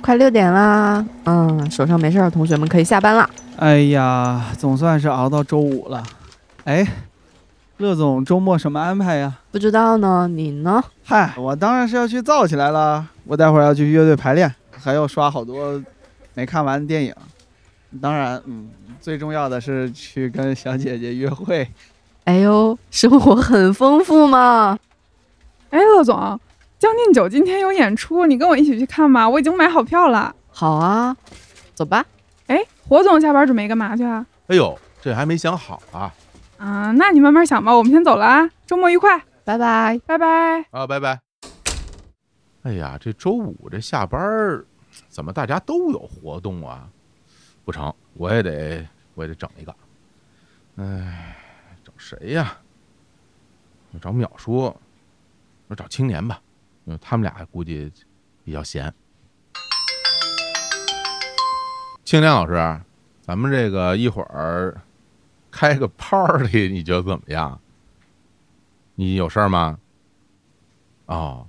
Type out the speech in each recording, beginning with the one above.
快六点啦，嗯，手上没事儿，同学们可以下班了。哎呀，总算是熬到周五了。哎，乐总周末什么安排呀？不知道呢，你呢？嗨，我当然是要去燥起来了。我待会儿要去乐队排练，还要刷好多没看完的电影。当然，嗯，最重要的是去跟小姐姐约会。 哎呦，生活很丰富嘛。哎，乐总，《将进酒》今天有演出，你跟我一起去看吧，我已经买好票了。好啊，走吧。哎，火总下班准备干嘛去啊？哎呦，这还没想好啊！啊，那你慢慢想吧，我们先走了啊，周末愉快，拜拜。拜拜。啊，拜拜。哎呀，这周五这下班儿，怎么大家都有活动啊？不成，我也得我也得整一个。哎，找谁呀、我找淼叔，我找青年吧，因为他们俩估计比较闲。青年老师，咱们这个一会儿开个 party，你觉得怎么样？你有事儿吗？哦，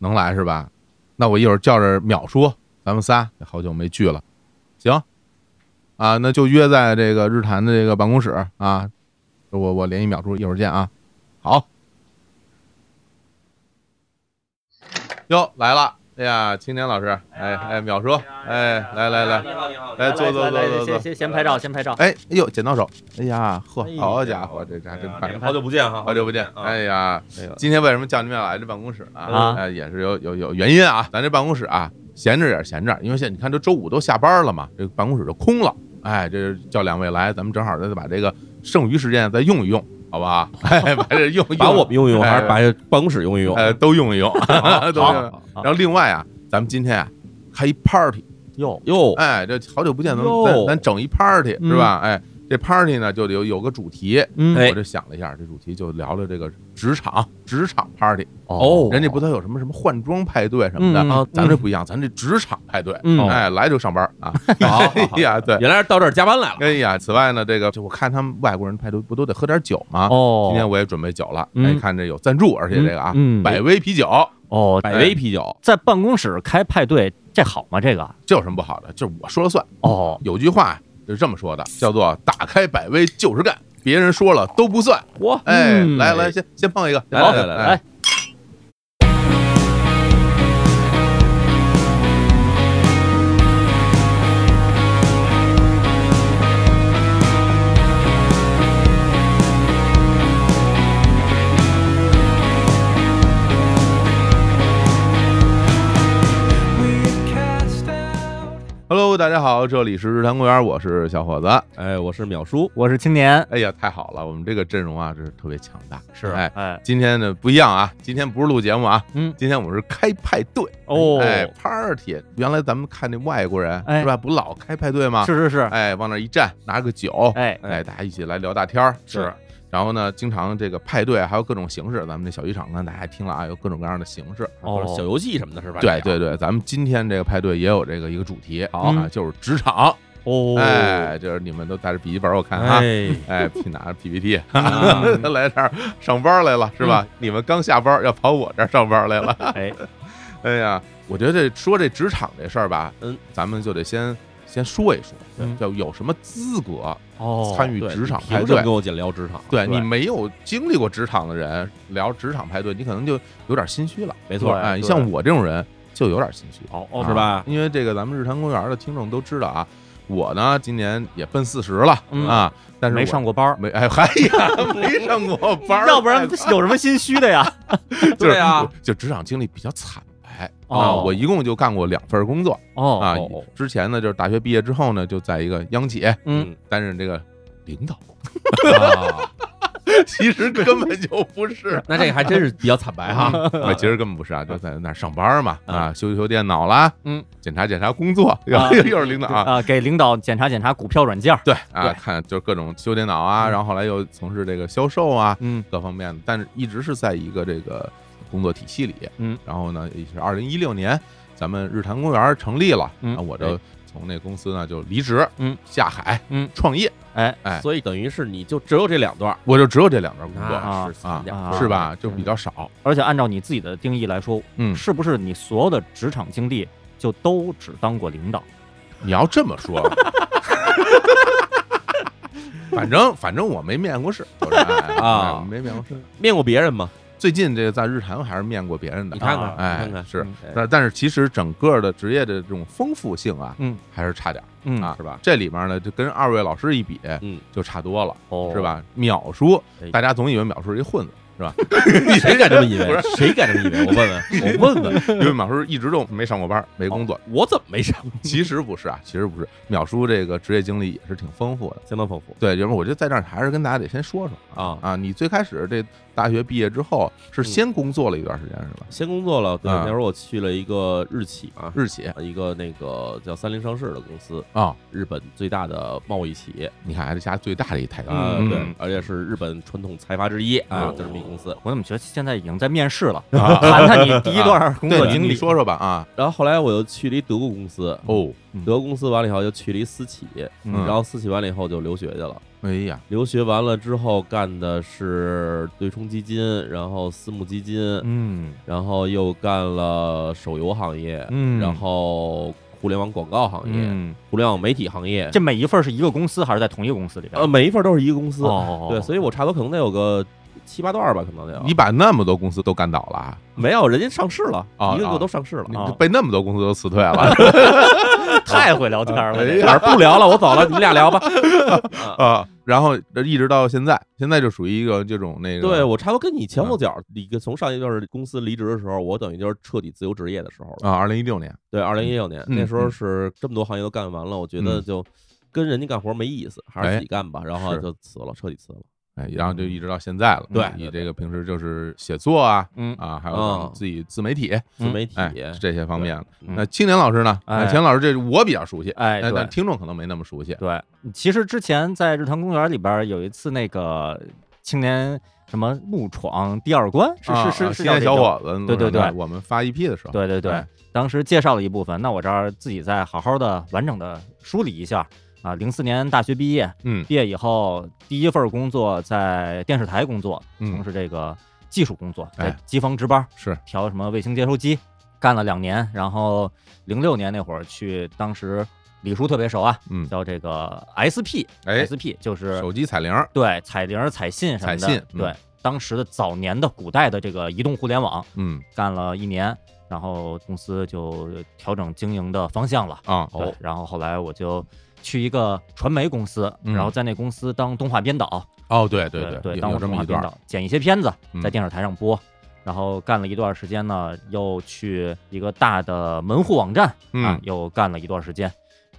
能来是吧？那我一会儿叫着淼叔，咱们仨也好久没聚了，行，啊，那就约在这个日坛的这个办公室啊，我我联系淼叔，一会儿见啊。好，哟来了，哎呀，青年老师，哎哎，淼叔，哎，来来来，你好，你好，来坐坐来来坐坐先坐先先拍照，先拍照。哎，哎呦，剪刀手，哎呀，呵哎，呀哎好家伙，这这还真快，啊好久不见哈，好久不见，啊哎呀，哎呦今天为什么叫你们俩来这办公室啊？啊呃也是有有有原因啊。咱这办公室啊，闲着也是闲着，因为现在你看这周五都下班了嘛，这个办公室就空了。哎，这叫两位来，咱们正好再把这个剩余时间再用一用，好不 好？哎，把这用一用，把我们用一用，哎还是把办公室用一用？呃都用一 用。好，都好 然后另外啊，咱们今天啊开一 party，哟，哟，哎，这好久不见，咱们哟咱咱整一 party 嗯是吧？哎，这 party 呢就得有有个主题，嗯我就想了一下，这主题就聊聊这个职场职场 party。哦人家不都有什么什么换装派对什么的，啊嗯嗯咱这不一样，咱这职场派对，嗯哎，来就上班啊， 好好好哎呀，对，原来是到这儿加班来了。哎呀，此外呢，这个就我看他们外国人派对不都得喝点酒吗？哦今天我也准备酒了，嗯哎，看这有赞助，而且这个啊，嗯嗯百威啤酒，哎哦，百威啤酒，在办公室开派对，这好吗？这个？这有什么不好的？就是我说了算。哦，有句话就是这么说的，叫做“打开百威就是干”，别人说了都不算。嚯哎，嗯来来，先先碰一个，好来来来来来， ，Hello，大家好，这里是日坛公园，我是小伙子。哎，我是淼叔，我是青年，哎呀，太好了，我们这个阵容啊，这是特别强大。哎，哎，今天呢不一样啊，今天不是录节目啊，嗯，今天我们是开派对哦哎，party。原来咱们看那外国人哎是吧，不老开派对吗？是是是，哎，往那儿一站，拿个酒，哎哎，大家一起来聊大天儿是。然后呢，经常这个派对还有各种形式，咱们这小剧场呢，大家听了啊，有各种各样的形式。哦或者小游戏什么的，是吧？对对对，咱们今天这个派对也有这个一个主题，好啊，就是职场。哦，哎，就是你们都带着笔记本，我看啊，哎，嗯哎，拿着 PPT，他 来这儿上班来了是吧？你们刚下班要跑我这儿上班来 了，哎，哎呀，我觉得这说这职场这事儿吧，嗯，咱们就得先先说一说嗯，叫有什么资格哦参与对职场你派凭什么对跟。我姐聊职场？对你没有经历过职场的人聊职场派对，你可能就有点心虚了。没错哎，对像我这种人就有点心虚，啊哦哦，是？吧？因为这个咱们日坛公园的听众都知道啊，我呢今年也奔四十了嗯啊，但是没我上过班儿，没 哎还呀没上过班嗯儿，要不然太 有什么心虚的呀？就是对啊我就职场经历比较惨白啊，哦我一共就干过两份工作 哦啊哦哦，之前呢就是大学毕业之后呢就在一个央企嗯担任这个领导， 啊，其实根本就不是。那这个还真是比较惨白哈。啊，其实根本不是啊，就在那儿上班嘛，啊，修一修电脑啦，嗯，检查检查工作，然后 又是领导啊， 啊，给领导检查检查股票软件儿，对啊，对看就是各种修电脑啊，嗯然后后来又从事这个销售啊，嗯，各方面的，但是一直是在一个这个工作体系里，嗯，然后呢，也是二零一六年咱们日坛公园成立了，嗯然后我就从那公司呢就离职，嗯，下海，嗯，创业，哎哎所以等于是你就只有这两段儿，我就只有这两份工作啊 是惨点儿啊是吧？就比较少，而且按照你自己的定义来说，嗯是不是你所有的职场经历就都只当过领导。你要这么说， 反正反正我没面过试就是哎啊哎没面过试。面过别人吗？最近这个在日坛还是面过别人的，你看看，啊哎你看看是，嗯但但是其实整个的职业的这种丰富性啊，嗯还是差点儿嗯啊，是吧？这里面呢，就跟二位老师一比，嗯，就差多了，哦是？吧？秒叔哎，大家总以为秒叔是一混子，是吧？谁敢这么以为不是？谁敢这么以为？我问 问，我问问，因为秒叔一直都没上过班，没工作。我怎么没上？其实不是啊，其实不是，秒叔这个职业经历也是挺丰富的。相当丰富对，要不我觉得在这儿还是跟大家得先说说啊！啊，你最开始这大学毕业之后是先工作了一段时间是吧？先工作了，对，啊那会儿我去了一个日企嘛，日企啊、一个那个叫三菱商事的公司，哦日本最大的贸易企业你看还是家最大的一台灯啊，嗯对，而且是日本传统财阀之一啊，哦这么一公司。我怎么觉得现在已经在面 试了？啊 谈谈你第一段工作对，经你历，你说说吧啊，然后后来我又去了一德国公司，哦，德国公司完了以后就去了一私企，嗯然后私企完了以后就留学去了。哎呀，留学完了之后干的是对冲基金，然后私募基金，嗯然后又干了手游行业，嗯然后互联网广告行业、嗯互联网媒体行业，这每一份是一个公司还是在同一个公司里边？呃每一份都是一个公司，哦，对，所以我差不多可能得有个七八段儿吧，可能得有。你把那么多公司都干倒了啊，没有，人家上市了，啊一个啊个都上市了。你啊被那么多公司都辞 退了太会聊天了。 哎这呀个哪儿不聊了，我走了，你们俩 聊吧。啊，然后一直到现在，现在就属于一个这种那个对我差不多跟你前嗯后脚，一个从上一段公司离职的时候，我等于就是彻底自由职业的时候了。啊，二零一六年对，二零一六年嗯那时候嗯是这么多行业都干完了，我觉得嗯就跟人家干活没意思，还是哎自己干吧，然后是就辞了，彻底辞了。哎，然后就一直到现在了。对嗯你这个平时就是写作啊，嗯啊，还有嗯咱们自己自媒体，自媒体哎，这些方面了。嗯那青年老师呢？哎那青年老师这我比较熟悉，哎，哎，对但听众可能没那么熟悉。对，其实之前在日坛公园里边有一次那个青年什么怒闯第二关，是啊是啊是是青叫年这小个伙子，对对对我们发 EP 的时候，对对对哎，当时介绍了一部分，那我这儿自己再好好的完整的梳理一下啊。零四年大学毕业，嗯毕业以后第一份工作在电视台工作，嗯从事这个技术工作，哎在机房值班，是调什么卫星接收机，干了两年。然后零六年那会儿去，当时李叔特别熟啊，嗯叫这个 SP，SP、哎， SP 就是手机彩铃，对彩铃儿、彩信什么的，彩信嗯对当时的早年的古代的这个移动互联网。嗯干了一年，然后公司就调整经营的方向了。啊，对，然后后来我就去一个传媒公司，嗯然后在那公司当动画编导，哦，对对对，有当有这动么画一编段，导，剪一些片子嗯在电视台上播。然后干了一段时间呢，又去一个大的门户网站、啊嗯，又干了一段时间，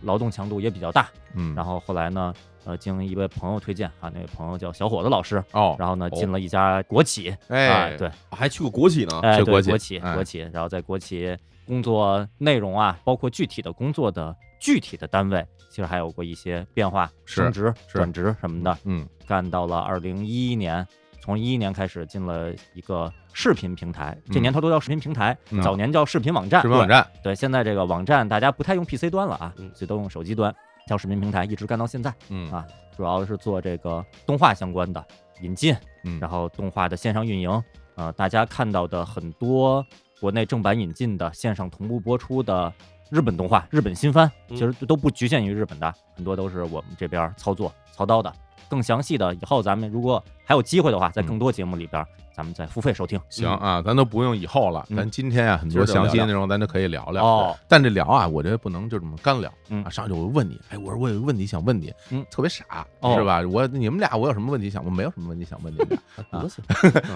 劳动强度也比较大。嗯，然后后后来呢，呃，经一位朋友推荐啊，那位朋友叫小伙子老师，哦，然后呢哦进了一家国企，哎啊，，对，还去过国企呢，哎，是对，国企国企，哎国企，然后在国企工作内容啊，包括具体的工作的具体的单位，其实还有过一些变化，是升职、是转职什么的，嗯干到了二零一一年。从一一年开始进了一个视频平台，这年头都叫视频平台，嗯早年叫视频网站。视频网站，对，对，现在这个网站大家不太用 PC 端了啊嗯，所以都用手机端，叫视频平台，一直干到现在，嗯啊主要是做这个动画相关的引进，嗯，然后动画的线上运营，呃，大家看到的很多国内正版引进的线上同步播出的日本动画、日本新番，嗯其实都不局限于日本的，很多都是我们这边操作操刀的。更详细的，以后咱们如果还有机会的话，在嗯更多节目里边，咱们再付费收听。行啊，咱都不用以后了，嗯咱今天啊很多今儿就详细聊聊内容咱都可以聊聊。哦，但这聊啊，我觉得不能就这么干聊。嗯啊，上去我问你，哎，我说我有问题想问你，嗯特别傻，哦是吧？我你们俩我有什么问题想？我没有什么问题想问你 们俩。多行，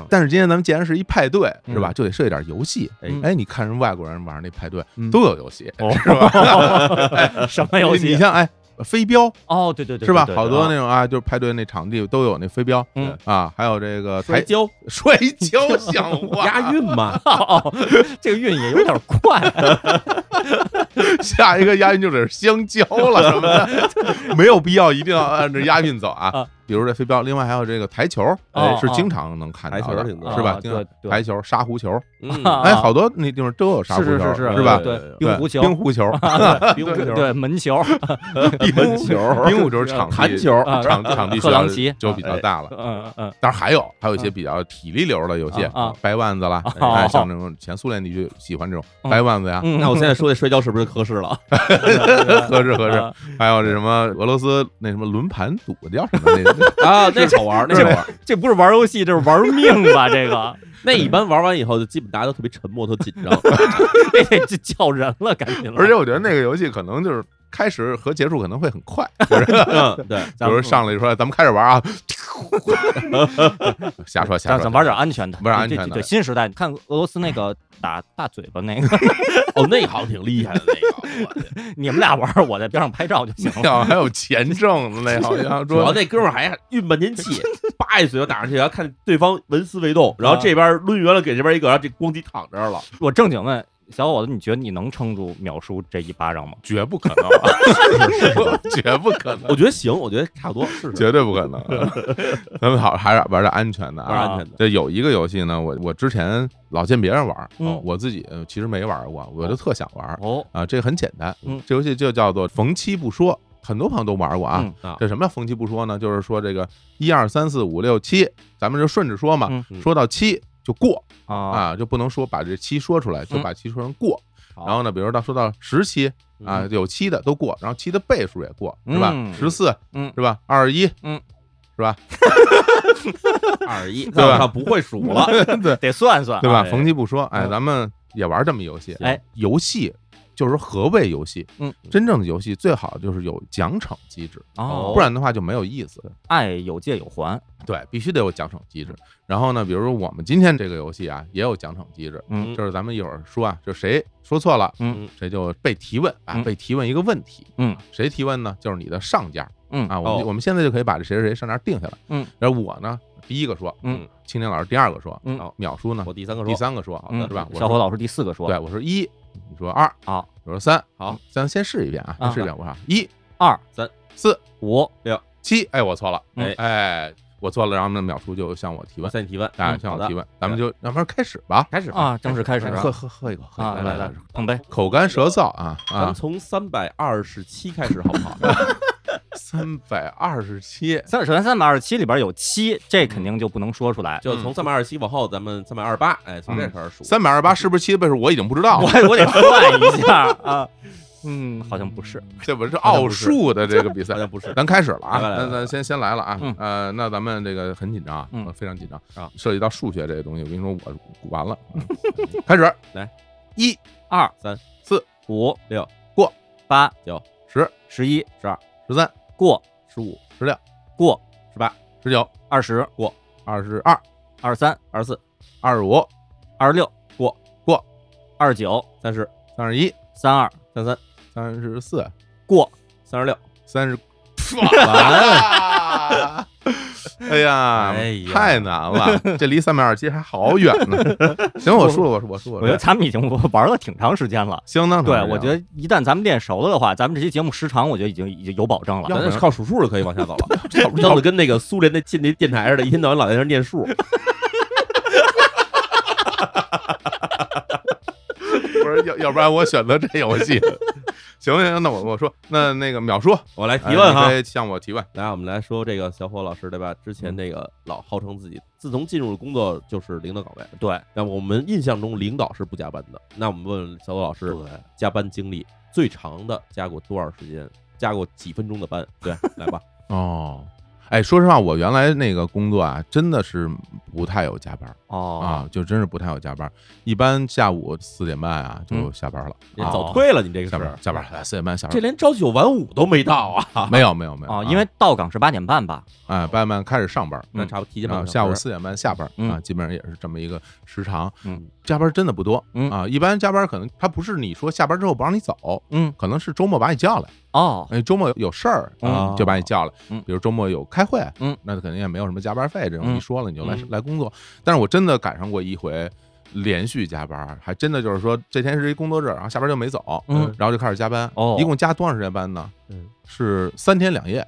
但是今天咱们既然是一派对，嗯是吧？就得设计点游戏。嗯哎，你看人外国人玩那派对嗯都有游戏，哦是 吧？ 哎啊什么游戏你像哎，飞镖哦，对对对，是吧？对对好多啊那种啊，就是派对那场地都有那飞镖嗯啊，还有这个摔台跤摔跤像话， 押韵嘛，哦，哦这个韵也有点怪。下一个押韵就得是香蕉 了什么的，没有必要一定要按着押韵走啊啊。比如这飞镖，另外还有这个台球，哎，哦是哦经常能看台到球的挺多， 是吧？啊经常对对台球、沙壶球，嗯啊哎，好多那地方都有沙壶是是球，是是是吧？对对冰壶球啊冰壶球、 冰壶球，对门球，冰壶球、冰壶球场地弹球啊场场地需贺要狼旗就比较大了。嗯嗯 当然还有还有一些比较体力流的游戏啊啊，掰腕子啦，哦哎，像这种前苏联地区喜欢这种嗯掰腕子呀，嗯，那我现在说这摔跤是不是合适了？合适合适。啊还有这什么俄罗斯那什么轮盘赌叫什么那个， 啊，那好玩儿，那是好玩儿。 这不是玩游戏，这是玩命吧？这个 那一般玩完以后，就基本大家都特别沉默，特紧 张。这得这叫人了，赶紧了。而且我觉得那个游戏可能就是开始和结束可能会很快，嗯，对， 比如上来就说咱们开始玩啊， 瞎说瞎咱说咱，玩点安全的，玩点安全的对对对，新时代，你看俄罗斯那个打大嘴巴那个， 哦，那好像挺厉害的那 个。你们俩玩儿，我在边上拍照就行了。 好像还有钱挣的那好像主要说那哥们儿还运半天气，叭一嘴巴打上去，然后看对方纹丝未动，然后这边抡圆了给这边一个，然后这咣叽躺这儿了。我正经问小伙子，你觉得你能撑住秒叔这一巴掌吗？绝不可能， 绝不可能我，觉得行，我觉得差不多，是是绝对不可能。啊 咱们好还是玩的安全的玩啊。安全的。这有一个游戏呢，我我之前老见别人玩，嗯哦我自己呃其实没玩过，我就特想玩哦，啊。这个很简单嗯，这游戏就叫做逢七不说，很多朋友都玩过啊。嗯啊这什么叫逢七不说呢？就是说这个一二三四五六七，咱们就顺着说嘛，嗯啊说到七就过啊，啊，就不能说把这七说出来，嗯就把七说成过。好然后呢，比如到说到十七啊，嗯有七的都过，然后七的倍数也过，是吧？嗯十四，嗯是吧？二十 一，嗯，是吧？二十一，对再吧往上不会数 了。对得算算啊，对吧？这逢七不说，哎，嗯咱们也玩这么游戏。哎，游戏就是何谓游戏？嗯，真正的游戏最好就是有奖惩机制，哦，不然的话就没有意思。爱有借有还，对，必须得有奖惩机制。然后呢，比如说我们今天这个游戏啊，也有奖惩机制，嗯就是咱们一会儿说啊，就谁说错了，嗯，谁就被提问啊，嗯被提问一个问题，嗯，谁提问呢？就是你的上家，嗯啊，我哦们我们现在就可以把这谁谁谁上家定下来，嗯，然后我呢第一个说，嗯，青年老师第二个说，嗯哦，淼叔呢我第三个说，第三个说，好的嗯是吧？我小说伙老师第四个说，对，我说一，你说二，好，我说三，好，咱先试一遍啊，啊先试一遍，我说一二三四五，七，哎，我错了，嗯哎，我错了，然后呢，淼叔就向我提我问，向你提问，哎，嗯向好我的提问，咱们就要不然开始吧，开始吧啊，正式开始喝喝喝一口，喝一啊，口来来来，碰杯，口干舌燥啊咱们啊，从三百二十七开始，好不好？三百二十七，三首先三百二十七里边有七，这肯定就不能说出来，就从三百二十七往后，咱们三百二十八，哎，从这开始数。嗯三百二十八是不是七的倍数？我已经不知道我了，我得算一下啊，嗯，好像不是，这不是奥数的这个比赛好。像不是，咱开始了啊，来来来那咱先先来了啊嗯，呃，那咱们这个很紧张啊，嗯我非常紧张啊，涉及到数学这个东西，我跟你说，我完了，嗯开始来，一二三四五六过八九十十一十三过十五、过十九二十二十二二十三二十四、二十五二十六过过二十九三十、三十一三二三三、三十四过三十六，三 十，完，哎呀哎呀，太难了，这离三百二十七还好远 呢。行，我输了，我输，我输，我我觉得咱们已经玩了挺长时间了。相当对，我觉得一旦咱们练熟了的话，咱们这期节目时长我觉得已经已经有保证要了。不咱然靠数数就可以往下走 了。差不弄多得。跟那个苏联那进那电台似的，一天到晚老在那儿念 数。不是，要要不然我选择这游 戏。行行，行，那我我说，那那个秒叔我来提问哈，，哎你可以嗯向我提问。来，我们来说这个小伙老师对吧？之前那个老号称自己自从进入工作就是领导岗位，对，那我们印象中领导是不加班的。那我们问问小伙老师，对加班经历最长的加过多少时间？加过几分钟的班？对，来 吧，哦，哎，说实话，我原来那个工作啊，真的是不太有加班儿哦，啊，就真是不太有加班儿。一般下午四点半啊就下班了，啊你哦早退了，你这个下班儿是下班儿哎四点半下班这儿。连朝九晚五都没到啊！没有没有没有哦，因为到岗是八点半吧？哎，八点半开始上班，那差不多提然前半后个小嗯时啊下午四点半下班嗯啊，基本上也是这么一个时长。嗯，加班真的不多嗯啊，一般加班可能他不是你说下班之后不让你走，嗯，可能是周末把你叫来，哦，哎，周末有事儿嗯啊就把你叫来嗯，比如周末有开会，嗯，那肯定也没有什么加班费这种，嗯一说了你就来嗯来工作。但是我真的赶上过一回。连续加班，还真的就是说这天是一工作日，然后下班就没走，嗯然后就开始加班，哦一共加多长时间班呢？嗯，是三天两夜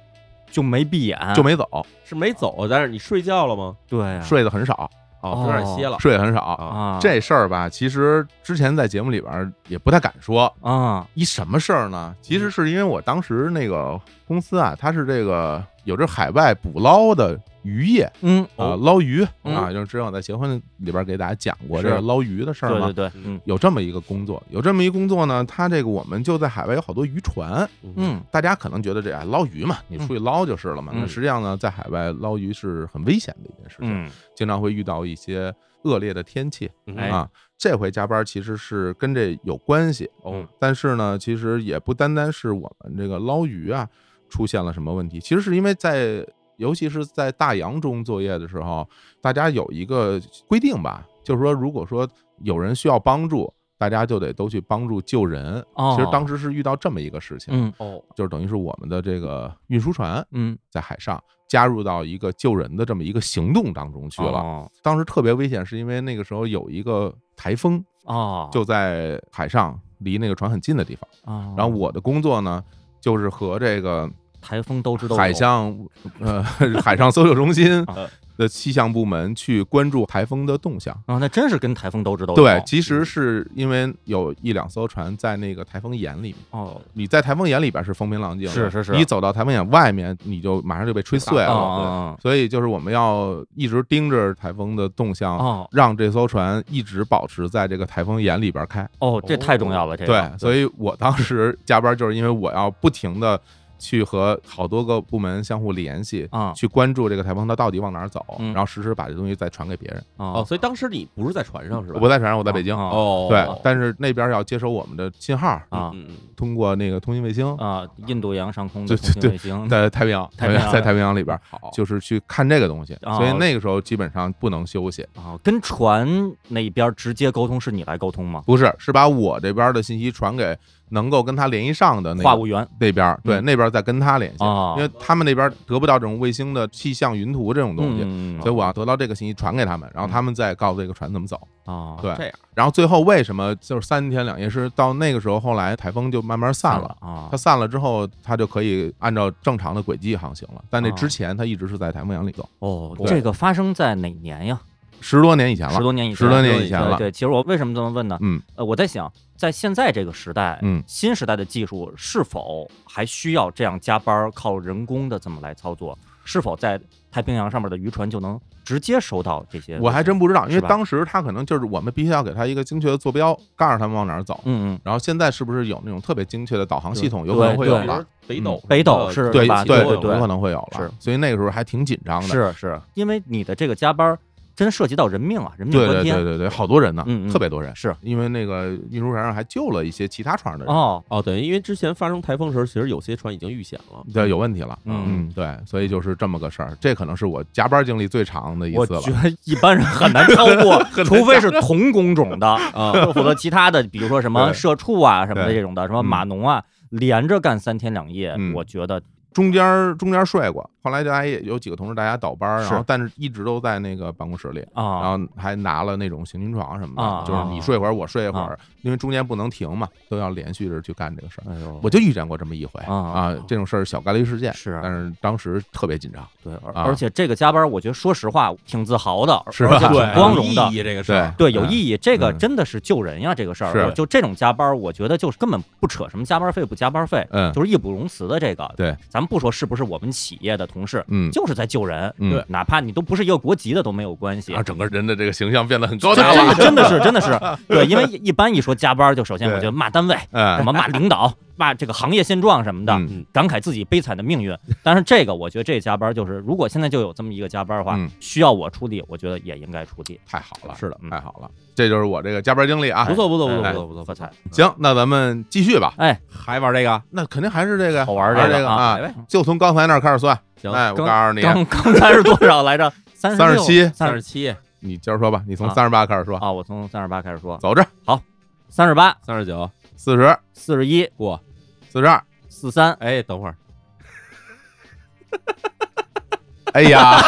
就没闭眼，就没走，是没走，啊但是你睡觉了吗？对啊睡得很少，啊哦，中间歇了。睡得很少。啊，这事儿吧，其实之前在节目里边儿也不太敢说，啊一什么事儿呢？其嗯实是因为我当时那个公司啊，它是这个有这海外捕捞的渔业嗯啊、捞鱼嗯啊，就是之前我在结婚里边给大家讲过这是个捞鱼的事儿对嘛对。对，嗯有这么一个工作，有这么一工作呢，它这个我们就在海外有好多渔船，嗯大家可能觉得这哎捞鱼嘛，你出去捞就是了嘛。嗯那实际上呢，在海外捞鱼是很危险的一件事情，嗯，经常会遇到一些恶劣的天气，嗯哎啊，这回加班其实是跟这有关系哦但是呢，其实也不单单是我们这个捞鱼啊出现了什么问题，其实是因为在尤其是在大洋中作业的时候，大家有一个规定吧，就是说如果说有人需要帮助。大家就得都去帮助救人。哦其实当时是遇到这么一个事情，嗯哦，就是等于是我们的这个运输船嗯在海上加入到一个救人的这么一个行动当中去了。哦当时特别危险，是因为那个时候有一个台风，哦，就在海上，离那个船很近的地方。然然后我的工作呢，就是和这个台风都知道海象呃海上搜救中心啊的气象部门去关注台风的动向。啊，那真是跟台风都知道对，其嗯实是因为有一两艘船在那个台风眼里面，哦你在台风眼里边是风平浪静的，是是是你走到台风眼外面，你就马上就被吹碎啊了。啊所以就是我们要一直盯着台风的动向，哦让这艘船一直保持在这个台风眼里边开。哦，这太重要了，这对个，所以我当时加班就是因为我要不停的去和好多个部门相互联系，啊去关注这个台风它到底往哪儿走，嗯然后实时把这东西再传给别人。哦哦，所以当时你不是在船上是吧？我不在船上，我在北京。啊哦，对，但是那边要接收我们的信号，啊嗯嗯通过那个通信卫星，啊，印度洋上空对的对通对信卫星在太平洋，太平洋在太平洋里边嗯，好，就是去看这个东西，哦所以那个时候基本上不能休息。啊，跟船那边直接沟通是你来沟通吗？不是，是把我这边的信息传给能够跟他联系上的那话个务员那边儿，对，嗯那边儿再跟他联系，啊，因为他们那边得不到这种卫星的气象云图这种东西，嗯所以我要得到这个信息传给他们，然后他们再告诉这个船怎么走。啊，对这样，然后最后为什么就是三天两夜？是到那个时候，后来台风就慢慢散了。啊它，散了之后，它就可以按照正常的轨迹航行了。啊但那之前，它一直是在台风洋里走，哦，对这个发生在哪年呀？十多年以前十了。多年以前，十多年以前对了对，其实我为什么这么问呢？嗯，呃，我在想，在现在这个时代，嗯新时代的技术是否还需要这样加班儿靠人工的这么来操作？是否在太平洋上面的渔船就能直接收到这些？我还真不知道，因为是吧当时它可能就是我们必须要给它一个精确的坐标，告诉他们往哪儿走。嗯嗯。然后现在是不是有那种特别精确的导航系统？对有可能会有对了，北斗什么的，北斗是对吧对对对，对有可能会有了是。所以那个时候还挺紧张的。是是，因为你的这个加班儿真涉及到人命啊，人命对关对天。对对对，好多人呢，嗯嗯特别多人，是因为那个运输船上还救了一些其他船上的人，哦，哦，等于因为之前发生台风的时候，其实有些船已经遇险了。对、有问题了。嗯嗯，对，所以就是这么个事儿，这可能是我加班经历最长的一我次了觉。得一般人很难超 过，除非是同工种的啊，否则其他的，比如说什么对社畜啊什么的对这种的，什么码农啊，连着干三天两夜，嗯我觉得中间儿中间儿睡过，后来大家也有几个同事大家倒班儿，是然后但是一直都在那个办公室里。然啊，后还拿了那种行军床什么的，啊就是你睡一会儿，我睡一会儿，啊因为中间不能停嘛，都要连续着去干这个事儿。哎呦，我就遇见过这么一回啊这种事儿小概率事件是但是当时特别紧张。对，而啊而且这个加班，我觉得说实话挺自豪的，是而吧且挺对光荣的有。意义这个事对儿，对，有意义。这个嗯真的是救人呀，这个事是儿。我就这种加班，我觉得就是根本不扯什么加班费不加班费，嗯就是义不容辞的这个。对，咱们不说是不是我们企业的同事，嗯就是在救人。嗯对哪怕你都不是一个国籍的都没有关系然后。整个人的这个形象变得很高这大真了的。真的是真 的是对，因为一般一说加班，就首先我就骂单位，嗯啊什，么骂领导，骂这个行业现状什么的，嗯感慨自己悲惨的命运。但是这个，我觉得这加班就是，如果现在就有这么一个加班的话，嗯需要我出力，我觉得也应该出力。太好了，是的嗯太好了，这就是我这个加班经历啊不。错不错不哎错不错不错，喝彩，行，那咱们继续吧。哎，还玩这个？那肯定还是这个好玩还是这这个个啊啊来呗，就从刚才那儿开始算。行哎，我刚告诉你，刚刚才是多少来着？三三十七，三三十十七、你接着说吧，你从啊三十八开始说，啊！我从三十八开始说，走着，三十八、三十九四十、四十一、过。四十二。四三，哎，等会儿，哎呀，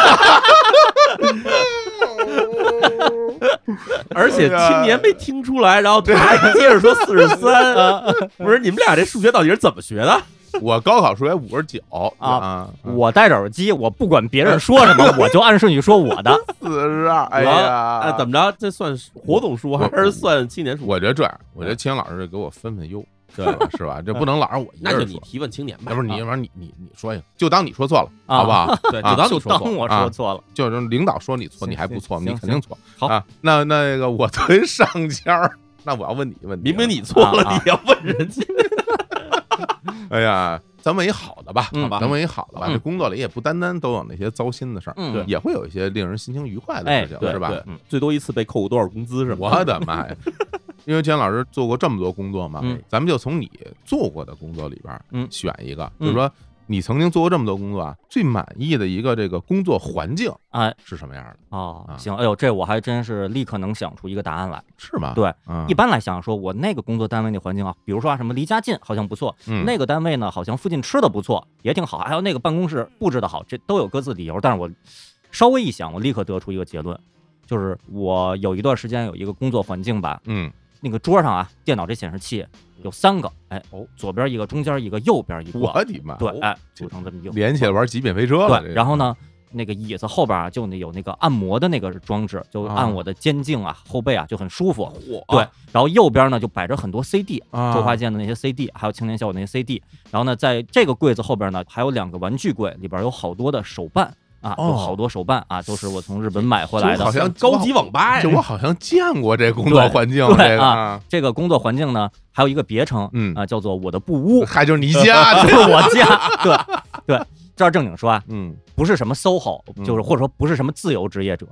而且青年没听出来，然后他还接着说四十 三，啊不是你们俩这数学到底是怎么学的？我高考数学五十九啊，我戴着耳机，我不管别人说什么，我就按顺序说我的。四十二，哎呀，哎，呀，怎么着？这算活动数还是算青年数？啊我觉得这样，我觉得青年老师给我分分忧，嗯对 是吧是吧？这不能老是我一个那就人你说，提问青年吧，要不是你，啊要不然你你你说一个，就当你说错了，啊好不好？ 对，啊就当就你说当错了我啊说错了，就是领导说你错，行你还不错，行你行肯定错。好啊，那那个我作为上家儿，那我要问你一个问题，明明你错了，啊啊你要问人家。哎呀，咱问一好的吧，嗯好吧，咱问一好的吧。嗯这工作里也不单单都有那些糟心的事儿，嗯对也会有一些令人心情愉快的哎事情，对是吧对？最多一次被扣多少工资是吧？我的妈 呀！因为钱老师做过这么多工作嘛，嗯咱们就从你做过的工作里边儿嗯选一个，就嗯是说你曾经做过这么多工作啊，最满意的一个这个工作环境哎，是什么样的？哦啊，行，哎呦，这我还真是立刻能想出一个答案来。是吗？对嗯，一般来想，说我那个工作单位那环境啊，比如说啊，什么离家近，好像不错；嗯那个单位呢，好像附近吃的不错，也挺好；还有那个办公室布置的好，这都有各自理由。但是我稍微一想，我立刻得出一个结论，就是我有一段时间有一个工作环境吧，嗯那个桌上啊，电脑这显示器有三个，哎，哦，左边一个，中间一个，右边一个，我的妈！对，哦哎，组成这么一个连起来玩极品飞车了。嗯对，然后？呢，那个椅子后边啊，就那有那个按摩的那个装置，就啊按我的肩颈啊、后背啊，就很舒服。嚯，对，然后右边呢就摆着很多 CD，啊，周华健的那些 CD，还有青年小伙那些 CD。然后呢，在这个柜子后边呢，还有两个玩具柜，里边有好多的手办啊，哦有好多手办啊，都是我从日本买回来好的。像高级网吧呀，就哎我好像见过这工作环境，对对这个啊，这个工作环境呢，还有一个别称，嗯啊，叫做我的布屋， 还就是你家的，就是我家。对对，这儿正经说啊，嗯，不是什么 SOHO，嗯就是或者说不是什么自由职业者，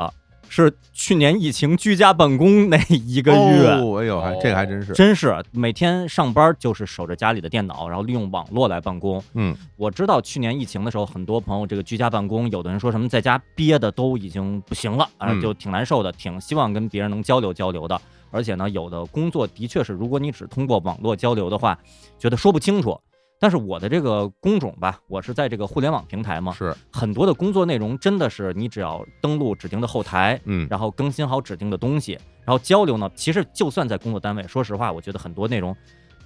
是去年疫情居家办公那一一个月，哎呦，还这个还真是，哦真是每天上班就是守着家里的电脑，然后利用网络来办公。嗯，我知道去年疫情的时候，很多朋友这个居家办公，有的人说什么在家憋的都已经不行了，啊嗯，就挺难受的，挺希望跟别人能交流交流的。而且呢，有的工作的确是，如果你只通过网络交流的话，觉得说不清楚。但是我的这个工种吧，我是在这个互联网平台嘛，是，很多的工作内容真的是你只要登录指定的后台，嗯，然后更新好指定的东西，然后交流呢，其实就算在工作单位，说实话，我觉得很多内容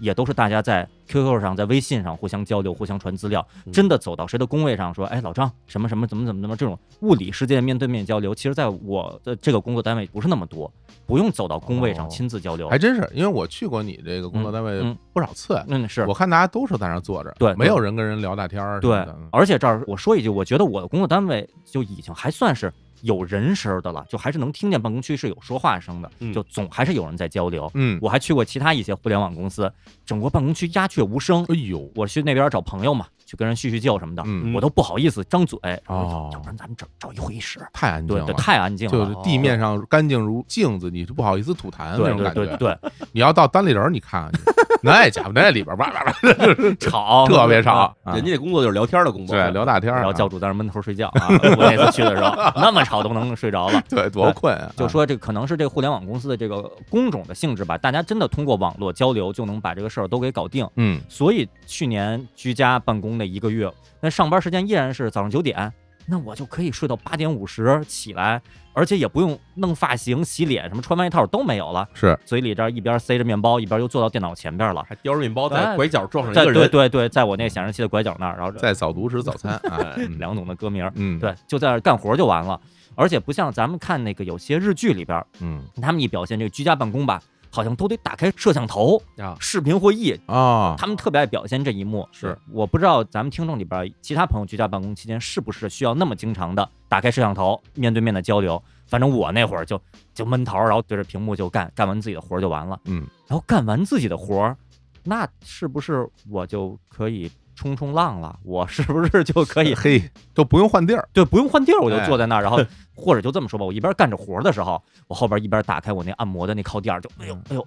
也都是大家在 QQ 上、在微信上互相交流、互相传资料，嗯真的走到谁的工位上说，哎，老张什么什么怎么怎么怎么这种物理世界面对面交流，其实在我的这个工作单位不是那么多，不用走到工位哦上亲自交流还。真是，因为我去过你这个工作单位嗯不少次，嗯，是我看大家都是在那儿坐着，对没有人跟人聊大天儿什么对的，嗯，而且这儿我说一句，我觉得我的工作单位就已经还算是有人声儿的了，就还是能听见办公区是有说话声的嗯，就总还是有人在交流。嗯，我还去过其他一些互联网公司，整个办公区鸦雀无声。哎呦，我去那边找朋友嘛，去跟人叙叙旧什么的，嗯，我都不好意思张嘴。哦要不然咱们找找一会议室。太安静对了，对，太安静了。就是地面上干净如镜子，你是不好意思吐痰那对种对感对觉。对，你要到单立人儿，你 看看去，那家伙那里边儿哇哇哇， 吵特别吵，啊人家那工作就是聊天的工作，对聊大天儿然后啊，教主在那闷头睡觉啊！我那次去的时候，那么吵都能睡着了。 对多困啊，就说这可能是这互联网公司的这个工种的性质吧，大家真的通过网络交流就能把这个事儿都给搞定。嗯，所以去年居家办公那一个月，那上班时间依然是早上九点，那我就可以睡到八点五十起来，而且也不用弄发型、洗脸，什么穿外套都没有了，是嘴里这儿一边塞着面包，一边又坐到电脑前边了。还叼着面包在哎拐角撞上在一个对人，对对，在我那显示器的拐角那儿，然后呃在早读吃早餐 啊， 嗯梁总的歌名儿，嗯，，对，就在那儿干活就完了。而且不像咱们看那个有些日剧里边，嗯他们一表现这个居家办公吧，好像都得打开摄像头啊视频会议，啊，他们特别爱表现这一幕。是，我不知道咱们听众里边其他朋友居家办公期间是不是需要那么经常的打开摄像头面对面的交流。反正我那会儿就就闷头，然后对着屏幕就干，干完自己的活儿就完了。嗯，然后干完自己的活儿，那是不是我就可以冲冲浪了？我是不是就可以嘿，都不用换地儿，对，不用换地儿，我就哎坐在那儿，然 后或者就这么说吧，我一边干着活儿的时候，我后边一边打开我那按摩的那靠垫儿，就哎呦哎呦，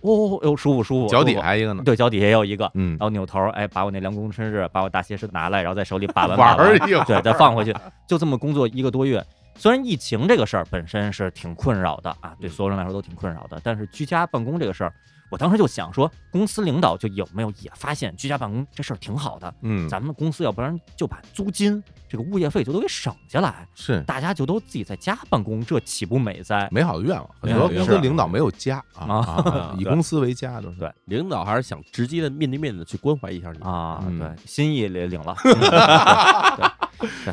哦哦呦舒服舒服，脚底舒服还一个呢，对脚底下也有一个，嗯然，后扭头哎把我那凉宫 春日把我大斜式拿来，然后在手里把玩玩把玩儿一会儿，对，再放回去，就这么工作一个多月。虽然疫情这个事儿本身是挺困扰的啊，嗯对所有人来说都挺困扰的，但是居家办公这个事儿，我当时就想说，公司领导就有没有也发现居家办公这事儿挺好的，嗯，咱们公司要不然就把租金这个物业费就都给省下来，是大家就都自己在家办公，这岂不美哉？美好的愿望。很嗯多公司是领导没有家啊啊 啊，以对公司为家都是。对领导还是想直接的面对面的去关怀一下你。啊，嗯对，心意 也领了， 嗯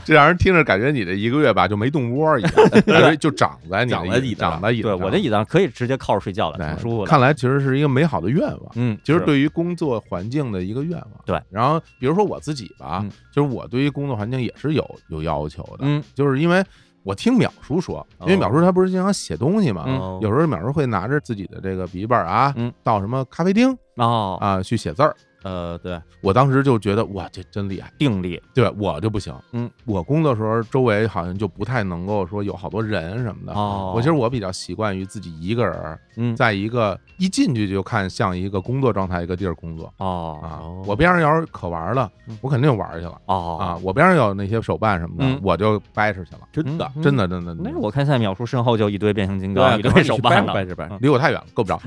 这让人听着感觉你这一个月吧就没动窝儿一 样，感觉就长在你的长在椅椅子子长上在椅子 对上。我这椅子上可以直接靠着睡觉了，嗯对挺舒服的。看来其实是一个美好的愿望。嗯，其实是对于工作环境的一个愿望，对。然后比如说我自己吧，嗯就是我对于工作环境也是有有要求的，嗯就是因为我听淼叔说，因为哦淼叔他不是经常写东西嘛，嗯有时候淼叔会拿着自己的这个笔记本啊，嗯到什么咖啡厅哦，啊去写字儿。呃，对，我当时就觉得哇，这真厉害，定力对我就不行。嗯，我工作的时候周围好像就不太能够说有好多人什么的。哦，我其实我比较习惯于自己一个人儿，嗯在一个一进去就看像一个工作状态一个地儿工作。哦啊哦，我边上要是可玩了嗯，我肯定玩去了哦啊！我边上有那些手办什么的嗯，我就掰扯去了，真的嗯，真的真的。真那的是我看现在秒叔身后就一堆变形金对刚，啊，一堆手办掰了。着掰着，离我太远了，够 不着。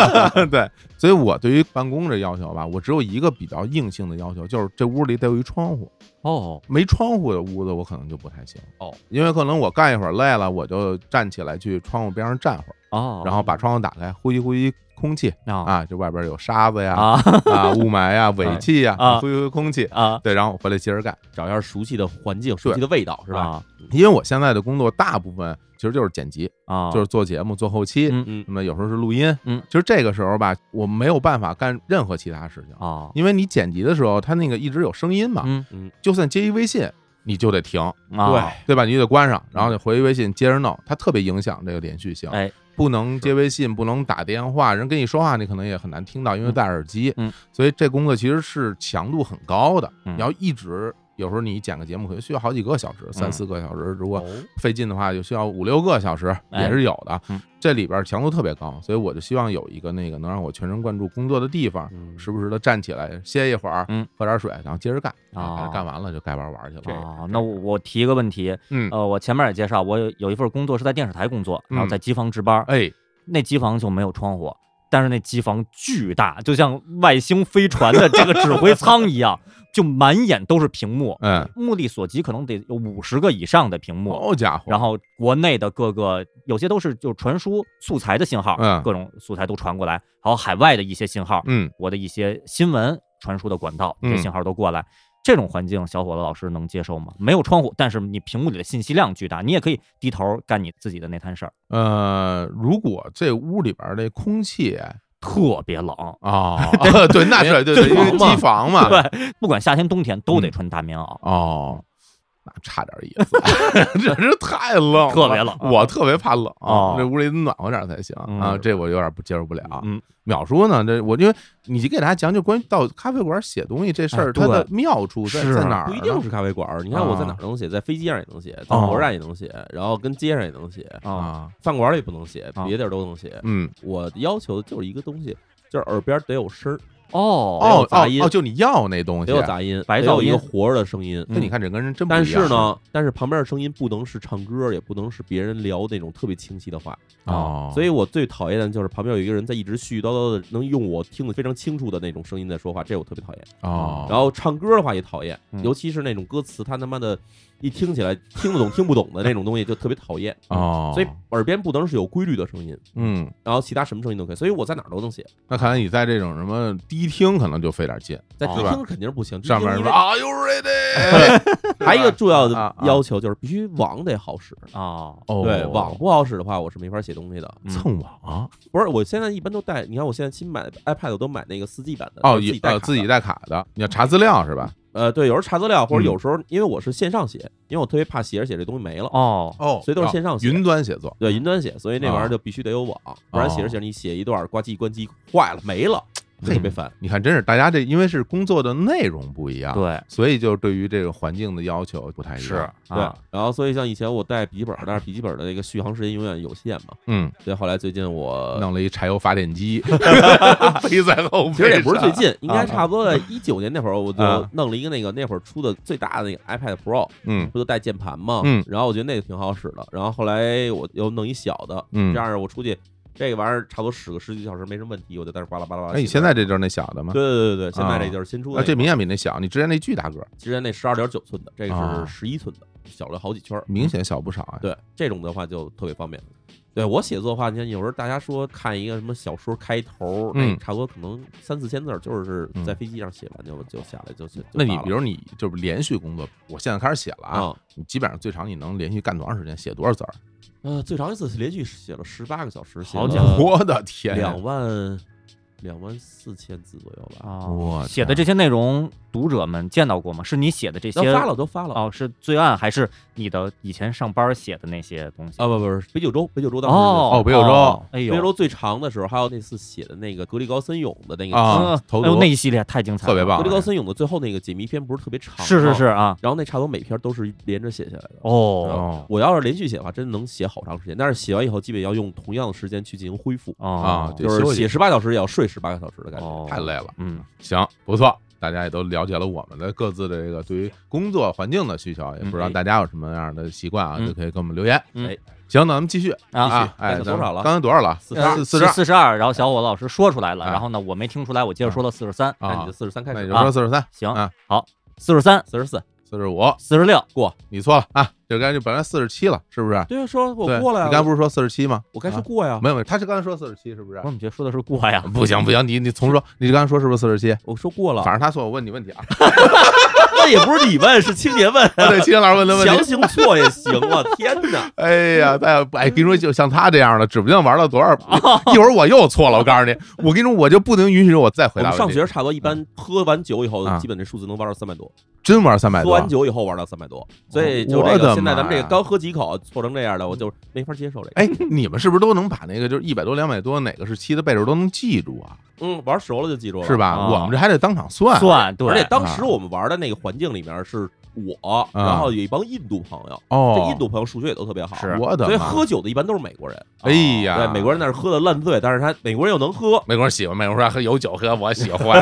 对，所以我对于办公这要求吧，我只有一个比较硬性的要求，就是这屋里得有一窗户，哦，没窗户的屋子我可能就不太行哦，因为可能我干一会儿累了，我就站起来去窗户边上站会儿，哦，然后把窗户打开，呼吸呼吸空气啊啊，这外边有沙子呀、啊啊雾霾 呀、尾气呀啊，呼吸呼吸空气。啊，对，然后我回来接着干。找一下熟悉的环境、熟悉的味道，是吧？吧？因为我现在的工作大部分其实就是剪辑，啊，就是做节目、做后期，嗯嗯那么有时候是录音。嗯，其实这个时候吧，我没有办法干任何其他事情，啊，因为你剪辑的时候，它那个一直有声音嘛，嗯就算接一微信，你就得停，啊，对吧？你就得关上，然后得回一微信接着弄，它特别影响这个连续性。哎，不能接是微信，不能打电话，人跟你说话你可能也很难听到，因为嗯戴耳机。嗯所以这工作其实是强度很高的，嗯你要一直。有时候你剪个节目可能需要好几个小时，三嗯四个小时，如果哦费劲的话，就需要五六个小时，哎也是有的。嗯这里边强度特别高，所以我就希望有一个那个能让我全神贯注工作的地方，嗯时不时的站起来歇一会儿，嗯喝点水，然后接着干。哦啊，干完了就该玩玩去了。哦，那我我提一个问题，嗯，呃，我前面也介绍，我有有一份工作是在电视台工作，然后嗯在机房值班，哎，那机房就没有窗户，但是那机房巨大，就像外星飞船的这个指挥舱一样， 就满眼都是屏幕，嗯，目力所及可能得有五十个以上的屏幕，好家伙，然后国内的各个有些都是就传输素材的信号，嗯各种素材都传过来，还有海外的一些信号，嗯，我的一些新闻传输的管道，这嗯些信号都过来。这种环境，小伙子老师能接受吗？没有窗户，但是你屏幕里的信息量巨大，你也可以低头干你自己的那摊事儿，呃，如果这屋里边这空气特别冷。哦，对，那是对对，因为房嘛机房嘛，对，不管夏天冬天都得嗯穿大棉袄。哦，那差点意思， 真是太冷了，特别冷我特别怕冷，哦这屋里暖和点才行嗯啊，这我有点不接受不啊了。嗯，淼叔呢，这我因为你给大家讲讲关于到咖啡馆写东西这事哎儿，对它的妙处在是在哪儿不呢？啊一定是咖啡馆儿，你看我在哪儿能写，在飞机上也能写，在哦火车站也能写，然后跟街上也能写，啊啊，饭馆儿里不能写，啊别地儿都能写。嗯，我要求的就是一个东西，就是耳边得有声儿，哦哦杂哦音哦，就你要那东西啊得有。杂音，白得噪有一个音活着的声音。嗯那你看这跟人真嗯不一但样是，呢，但是旁边的声音不能是唱歌，也不能是别人聊那种特别清晰的话啊哦所以我最讨厌的就是旁边有一个人在一直絮絮叨叨的，能用我听得非常清楚的那种声音在说话，这我特别讨厌。哦，然后唱歌的话也讨厌，嗯尤其是那种歌词，他他妈的一听起来听得懂听不懂的那种东西，就特别讨厌。嗯哦，所以耳边不能是有规律的声音，嗯，然后其他什么声音都可以。所以我在哪儿都能写，那看来你在这种什么迪厅可能就费点劲，在迪哦厅肯定是不行。迪上厅面因说为啊，You ready？还有一个重要啊的啊要求就是必须网得好使。哦，哦，对，网不好使的话，我是没法写东西的。嗯蹭网不是，我现在一般都带，你看我现在新买的 iPad，我都买那个四 G 版的哦，自也己带呃卡自己的带卡的，你要查资料是吧？呃，对，有时候查资料，或嗯者有时候因为我是线上写，因为我特别怕写着写着这东西没了，哦，哦所以都是线上写云端写作。对，云端写，所以那玩意啊 儿就必须得有网，不然写着写着你写一段儿，呱唧关机坏了没了，特别烦。你看，真是大家这因为是工作的内容不一样，啊对，所以就对于这个环境的要求不太一样。是，对啊，，然后所以像以前我带笔记本，但是笔记本的那个续航时间永远有限嘛，嗯，所以后来最近我弄了一柴油发电机 背在后背上。其实也不是最 近，应啊该差不多在一九年那会儿，我就啊弄了一个那个那会儿出的最大的那个 iPad Pro，嗯不就带键盘吗？嗯然后我觉得那个挺好使的，然后后来我又弄一小的，嗯这。样我出去这个玩意儿差不多使个十几个小时没什么问题，我就在那儿巴拉巴拉巴拉啊哎写。那你现在这就是那小的吗对？对对对，现啊在这就是新出啊，的那个，这明显比那小，你之前那巨大个儿，之前那十二点九寸的，这啊个是十一寸的，小了好几圈儿。明显小不少啊。对这种的话就特别方便。对我写作的话，你看有时候大家说看一个什么小说开头，那嗯差不多可能三四千字儿，就是嗯在飞机上写完就就下来就就。就那你发了比如你就是连续工作，我现在开始写了啊，啊，你基本上最长你能连续干多长时间？写多少字儿？呃，最长一次是连续写了十八个小时，写好了家伙 我的天呀，嗯两万两万四千字左右吧。啊我写的这些内容，读者们见到过吗？是你写的这都些发了，都发了。哦，是罪案还是你的以前上班写的那些东西？啊，不不不是北九州，北九州当时哦，哦北九州哦哎是呦，北九州最长的时候，还有那次写的那个格力高森勇的那个啊嗯投哎呦毒那一系列太精彩了，特别棒格力高森勇的最后那个解谜篇不是特别长，是是是。啊，然后那差不多每篇都是连着写下来的。啊哦哦我要是连续写的话，真能写好长时间。但是写完以后，基本要用同样的时间去进行恢复，哦啊对就是休息写十八小时也要睡十八个小时的感觉。哦，太累了。嗯，行，不错，大家也都了解了我们的各自的这个对于工作环境的需求，也不知道大家有什么样的习惯啊，哎嗯就可以给我们留言。嗯哎，行，那咱们继续啊。啊，哎，刚才多少了刚才多少了？四十二四四十二。四十二，然后小伙老师说出来了，啊然后呢，我没听出来，我接着说了四十三，那你啊就，四十三开那始你就吧，说四十三、行啊，好，四十三、四十四。四十五，四十六，你错了啊，就该就本来四十七了，是不是？对啊，说我对过来，你刚才不是说四十七吗？我该说啊过呀，没有没有，他是刚才说四十七，是不是我？怎么觉得说的是过呀？ 不行不行，你你重说，你刚才说是不是四十七？我说过了 反，正他说我问你问题啊， 那也不是你问，是青年问，我对秦老师问的问题强。行错也行啊！天哪，哎呀，大家哎，跟你说，就像他这样的，指不定玩到多少。哦一会儿我又错了，我告 诉你，我跟你说，我就不能允许我再我 回答问们上题嗯学差不多一般喝完酒以后啊，基本这数字能玩到三百多，真玩三百喝多哦完，酒以后玩到三百多，所以就我这的妈呀个现在咱们这个刚喝几口错成这样的，我就没法接受这个。哎，你们是不是都能把那个就是一百多、两百多哪个是七的倍数都能记住啊？嗯，玩熟了就记住了，是？吧？啊我们这还得当场算。算而且对，啊当时我们玩的那个环境里面是我，然后有一帮印度朋友，这哦印，度朋友数学也都特别好，是我的所以妈喝酒的一般都是美国人。哎呀，对，美国人那是喝的烂醉，但是他美国人又能喝，美国人喜欢，美国人说有酒喝，我喜 欢，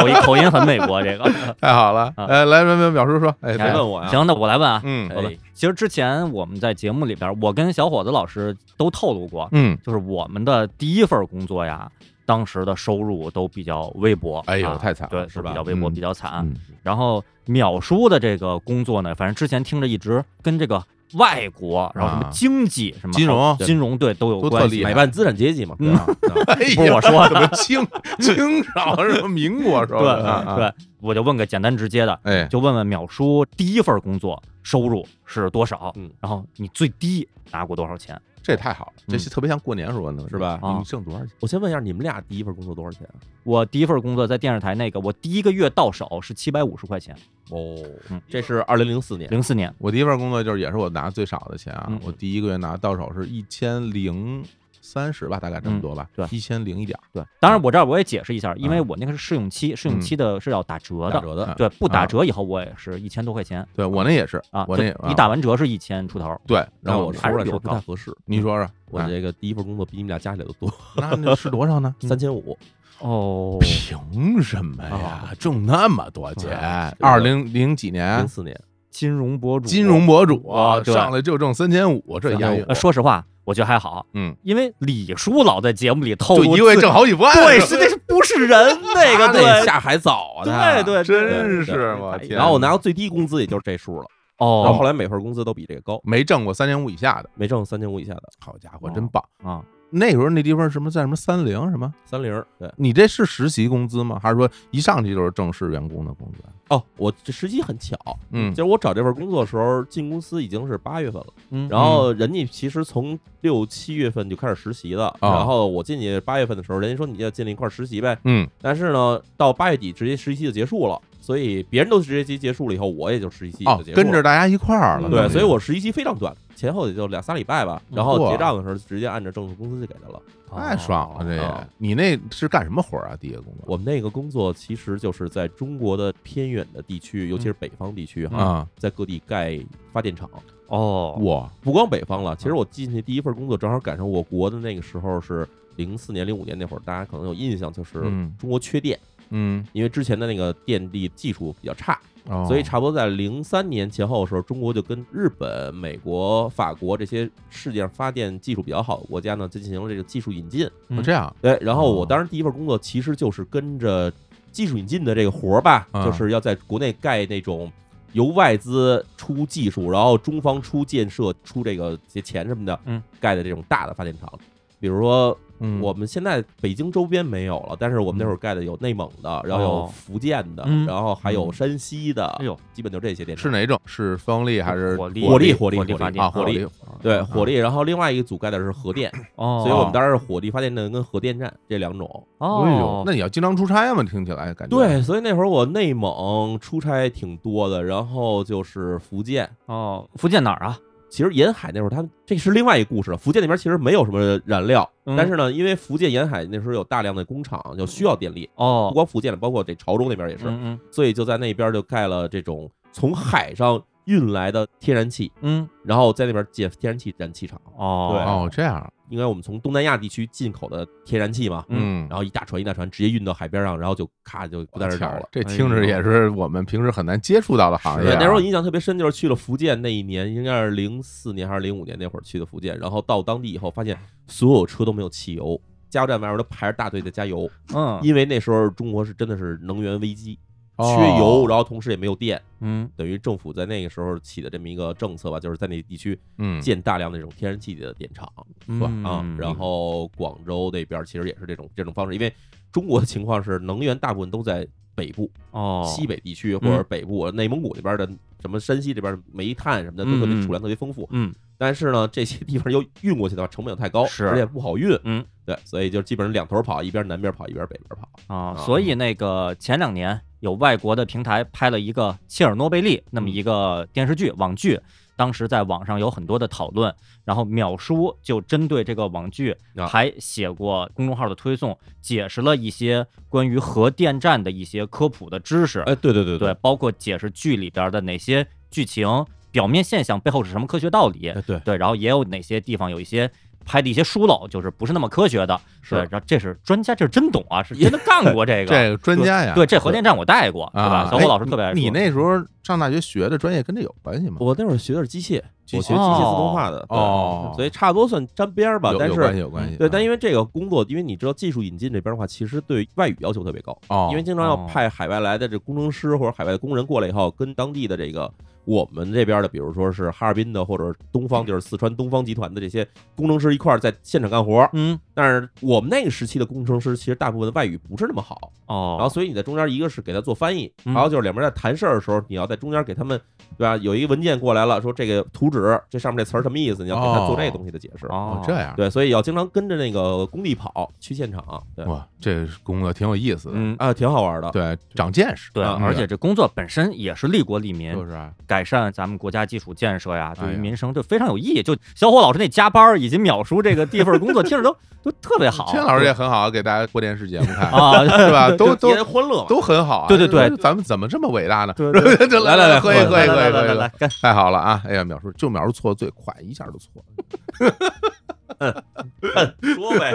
口音口音很美国这个。太好了。啊哎，来，来，来，淼叔说，哎，别来哎问我哎呀。行，那我来问啊，嗯好吧，其实之前我们在节目里边，我跟小伙子老师都透露过，嗯，就是我们的第一份工作呀，当时的收入都比较微薄。哎呦，啊太惨了，对，是比吧？较微薄，嗯比较啊惨。嗯然后淼叔的这个工作呢，反正之前听着一直跟这个外国，然后什么啊经济、什么金融金融对都有都特关厉系。嗯害买办资产阶级嘛，对吧？ 哎呀啊不是我说什么清清朝什么民国时候对的啊，啊对，我就问个简单直接的，哎，就问问淼叔第一份工作收入是多少？嗯然后你最低拿过多少钱？这也太好了，这嗯是特别像过年时候问的问题，是吧你啊挣多少钱？我先问一下，你们俩第一份工作多少钱啊？我第一份工作在电视台那个，我第一个月到手是七百五十块钱，哦嗯这是二零零四年，零四年我第一份工作就是也是我拿最少的钱啊嗯，我第一个月拿到手是一千零三十吧，大概这么多吧，嗯一千零一点儿。对，当然我这儿我也解释一下，因为我那个是试用期，试用期的是要打折的，打折的。对，不打折以后我也是一千多块钱对我那也是啊，我就那你啊打完折是一千出头，对，然让后我我说还是出来比说我不高太合适，你说说，我啊哎这个第一份工作比你们俩加起来都 多，那那是多少呢？嗯三千五。哦凭什么呀？挣那么多钱啊？这个二零零几零年四年， 金融博主，金融博主啊对上来就挣三千五，这押韵呃，。说实话，我觉得还好，嗯，因为李叔老在节目里透就露一个月自挣好几万，对，是那是不是人那他个那对下海早啊，对他对，对真对是我天！然后我拿到最低工资也就是这数了，然后后哦来每份工资都比这个高，没挣过三千五以下的，没挣三千五以下的，好家伙，真棒！啊那时候那地方什么在什么三零什么？三零儿对。你这是实习工资吗？还是说一上去就是正式员工的工资？啊哦，我这时机很巧，嗯就是我找这份工作的时候，进公司已经是八月份了，嗯，然后人家其实从六七月份就开始实习的，哦然后我进去八月份的时候，人家说你要进来一块儿实习呗，嗯，但是呢，到八月底直接实习期就结束了，所以别人都实习期结束了以后，我也就实习期也哦就结，束了跟着大家一块儿了。嗯对，等于所以我实习期非常短，前后也就两仨礼拜吧。然后哇结账的时候直接按照正式工资就给他了。太爽了，这哦也。你那是干什么活儿啊？第一个工作我们那个工作其实就是在中国的偏远的地区，尤其是嗯北方地区哈，啊，在各地盖发电厂。哦，哇，不光北方了，其实嗯我进去第一份工作正好赶上我国的那个时候是零四年、零五年那会儿，大家可能有印象，就是嗯中国缺电，嗯，因为之前的那个电力技术比较差，哦所以差不多在零三年前后的时候，中国就跟日本、美国、法国这些世界上发电技术比较好的国家呢，就进行了这个技术引进。哦这样对，哎然后我哦当时第一份工作其实就是跟着技术引进的这个活儿吧，嗯就是要在国内盖那种由外资出技术，然后中方出建设、出这个这些钱什么的，嗯，盖的这种大的发电厂。比如说，嗯我们现在北京周边没有了，但是我们那会儿盖的有内蒙的，然后有嗯哦福建的，嗯然后还有山西的，哎呦，基本就这些电厂。是哪种？是风力还是火力火力火火力力发电啊？啊火力对火力，然后另外一个组盖的是核电，哦，所以我们当时是火力发电站跟核电站这两种。哎呦哦，，那你要经常出差嘛？听起来感觉对，所以那会儿我内蒙出差挺多的，然后就是福建。哦，福建哪儿啊？其实沿海那会儿，它这是另外一个故事了。福建那边其实没有什么燃料，嗯但是呢，因为福建沿海那时候有大量的工厂，就需要电力，不哦，光福建了，包括这潮州那边也是，嗯所以就在那边就盖了这种从海上运来的天然气，嗯，然后在那边建天然气燃气厂。对哦，哦，这样因为我们从东南亚地区进口的天然气嘛，嗯，然后一大船一大船直接运到海边上，然后就咔就不在这天儿找儿了。这听着哎呦也是我们平时很难接触到的行业对，啊。那时候我印象特别深，就是去了福建那一年，应该是零四年还是零五年那会儿去的福建，然后到当地以后发现所有车都没有汽油，加油站外面都排着大队在加油，嗯啊因为那时候中国是真的是能源危机，哦缺油，然后同时也没有电，嗯，等于政府在那个时候起的这么一个政策吧，就是在那地区嗯，建大量那种天然气的电厂啊，嗯然后广州那边其实也是这种这种方式，因为中国的情况是能源大部分都在北部，哦，西北地区或者北部、内蒙古那边的什么山西这边的煤炭什么的，都特别嗯嗯储量特别丰富。嗯，但是呢，这些地方又运过去的话，成本又太高，是而且不好运。嗯，对，所以就基本上两头跑，一边南边跑，一边北边跑。啊啊，所以那个前两年有外国的平台拍了一个《切尔诺贝利》那么一个电视剧网剧，当时在网上有很多的讨论，然后淼叔就针对这个网剧啊还写过公众号的推送，解释了一些关于核电站的一些科普的知识，哎，对对对对，，包括解释剧里边的哪些剧情、表面现象背后是什么科学道理，哎对，对，然后也有哪些地方有一些拍的一些疏漏，就是不是那么科学的。是对，然后这是专家，这是真懂啊，是真的干过这个。 这个专家呀，对，这核电站我带过，对吧？啊，小伙哎老师特别爱你说那时候上大学学的专业跟这有关系吗？我那会儿学的是机械，机我械学机械自动化的，对哦所以差不多算沾边儿吧。有但有关系是有关系。对，但为因为这个工作，因为你知道技术引进这边的话，其实对外语要求特别高。哦，因为经常要哦派海外来的这工程师或者海外的工人过来以后，跟当地的这个我们这边的，比如说是哈尔滨的或者东方，就是四川东方集团的这些工程师一块儿在现场干活。嗯但是我们那个时期的工程师其实大部分的外语不是那么好，然后哦，所以你在中间一个是给他做翻译，嗯还有就是两边在谈事儿的时候，你要在中间给他们对吧？有一个文件过来了，说这个图纸这上面这词儿什么意思，你要给他做这个东西的解释。哦哦这样，对，所以要经常跟着那个工地跑去现场，对哇，这工作挺有意思的，嗯。啊，挺好玩的。对，长见识，对，啊而且这工作本身也是利国利民，嗯就是啊改善咱们国家基础建设呀，对哎于呀民生就非常有意义。就小伙老师那加班儿以及秒叔这个地份工作，听着都都特别 好。千老师也很好，给大家播电视节目看，啊，是吧？都都都欢乐嘛。都很好啊。对对对这咱们怎么这么伟大呢？对对 这来来来来喝一喝喝一来喝来一来喝来一来喝，，干太好了啊！哎呀，淼叔，就淼叔错的最快，一下就错了。说呗，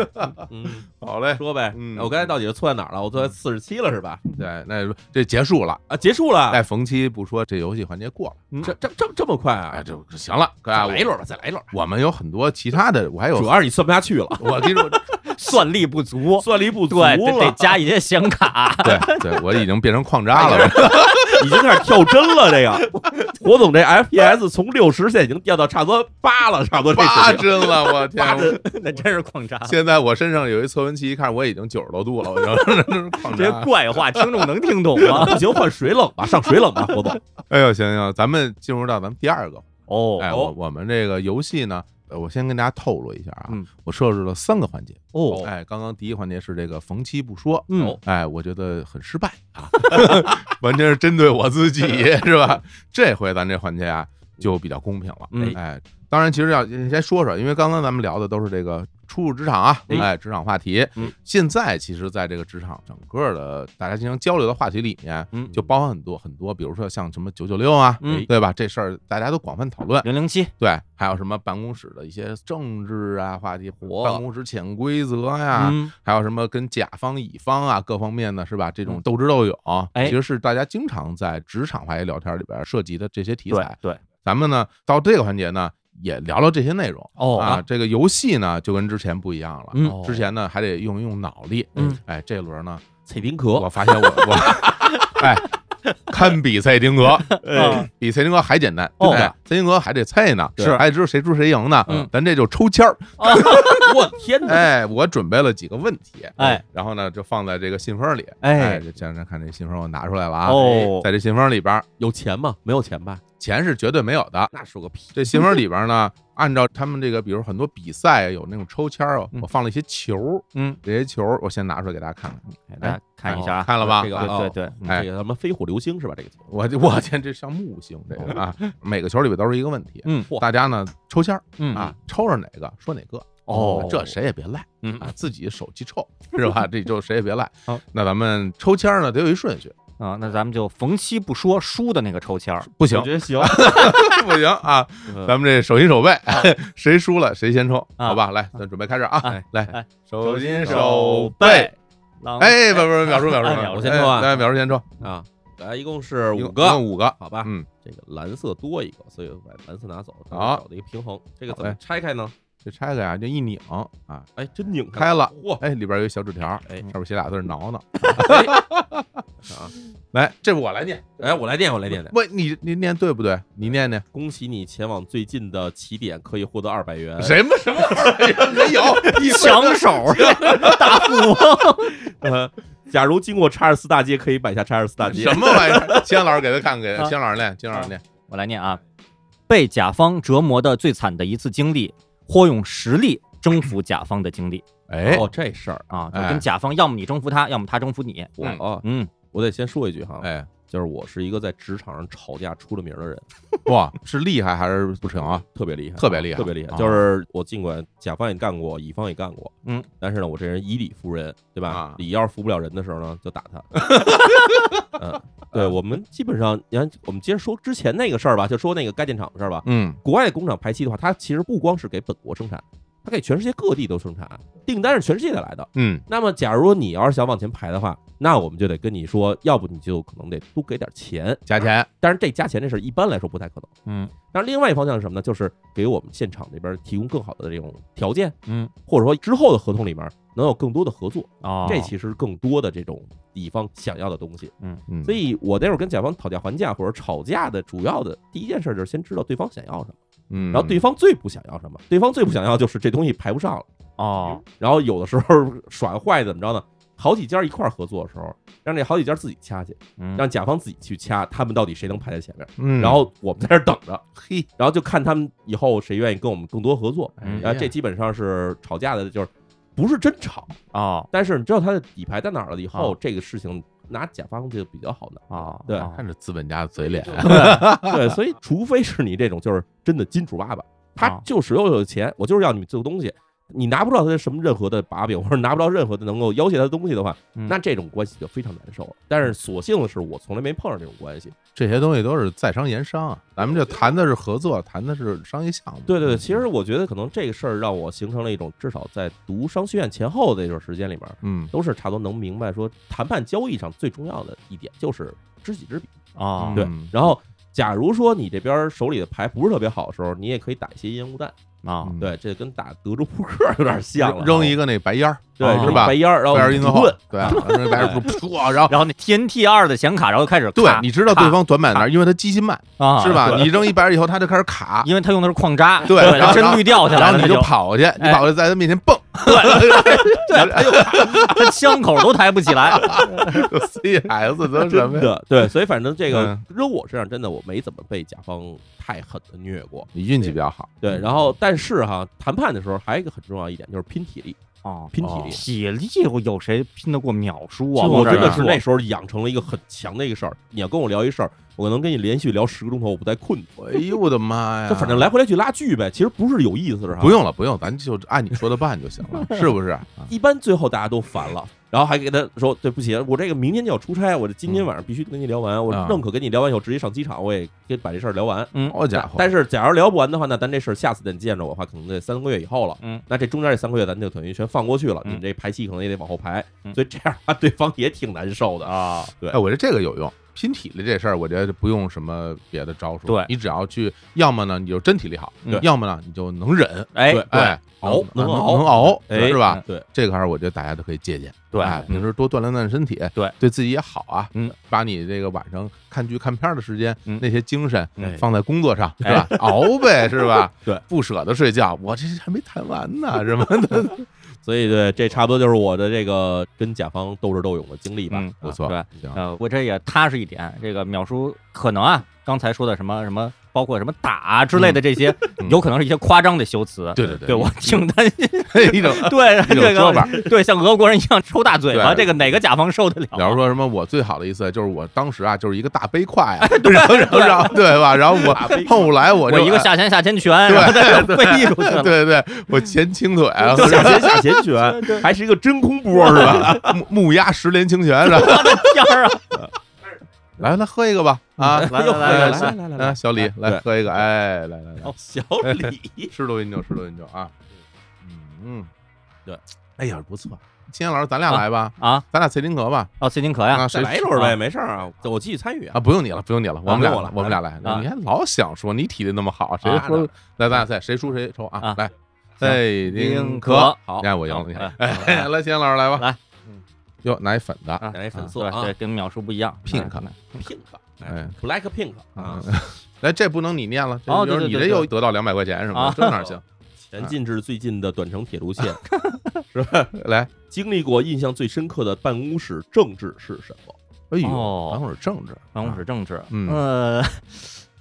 嗯，好嘞，说呗。嗯我刚才到底是错在哪儿了？我错在四十七了是吧？对，那这结束了。啊，结束了。哎，逢七不说，这游戏环节过了，这这这这么快啊嗯哎，？就行了，哥再啊，来一轮吧，再来一轮吧。我们有很多其他的，我还有主，要是你算不下去了， 我跟你说，算力不足，算力不足对，得得了，加一些显卡。 对对，我已经变成矿渣了。 已经开始跳帧了。这个火总这 FPS 从六十现在已经掉到差不多八了，差不多这八水平。帧了，我天！ 那真是矿渣，现在我身上有一测温器，一看我已经九十多度了，我就是 矿这渣。怪话听众能听懂吗？不 行，换水冷吧，上水冷吧，火总。哎呦，行行，咱们进入到咱们第二个，哦哎，我我们这个游戏呢，呃我先跟大家透露一下啊，嗯我设置了三个环节。哦，哎，刚刚第一环节是这个逢七不说，嗯哦哎，我觉得很失败啊， 完全是针对我自己，是吧？这回咱这环节啊就比较公平了，嗯哎，当然其实要呃先说说，因为刚刚咱们聊的都是这个初入职场啊，哎哎，职场话题嗯，现在其实在这个职场整个的大家经常交流的话题里面，嗯就包含很多很多，比如说像什么九九六啊，嗯对吧？这事儿大家都广泛讨论， 零零七，对，还有什么办公室的一些政治啊话题，嚯办公室潜规则呀、嗯还有什么跟甲方、乙方啊各方面呢，是吧？这嗯种斗智斗勇，哎其实是大家经常在职场话题聊天里边涉及的这些题对材。对，咱们呢到这个环节呢，也聊聊这些内容。哦啊，，这个游戏呢就跟之前不一样了，嗯之前呢还得用一用脑力，嗯，哎，这轮呢，蔡丁我哦壳，发现我 我，哎，堪比赛丁格，嗯啊比赛丁格还简单哦哎赛丁格还得猜呢，是还得知道谁输谁赢呢嗯，咱这就抽签儿，我天哪！哎，我准备了几个问题，嗯哎，然后呢就放在这个信封里，哎哎，这前两看这信封我拿出来了啊，哦，在这信封里边儿有钱吗？没有钱吧？钱是绝对没有的，那说个屁！这信封里边儿呢，按照他们这个，比如很多比赛有那种抽签儿啊，嗯我放了一些球儿，嗯，这些球儿我先拿出来给大家看看，哎大家看一下啊，看了吧？这个啊哦对嗯对对，哎这个什么飞虎流星是吧？这个节目我就我天，这像木星这个 啊，每个球里边都是一个问题，嗯嚯大家呢抽签儿嗯啊，抽着哪个说哪个。哦这谁也别赖嗯啊，自己手气臭是吧？这就谁也别赖好。那咱们抽签儿呢，得有一顺序，啊，那咱们就逢七不说输的那个抽签儿，不行我觉得嗯行。 不行啊，嗯咱们这手心手背，谁输了谁先抽，啊好吧？来，咱准备开始啊嗯哎，来哎，手心手嗯手背，，狼哎，不不不，秒叔秒叔，哎秒叔我先抽啊哎来，秒叔先抽，啊，来，一共是一五共个，五个，好吧？嗯，这个蓝色多一个，所以我把蓝色拿走，咱好们找的一个平衡。这个怎好么嘞拆开呢？这拆开啊，这一拧啊，哎，真拧开了嚯！哎，里边有一小纸条，哎上面写俩字儿“挠挠哎， 来，这我来念，哎我来念，我来念念。不，你你念对不对？你念念，恭喜你前往最近的起点，可以获得二百元。什么什么 没有，一分抢 手，大富翁，呃， 假如经过查尔斯大街，可以买下查尔斯大街。什么玩意儿？金阳老师给他看看，给他啊金阳老师念，金阳老师念，我来念啊，被甲方折磨的最惨的一次经历，或用实力征服甲方的经历哎，哦，这事儿，啊，就哎跟甲方要么你征服他，要么他征服你，我嗯啊，嗯，我得先说一句哈，哎，就是我是一个在职场上吵架出了名的人，哇，是厉害还是不成啊？特别厉害，特别厉害特别厉害。啊就是我尽管甲方也干过，乙方也干过，嗯，但是呢，我这人以理服人，对吧啊？理要是服不了人的时候呢，就打他。 嗯，对，我们基本上，你看，我们接着说之前那个事儿吧，就说那个该电厂的事儿吧。嗯，国外的工厂排气的话，它其实不光是给本国生产，它给全世界各地都生产，订单是全世界的来的。嗯，那么，假如你要是想往前排的话，那我们就得跟你说，要不你就可能得多给点钱，加钱，但是这加钱这事儿一般来说不太可能。嗯，但是另外一方向是什么呢？就是给我们现场这边提供更好的这种条件，嗯，或者说之后的合同里面能有更多的合作，哦，这其实是更多的这种乙方想要的东西。嗯所以我那会儿跟甲方讨价还价或者吵架的主要的第一件事就是先知道对方想要什么，嗯，然后对方最不想要什么，对方最不想要就是这东西排不上了。啊哦，然后有的时候耍坏怎么着呢？好几家一块儿合作的时候，让这好几家自己掐去，嗯，让甲方自己去掐，他们到底谁能排在前面？嗯，然后我们在这儿等着，嘿，然后就看他们以后谁愿意跟我们更多合作。哎呀然后啊这基本上是吵架的，就是不是真吵，嗯哦但是你知道他的底牌在哪儿了以后，啊这个事情拿甲方就比较好拿。哦，对哦看着资本家的嘴脸， 对，所以除非是你这种就是真的金主爸爸，他啊就是有有钱，我就是要你这个东西，你拿不到他的什么任何的把柄，或者拿不到任何的能够要挟他的东西的话，嗯那这种关系就非常难受了。但是所幸的是，我从来没碰上这种关系。这些东西都是在商言商啊，咱们这谈的是合作，谈的是商业项目。对对对，其实我觉得可能这个事儿让我形成了一种，至少在读商学院前后的这段时间里面，嗯，都是差不多能明白说，谈判交易上最重要的一点就是知己知彼。啊哦，对然后，假如说你这边手里的牌不是特别好的时候，你也可以打一些烟雾弹。嗯哦，啊对，这跟打德州扑克有点像了，哦扔一个那白烟儿，对哦扔一白烟儿，然后白烟儿一运动后，对，啊扔一白烟儿， 噗，然后然后那 TNT 二的显卡，然后开始对咔你知道对方短板哪儿，因为他机器慢，啊，是吧？对你扔一白烟儿以后，他就开始卡，因为他用的是矿渣，对然它后真绿掉去了，然后你那就跑过去，你哎跑过去在他面前蹦，枪口都抬不起 来。 CS 都什真么呀？的对，所以反正这个嗯扔我身上真的我没怎么被甲方太狠的虐过。你运气比较 好，对，然后但是哈，谈判的时候还有一个很重要一点就是拼体力，哦，拼体力。体力有谁拼得过秒叔啊？就我我这真的样是那时候养成了一个很强的一个事儿，你要跟我聊一事儿，我能跟你连续聊十个钟头，我不带困的。哎呦我的妈呀！就反正来回来去拉锯呗，其实不是有意思的哈。不，用了，不用，咱就按你说的办就行了， 是啊不是？一般最后大家都烦了，然后还给他说对不起，我这个明天就要出差，我这今天晚上必须跟你聊完，我啊认可跟你聊完以后直接上机场，我也跟把这事儿聊完。嗯，好家伙！但是假如聊不完的话，那咱这事儿下次再见着我的话，可能得三个月以后了。嗯，那这中间这三个月咱就等于全放过去了，嗯你们这排期可能也得往后排，嗯所以这样的话对方也挺难受 的啊。对哎，，我觉得这个有用。拼体力这事儿，我觉得不用什么别的招数，对你只要去，要么呢你就真体力好，对要么呢你就能忍，哎， 对哎，熬能能熬熬能熬，哎是吧？对，这个还是我觉得大家都可以借鉴，嗯对嗯哎平时多锻炼锻炼身体，对，对自己也好啊，嗯，把你这个晚上看剧看片儿的时间，嗯那些精神嗯哎放在工作上，是吧？ 熬呗，是 吧？对，不舍得睡觉，我这还没谈完呢，什么的， 所以对，这差不多就是我的这个跟甲方斗智斗勇的经历吧。嗯不错，对行，呃，我这也踏实一点。这个秒叔可能啊，刚才说的什么什么，包括什么打之类的这些，嗯有可能是一些夸张的修辞。对对对对我挺担心。一 种对一种这说法个，，对像俄国人一样抽大嘴巴，对这个哪个甲方受得了啊？比方说什么，我最好的一次就是我当时啊，就是一个大背胯哎 呀，然后然后然后对吧？然后我后来我我就一个哎下潜下前拳，然后再飞出去 了。对对，我前倾腿，啊 下弦下弦拳，还是一个真空波是是吧？吧？木木鸭十连清泉是吧？我的天儿啊！来来喝一个吧啊！来来来来来来来，小李来喝一个，哎，来来来，哦，小李，十多斤酒，十多斤酒啊！嗯，对，哎呀，不错。青年老师，咱俩来吧，啊，咱俩脆丁壳吧。哦，崔金可呀，啊，再谁来一轮哎呗，没事儿啊，我继续参与啊，啊。不用你了，不用你了，我们俩不用我了我们俩来。啊你还老想说你体力那么好，谁啊说来咱俩赛，谁输谁抽啊啊？来，蔡丁壳可，好你，看我赢了，你看哎。哎来，秦老师来吧。来，哟，拿一粉的，啊来粉色对啊对，跟秒叔不一样。 Pink 嗯 pink，哎哎，black pink 啊， 来，嗯哎这不能你念了，这哦就对是对你对这对又得到两百块钱什么啊的，这哪 行？前进至最近的短程铁路线。 来，经历过印象最深刻的办公室政治是什么？哎呦，哦办公室政治，办公室政治。嗯呃，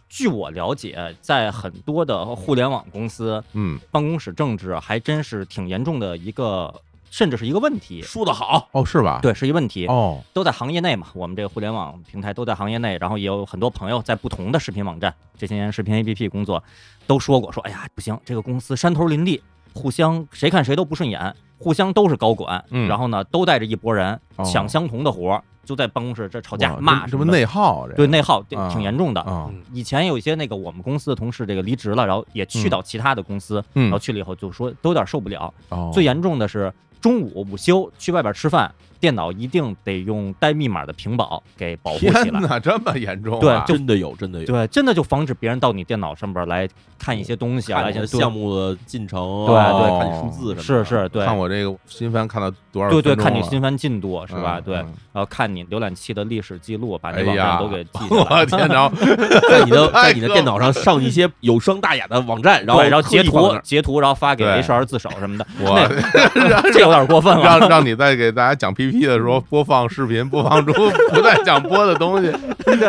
据我了解，在很多的互联网公司，嗯，办公室政治还真是挺严重的一个，甚至是一个问题。说得好，哦，是吧？，对，是一问题，哦，都在行业内嘛。我们这个互联网平台都在行业内，然后也有很多朋友在不同的视频网站，这些年视频 APP 工作，都说过说，哎呀，不行，这个公司山头林立，互相谁看谁都不顺眼，互相都是高管，嗯然后呢，都带着一拨人、哦抢相同的活儿，就在办公室这吵架哇这骂这什不么的，内耗这个？对内嗯耗挺啊挺严重的。啊，以前有一些那个我们公司的同事，这个离职了，然后也去到其他的公司，然后嗯，去了以后就说都有点受不了。哦最严重的是中午午休去外边吃饭，电脑一定得用带密码的屏保给保护起天来。哪，这么严重对啊？真的有，真的有。对，真的就防止别人到你电脑上边来看嗯一些东西啊，看来你一些的对项目的进程啊，对对看你数字什么的。是是，对啊看我这个新番看了多少？对对，看你新番进度是吧？嗯对，然嗯 后看你浏览器的历史记录，把哎那呀网站都给记下来。我天， 然后 在你的太在你的可电脑上上一些有伤大雅的网 站，然后 对，然后刻意截放在图那儿截图，然后发给对 HR 自首 什么的，我那这有点过分了。嗯让让你在给大家讲 PPT 的时候播放视频，播放出 不再想播的东西，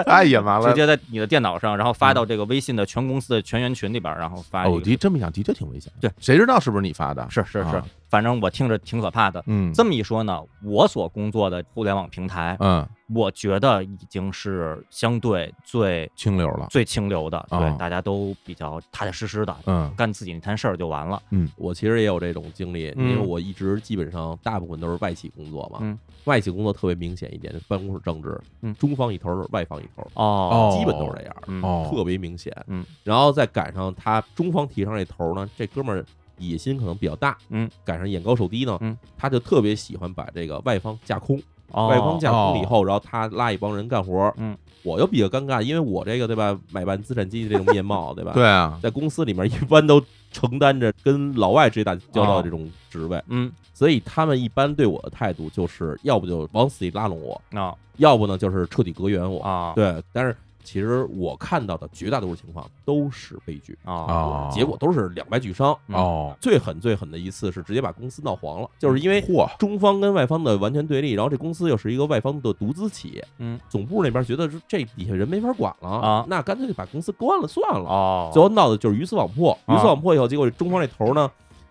太野蛮了直。接在你的电脑上，然后发到这个微信的全公司的全员群里边儿，然后发一嗯哦，个。的这么想的确挺危险。对，谁知道是不是你发的？是是是啊，反正我听着挺可怕的。嗯，这么一说呢，我所工作的互联网平台，嗯，我觉得已经是相对最清流了。最清流的，哦对，大家都比较踏踏实实的，嗯干自己那摊事儿就完了。我其实也有这种经历，因为嗯我一直基本上大部分都是外企工作嘛，嗯外企工作特别明显一点，就是办公室政治，嗯中方一头儿，外方一头儿，哦，基本都是这样儿，嗯哦，特别明显。嗯，然后再赶上他中方提上这头儿呢，这哥们儿野心可能比较大，嗯，赶上眼高手低呢，嗯，他就特别喜欢把这个外方架空，哦外方架空了以后，然后他拉一帮人干活儿，嗯，我又比较尴尬，因为我这个对吧，买办资产阶级这种 面貌，对吧？对啊，在公司里面一般都承担着跟老外直接打交道哦的这种职位，嗯，所以他们一般对我的态度就是要不就往死里拉拢我，那要不呢就是彻底隔远我。啊，对，但是其实我看到的绝大多数情况都是悲剧，啊哦，结果都是两败俱伤。嗯哦，最狠最狠的一次是直接把公司闹黄了，就是因为嚯，中方跟外方的完全对立，然后这公司又是一个外方的独资企业，嗯，总部那边觉得这这底下人没法管了啊那干脆就把公司关了算了。哦，最后闹的就是鱼死网破，鱼啊死网破以后，结果中方这头呢，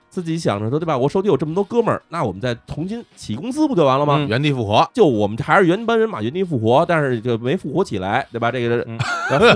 自己想着说，对吧？我手底有这么多哥们儿，那我们再重新起公司不就完了吗？嗯原地复 活，就我们还是原班人马原地复活，但是就没复活起来，对吧？这个、嗯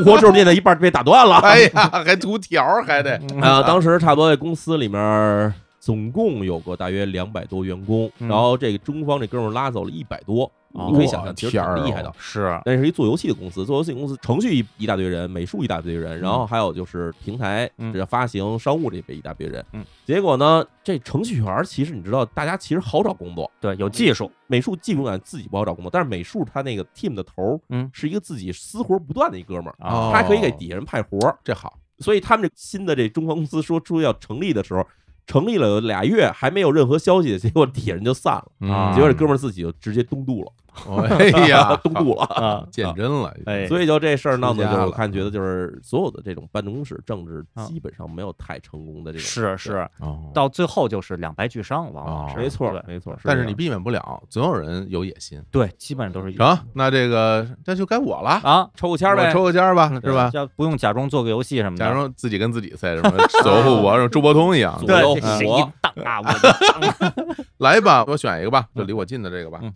复活之后练到一半被打 断了。哎呀，还涂条儿还 得，啊，当时差不多这公司里面总共有个大约两百多员工，嗯然后这个中方这哥们儿拉走了一百多，哦你可以想象，其实天儿挺哦厉害的。 是那是一做游戏的公司，做游戏公司程序一一大堆人，美术一大堆人，然后还有就是平台、嗯这发行、商务这边一大堆人。嗯，结果呢，这程序员儿其实你知道，大家其实好找工作，对有技术，美术技术感自己不好找工作，但是美术他那个 team 的头，嗯，是一个自己私活不断的一哥们儿，啊哦他可以给底下人派活儿，这好，所以他们这新的这中方公司说说要成立的时候，成立了有俩月还没有任何消息，结果底下人就散了，啊结果这这哥们儿自己就直接东渡了，，儿，嗯哎呀 东渡了。啊，见真 了，哎，所以就这事儿闹出的，家就是我了嗯看觉得就是所有的这种办公室政治啊基本上没有太成功的这种，是是，哎哦到最后就是两败俱伤，往往是哦没错对没错。但是这你样避免不了，总有人有野心。对，基本上都是一成，那这个这就该我了，啊，抽个签儿我呗，嗯抽个签儿吧，是吧？要不用假装做个游戏什么的，假如自己跟自己 赛什么左右互搏，像周伯通一样。左右对，互这谁搏 当啊？我的来吧，我选一个吧，就离我近的这个吧。嗯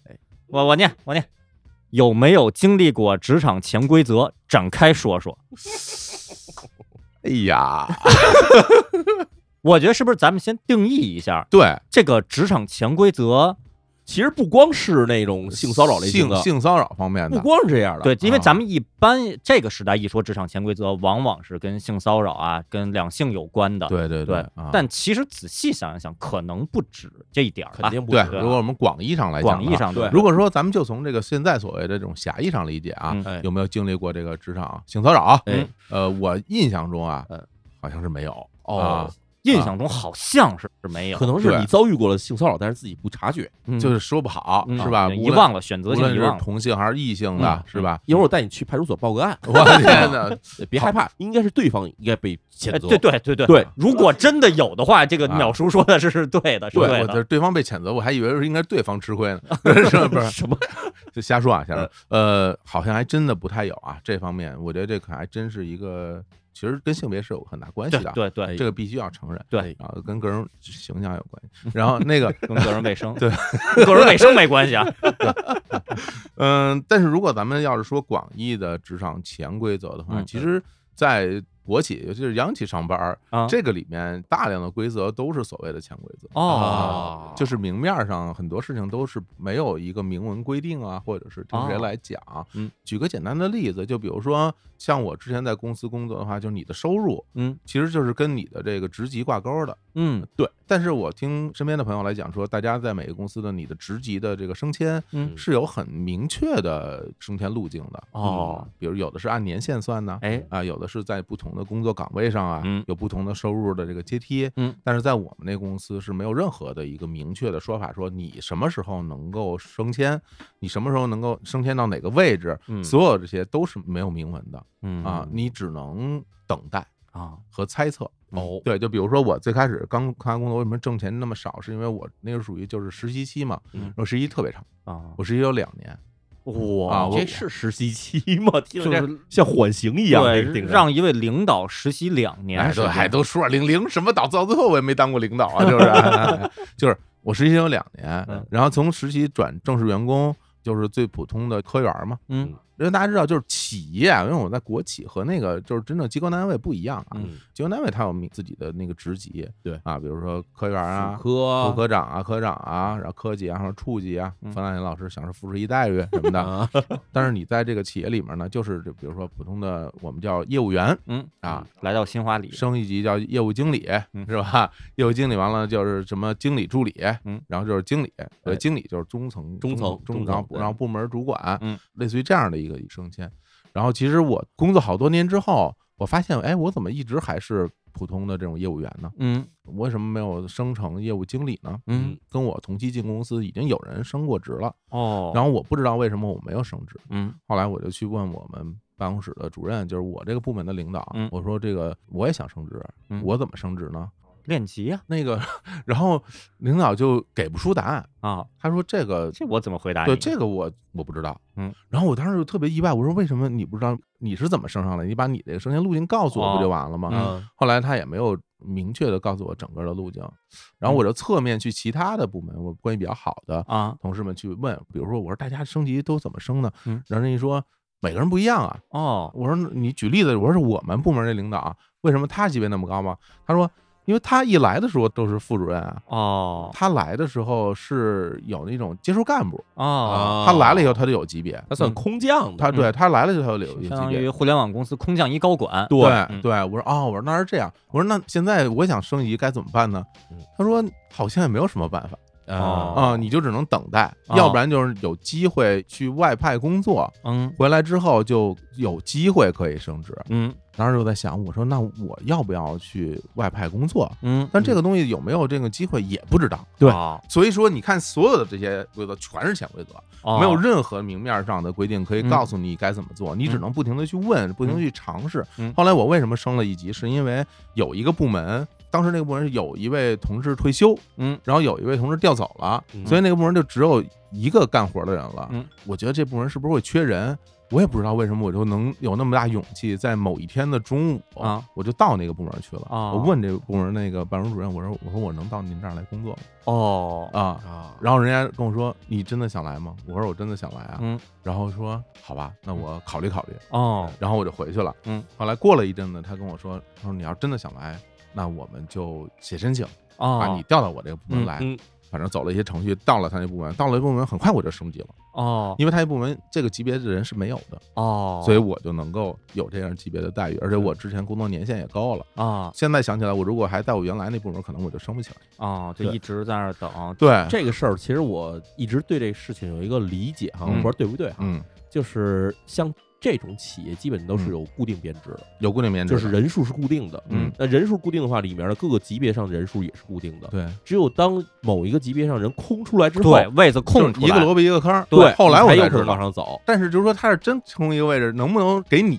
我我念我念，有没有经历过职场潜规则？展开说说。哎呀，我觉得是不是咱们先定义一下对，这个职场潜规则？其实不光是那种性骚扰类型性的，性骚扰方面不的，光是这样的，对，因为啊咱们一般这个时代一说职场潜规则，往往是跟性骚扰啊、跟两性有关的。对对对啊，但其实仔细想一想，可能不止这一点儿肯吧。定不对，是对如果我们广义上来讲啊，广义上对如果说咱们就从这个现在所谓的这种狭义上理解啊嗯，哎有没有经历过这个职场性骚扰？哎呃，我印象中啊嗯，好像是没有哦啊，，印象中好像是没有，嗯可能是对你遭遇过了性骚扰，但是自己不察觉。能就是说不好是吧？遗无论忘了，选择无性论遗是忘了。同性还是异性的嗯，是吧？一会儿我带你去派出所报个案，我的天 哪！别害怕，应该是对方应该被谴哎，责。对对对对对如果真的有的话，这个淼叔说的是是对的，是啊对，我的这。对方被谴责，我还以为是应该对方吃亏呢， 是不是？什么？ 就瞎说啊，瞎说。呃，好像还真的不太有啊，这方面，我觉得这可还真是一个，其实跟性别是有很大关系对的，啊哎对对，这个必须要承认。对啊，跟个人形象有关系。然后那个，跟个人卫生对，跟个人卫生没关 系啊。嗯，但是如果咱们要是说广义的职场潜规则的话，嗯其实，在国企，尤其是央企上班儿，啊这个里面大量的规则都是所谓的潜规则。哦，啊就是明面上很多事情都是没有一个明文规定啊，或者是听谁哦来讲。嗯，举个简单的例子，就比如说像我之前在公司工作的话，就是你的收入嗯其实就是跟你的这个职级挂钩的。呃嗯但是我听身边的朋友来讲说，大家在每个公司的你的职级的这个升迁嗯，是有很明确的升迁路径的哦嗯比如有的是按年限算呢，哎，啊，有的是在不同的工作岗位上啊，嗯有不同的收入的这个阶梯，嗯，但是在我们那公司是没有任何的一个明确的说法，说你什么时候能够升迁，你什么时候能够升迁到哪个位置，嗯所有这些都是没有明文的嗯啊，你只能等待啊和猜测。嗯哦对，就比如说我最开始刚参加工作，为什么挣钱那么少？是因为我那个属于就是实习期嘛，嗯然后实习特别长，啊，我实习有两年，啊哇我 这是实习期吗？听着就是像缓刑一样，对这个顶，着让一位领导实习两年哎，时对，间，还都说零零什么到到最后我也没当过领导啊，就是哎就是 我实习有两年嗯，然后从实习转正式员工，就是最普通的科员嘛。嗯因为大家知道，就是企业，啊因为我在国企和那个就是真正机关单位不一样啊，嗯机关单位它有自己的那个职级，对啊，比如说科员啊嗯妇。科副科长啊，科长啊，然后科级啊，然后处级啊，嗯冯大年老师想是副十一待遇什么的，啊，但是你在这个企业里面呢，就是就比如说普通的我们叫业务员，嗯啊，来到新华里，升一级叫业务经理嗯是吧？业务经理完了就是什么经理助理，嗯，然后就是经理，哎呃，经理就是中层、中层中中层然后对然后部门主管，嗯，类似于这样的一个升迁。然后其实我工作好多年之后，我发现，哎，我怎么一直还是普通的这种业务员呢？嗯我为什么没有升成业务经理呢？嗯跟我同期进公司已经有人升过职了，哦，然后我不知道为什么我没有升职。嗯后来我就去问我们办公室的主任，就是我这个部门的领导啊嗯，我说这个我也想升职嗯，我怎么升职呢？练啊级呀那个，然后领导就给不出答案，啊，他说这个这我怎么回答你？对这个我我不知道，嗯，然后我当时就特别意外，我说为什么你不知道？你是怎么升上来？你把你这个升迁路径告诉我哦不就完了吗？嗯后来他也没有明确的告诉我整个的路径，然后嗯我就侧面去其他的部门，我关系比较好的啊同事们去问，比如说我说大家升级都怎么升呢？嗯然后人家说每个人不一样啊。哦我说你举例子，我说是我们部门的领导啊，为什么他级别那么高吗？他说因为他一来的时候都是副主任啊，哦他来的时候是有那种接触干部。哦，他来了以后，他就有级别，嗯他算空降的，他对他来了就他有有级嗯相当于别。互联网公司空降一高管。对对嗯对，我说哦，我说那是这样，我说那现在我想升级该怎么办呢嗯？他说好像也没有什么办法哦啊、你就只能等待，哦要不然就是有机会去外派工作，嗯回来之后就有机会可以升职。嗯当时就在想，我说那我要不要去外派工作？嗯，但这个东西有没有这个机会也不知道。对哦所以说，你看所有的这些规则全是潜规则，哦没有任何明面上的规定可以嗯告诉你该怎么做，你只能不停的去问，不停的去尝试嗯。后来我为什么升了一级，是因为有一个部门，当时那个部门是有一位同事退休，嗯，然后有一位同事调走了，嗯所以那个部门就只有一个干活的人了嗯。我觉得这部门是不是会缺人？我也不知道为什么我就能有那么大勇气，在某一天的中午啊，我就到那个部门去了。啊我问这个部门那个办公主任，我说我说我能到您这儿来工作吗？哦啊，啊，然后人家跟我说：“你真的想来吗？”我说：“我真的想来啊。嗯然后说：“好吧，那我考虑考虑。哦”然后我就回去了。嗯，后来过了一阵子，他跟我说：“他说你要真的想来，那我们就写申请，把你哦调到我这个部门嗯来。嗯反正走了一些程序，到了他那部门，到了部门很快我就升级了，哦因为他那部门这个级别的人是没有的，哦，嗯所以我就能够有这样级别的待遇，而且我之前工作年限也高了。啊现在想起来，我如果还在我原来那部门，可能我就升不起来。哦，就对一直在那儿等。对，这个事儿，其实我一直对这个事情有一个理解哈，我嗯不知道对不对哈，嗯，就是像这种企业基本都是有固定编制的，有固定嗯编制就的，是人数是固定的。嗯那人数固定的话，里面的各个级别上的人数也是固定的。对。只有当某一个级别上人空出来之后，对，位子空就是出来，一个萝卜一个坑儿。对，后来我才有才可知能往道。上走。但是就是说他是真从一个位置，能不能给你，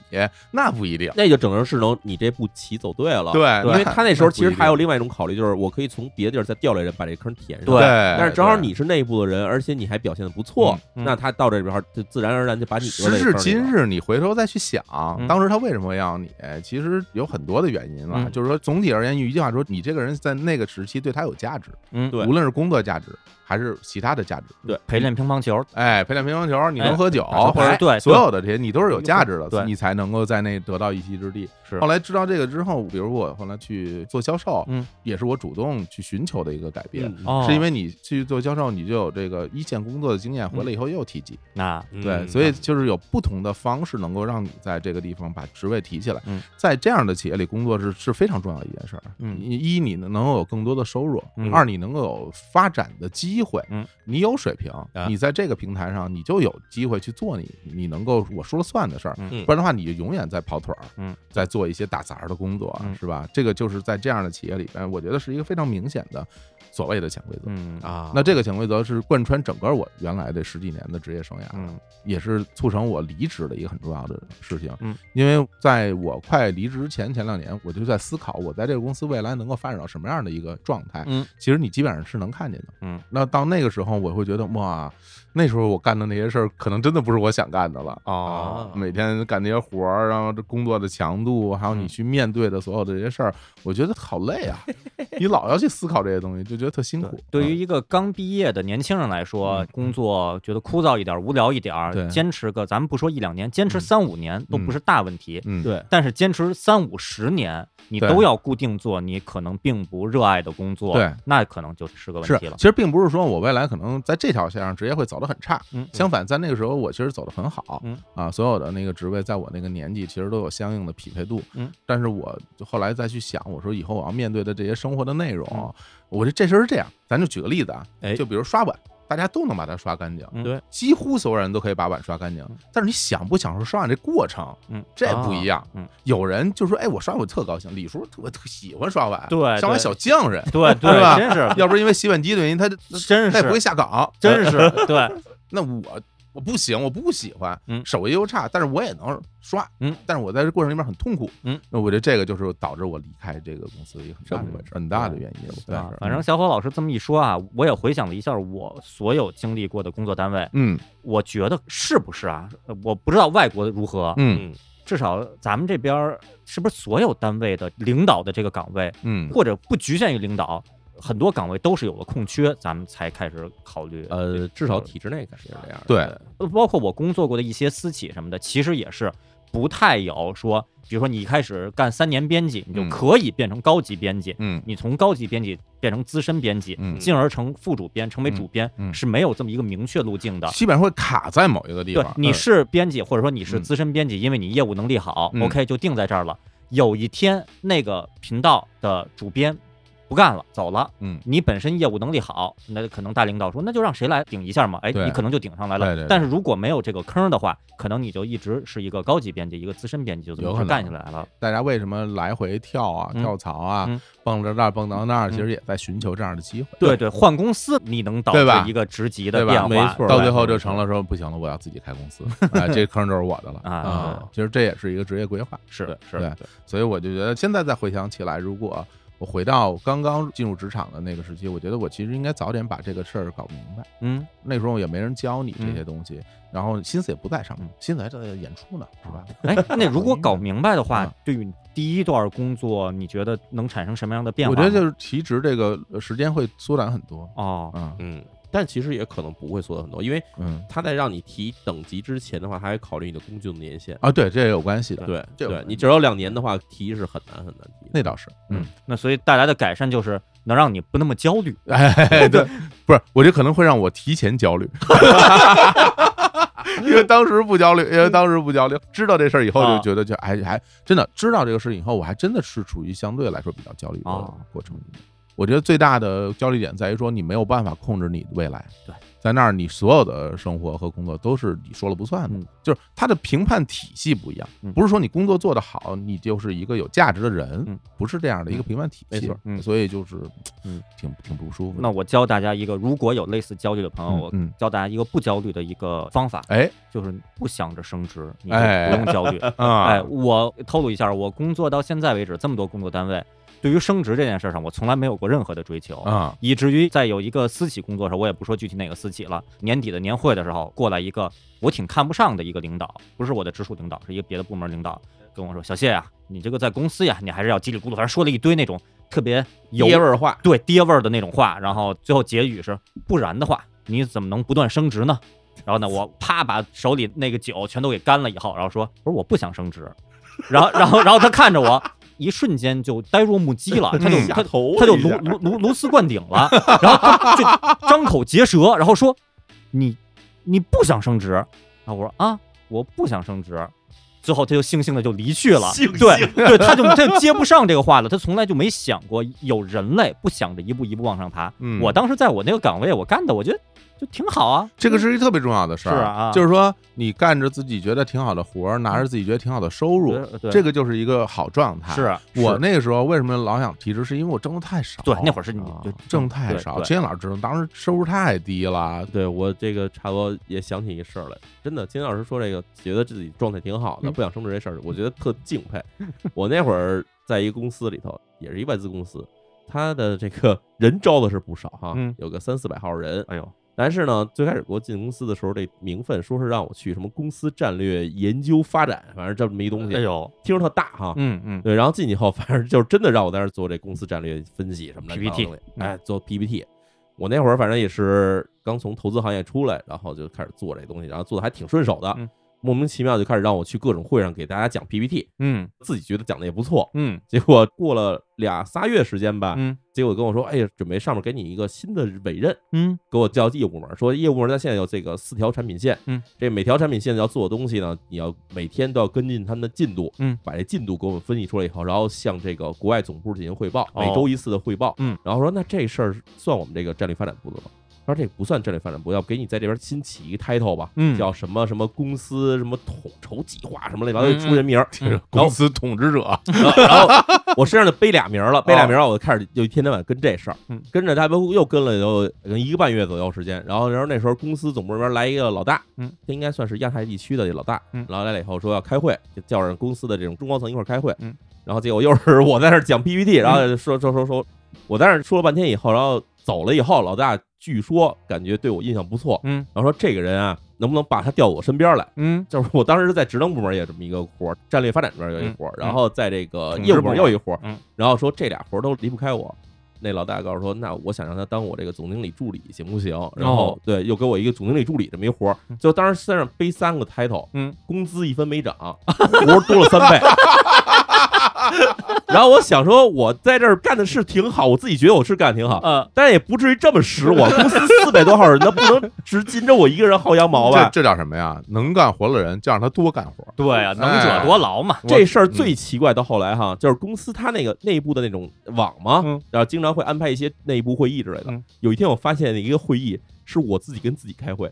那不一定。那就整个是能你这步棋走对了。对因为他那时候其实还有对另外一种考虑，就是我可以从别的地儿再调来人把这坑填上。对但是正好你是内部的人，而且你还表现的不错，嗯嗯那他到这里边儿就自然而然就把你嗯时至今日，你回头再去想嗯，当时他为什么会要你，其实有很多的原因了。嗯就是说，总体而言，用一句话说，你这个人在那个时期对他有价值，嗯，对无论是工作价值还是其他的价值。嗯陪练乒乓球，哎，陪练乒乓球，你哎能喝酒，打球或者牌对所有的这些，你都是有价值的，对你才能够在那得到一席之地。是后来知道这个之后，比如我后来去做销售，嗯，也是我主动去寻求的一个改变。嗯哦，是因为你去做销售，你就有这个一线工作的经验，回来以后又有体级，哦那嗯对，所以就是有不同的方式能够让你在这个地方把职位提起来。嗯在这样的企业里工作是是非常重要的一件事儿。嗯你一你能够有更多的收入，嗯二你能够有发展的机会。嗯，啊你有水平，你在这个平台上你就有机会去做你你能够我说了算的事儿，嗯不然的话你就永远在跑腿儿，嗯，在做一些打杂儿的工作，嗯是吧？这个就是在这样的企业里呃边，我觉得是一个非常明显的所谓的潜规则。嗯啊，那这个潜规则是贯穿整个我原来的十几年的职业生涯，嗯也是促成我离职的一个很重要的事情。嗯，因为在我快离职前前两年，我就在思考我在这个公司未来能够发展到什么样的一个状态。嗯，其实你基本上是能看见的。嗯，那到那个时候，我会觉得哇，那时候我干的那些事儿，可能真的不是我想干的了。哦啊每天干那些活儿，然后这工作的强度，还有你嗯去面对的所有的这些事儿，我觉得好累 啊！你老要去思考这些东西，就觉得特辛苦。对于一个刚毕业的年轻人来说嗯，工作觉得枯燥一点儿、无聊一点对儿，坚持个咱们不说一两年，坚持嗯三五年都不嗯是大问题。嗯，对但是坚持三五十年，你对都要固定做你可能并不热爱的工作，对，那可能就是个问是题了，。其实并不是说我未来可能在这条线上职业会走得很差，嗯相反，在那个时候我其实走得很好，嗯啊，所有的那个职位在我那个年纪其实都有相应的匹配度，嗯，但是我就后来再去想，我说以后我要面对的这些生活的内容，嗯我这这事儿是这样，咱就举个例子啊，哎就比如刷碗。大家都能把它刷干净，嗯对，几乎所有人都可以把碗刷干净嗯。但是你享不享受刷碗这过程，嗯，这不一样。嗯，有人就说：“哎，我刷碗我特高兴。”李叔特特喜欢刷碗，对像碗对小匠人。对是吧对，真是要不是因为洗碗机的原因，他真 他也不会是下岗。真是对，啊那我我不行，我不喜欢，嗯手艺又差，但是我也能刷，嗯，但是我在这过程里面很痛苦，嗯，那我觉得这个就是导致我离开这个公司一个很大这么的回事很大的原因，我觉得啊是，反正小伙老师这么一说啊，我也回想了一下我所有经历过的工作单位，嗯我觉得是不是啊？呃我不知道外国如何，嗯嗯至少咱们这边儿是不是所有单位的领导的这个岗位，嗯，或者不局限于领导，很多岗位都是有个空缺，咱们才开始考虑。呃，至少体制内肯定是这样的。对呃，包括我工作过的一些私企什么的，其实也是不太有说，比如说你一开始干三年编辑，你就嗯可以变成高级编辑，嗯你从高级编辑变成资深编辑，嗯进而成副主编，成为主编，嗯嗯是没有这么一个明确路径的。基本上会卡在某一个地对方，，你嗯是编辑，或者说你是嗯资深编辑，因为你业务能力好、嗯 o k 就定在这儿了。有一天那个频道的主编不干了，走了，嗯你本身业务能力好，那可能大领导说那就让谁来顶一下嘛，哎，对你可能就顶上来了。对对对但是如果没有这个坑的话，可能你就一直是一个高级编辑，一个资深编辑，就这有么可能就干下来了。大家为什么来回跳啊、嗯跳槽啊、嗯蹦到这儿、蹦到那儿，嗯其实也在寻求这样的机会，对对，换公司你能导对吧致一个职级的对变吧？化，错到对最后就成了说不行了，我要自己开 公司，哎，这坑就是我的了啊啊！其实这也是一个职业规划，是对是，所以我就觉得现在再回想起来，如果我回到刚刚进入职场的那个时期，我觉得我其实应该早点把这个事儿搞明白。嗯，那时候也没人教你嗯这些东西，然后心思也不在上面嗯，心思还在演出呢，是吧？哎，那 如果搞明白的嗯话，对于你第一段工作，你觉得能产生什么样的变化我吗？觉得就是提职这个呃时间会缩短很多，哦，啊，嗯，但其实也可能不会缩的很多，因为嗯他在让你提等级之前的话，他还考虑你的工作年限。啊，对，这也有关系的，对这个对，你只有两年的话，提是很难很难提的。那倒是，嗯，那所以带来的改善就是能让你不那么焦虑。哎， 对，不是，我觉得可能会让我提前焦虑， 因为当时不焦虑，因为当时不焦虑，知道这事儿以后就觉得就还还真的知道这个事以后，我还真的是处于相对来说比较焦虑的哦过程里面。我觉得最大的焦虑点在于说你没有办法控制你的未来，对，在那儿你所有的生活和工作都是你说了不算的，嗯就是它的评判体系不一样，嗯不是说你工作做得好，你就是一个有价值的人，嗯不是这样的一个评判体系，没错嗯所以就是嗯挺挺不舒服的。那我教大家一个，如果有类似焦虑的朋友，嗯嗯啊我教大家一个不焦虑的一个方法， 哎就是不想着升职，你就哎不用焦虑。 啊哎，我透露一下，我工作到现在为止，这么多工作单位，对于升职这件事上，我从来没有过任何的追求。啊，以至于在有一个私企工作的时候，我也不说具体哪个私企了。年底的年会的时候，过来一个我挺看不上的一个领导，不是我的直属领导，是一个别的部门领导，跟我说：“小谢呀、你这个在公司呀，你还是要叽里咕噜，反正说了一堆那种特别有爷味儿话，对爹味儿的那种话。”然后最后结语是：“不然的话，你怎么能不断升职呢？”然后呢，我啪把手里那个酒全都给干了以后，然后说：“不是我不想升职。”然后，然后，然后他看着我，一瞬间就呆若木鸡了，他就下他头他就一如下如如如丝灌顶了，然后他就张口结舌，然后说：“你你不想升职？”然后我说：“啊，我不想升职。”最后他就悻悻的就离去了。悻悻对对，他就他就接不上这个话了。他从来就没想过有人类不想着一步一步往上爬。嗯我当时在我那个岗位，我干的我觉得就挺好啊。这个是一特别重要的事儿，是啊就是说你干着自己觉得挺好的活儿，拿着自己觉得挺好的收入，对对这个就是一个好状态。是我那个时候为什么老想提职，是因为我挣的太少。对那会儿是你啊就挣太少，对对金老师知道，当时收入太低了。对我这个差不多也想起一个事儿来，真的，金老师说这个觉得自己状态挺好嗯的，不想升职这事儿，我觉得特敬佩。我那会儿在一个公司里头，也是一外资公司，他的这个 人招的是不少哈，嗯有个三四百号人。哎呦，但是呢，最开始给我进公司的时候，这名分说是让我去什么公司战略研究发展，反正这么一东西，哎呦，听着特大哈。嗯嗯，对，然后进去以后，反正就是真的让我在那儿做这公司战略分析什么的 PPT 嗯哎，做 PPT。我那会儿反正也是刚从投资行业出来，然后就开始做这东西，然后做的还挺顺手的，嗯莫名其妙就开始让我去各种会上给大家讲 PPT，嗯自己觉得讲的也不错。嗯结果过了俩仨月时间吧，嗯结果跟我说，哎呀，准备上面给你一个新的委任，嗯给我叫业务部门，说业务部门它现在有这个四条产品线，嗯，这每条产品线要做的东西呢，你要每天都要跟进他们的进度，嗯，把这进度给我们分析出来以后，然后向这个国外总部进行汇报，哦每周一次的汇报，嗯，然后说那这事儿算我们这个战略发展部的吗？他说这不算战略发展部，要不给你在这边新起一个 title 吧，嗯叫什么什么公司什么统筹计划什么乱七八糟，嗯出人名儿。这个公司统治者，然后然后我身上就背俩 名儿了，背俩名儿，我就开始就一天天晚跟这事儿嗯，跟着他们又跟了有一个半月左右时间。然后然后那时候公司总部那边来一个老大，嗯，他应该算是亚太地区的这老大，嗯然后来了以后说要开会，就叫上公司的这种中高层一块儿开会，嗯，然后结果又是我在那儿讲 PPT，然后说说说说，我在那儿说了半天以后，然后走了以后，老大据说感觉对我印象不错，嗯然后说这个人啊，能不能把他调我身边来？嗯就是我当时是在职能部门也这么一个活儿，战略发展这边有一活儿，嗯然后在这个统治业务部门又一活儿，部门嗯然后说这俩活儿都离不开我。那老大告诉说，那我想让他当我这个总经理助理行不行？然后、哦对，又给我一个总经理助理这么一活儿，就当时身上背三个 title，嗯，工资一分没涨，活儿多了三倍。 然后我想说，我在这儿干的是挺好，我自己觉得我是干的挺啊好，呃，但也不至于这么使我。公司四百多号人，那不能只紧着我一个人薅羊毛吧？这这叫什么呀？能干活的人就让他多干活。对啊，能者多劳嘛。这事儿嗯最奇怪到后来哈，就是公司它那个内部的那种网嘛，嗯然后经常会安排一些内部会议之类的。嗯有一天我发现一个会议是我自己跟自己 开会，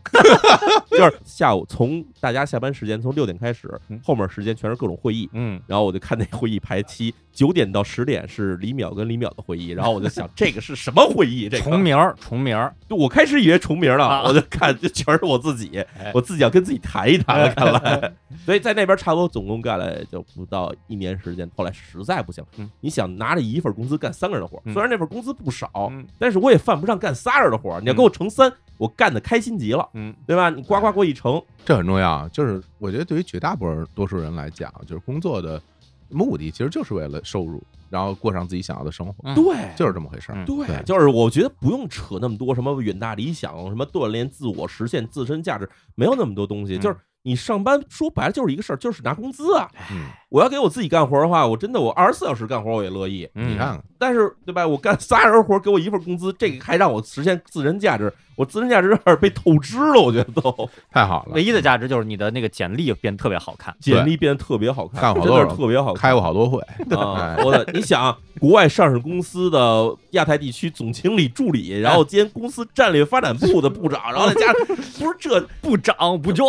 就是下午从大家下班时间从六点开始嗯，后面时间全是各种会议。嗯，然后我就看那会议排期，九点到十点是李淼跟李淼的会议，然后我就想这个是什么会议？这重个名儿，重名儿，我开始以为重名了啊，我就看这全是我自己哎，我自己要跟自己谈一谈了，看来。所以在那边差不多总共干了就不到一年时间，后来实在不行嗯，你想拿着一份工资干三个人的活，嗯虽然那份工资不少，嗯但是我也犯不上干仨人的活，你要给我乘三，我干的开心极了，嗯，对吧？你呱呱给我一乘，这很重要。啊就是我觉得对于绝大部分多数人来讲，啊就是工作的目的其实就是为了收入，然后过上自己想要的生活，嗯对。就是这么回事儿。嗯对，对就是我觉得不用扯那么多什么远大理想、什么锻炼自我、实现自身价值，没有那么多东西。嗯就是你上班说白了就是一个事儿，就是拿工资啊。嗯，我要给我自己干活的话，我真的我二十四小时干活我也乐意。嗯你看看，但是对吧？我干仨人活，给我一份工资，这个还让我实现自身价值，我自身价值有点被透支了，我觉得都太好了唯。一的价值就是你的那个简历变得特别好看。简历变得特别好看，干好真多的人是特别好看开过好多会， 啊！我的，你想，国外上市公司的亚太地区总经理助理，然后兼公司战略发展部的部长，然后再加上不是这不涨 不就，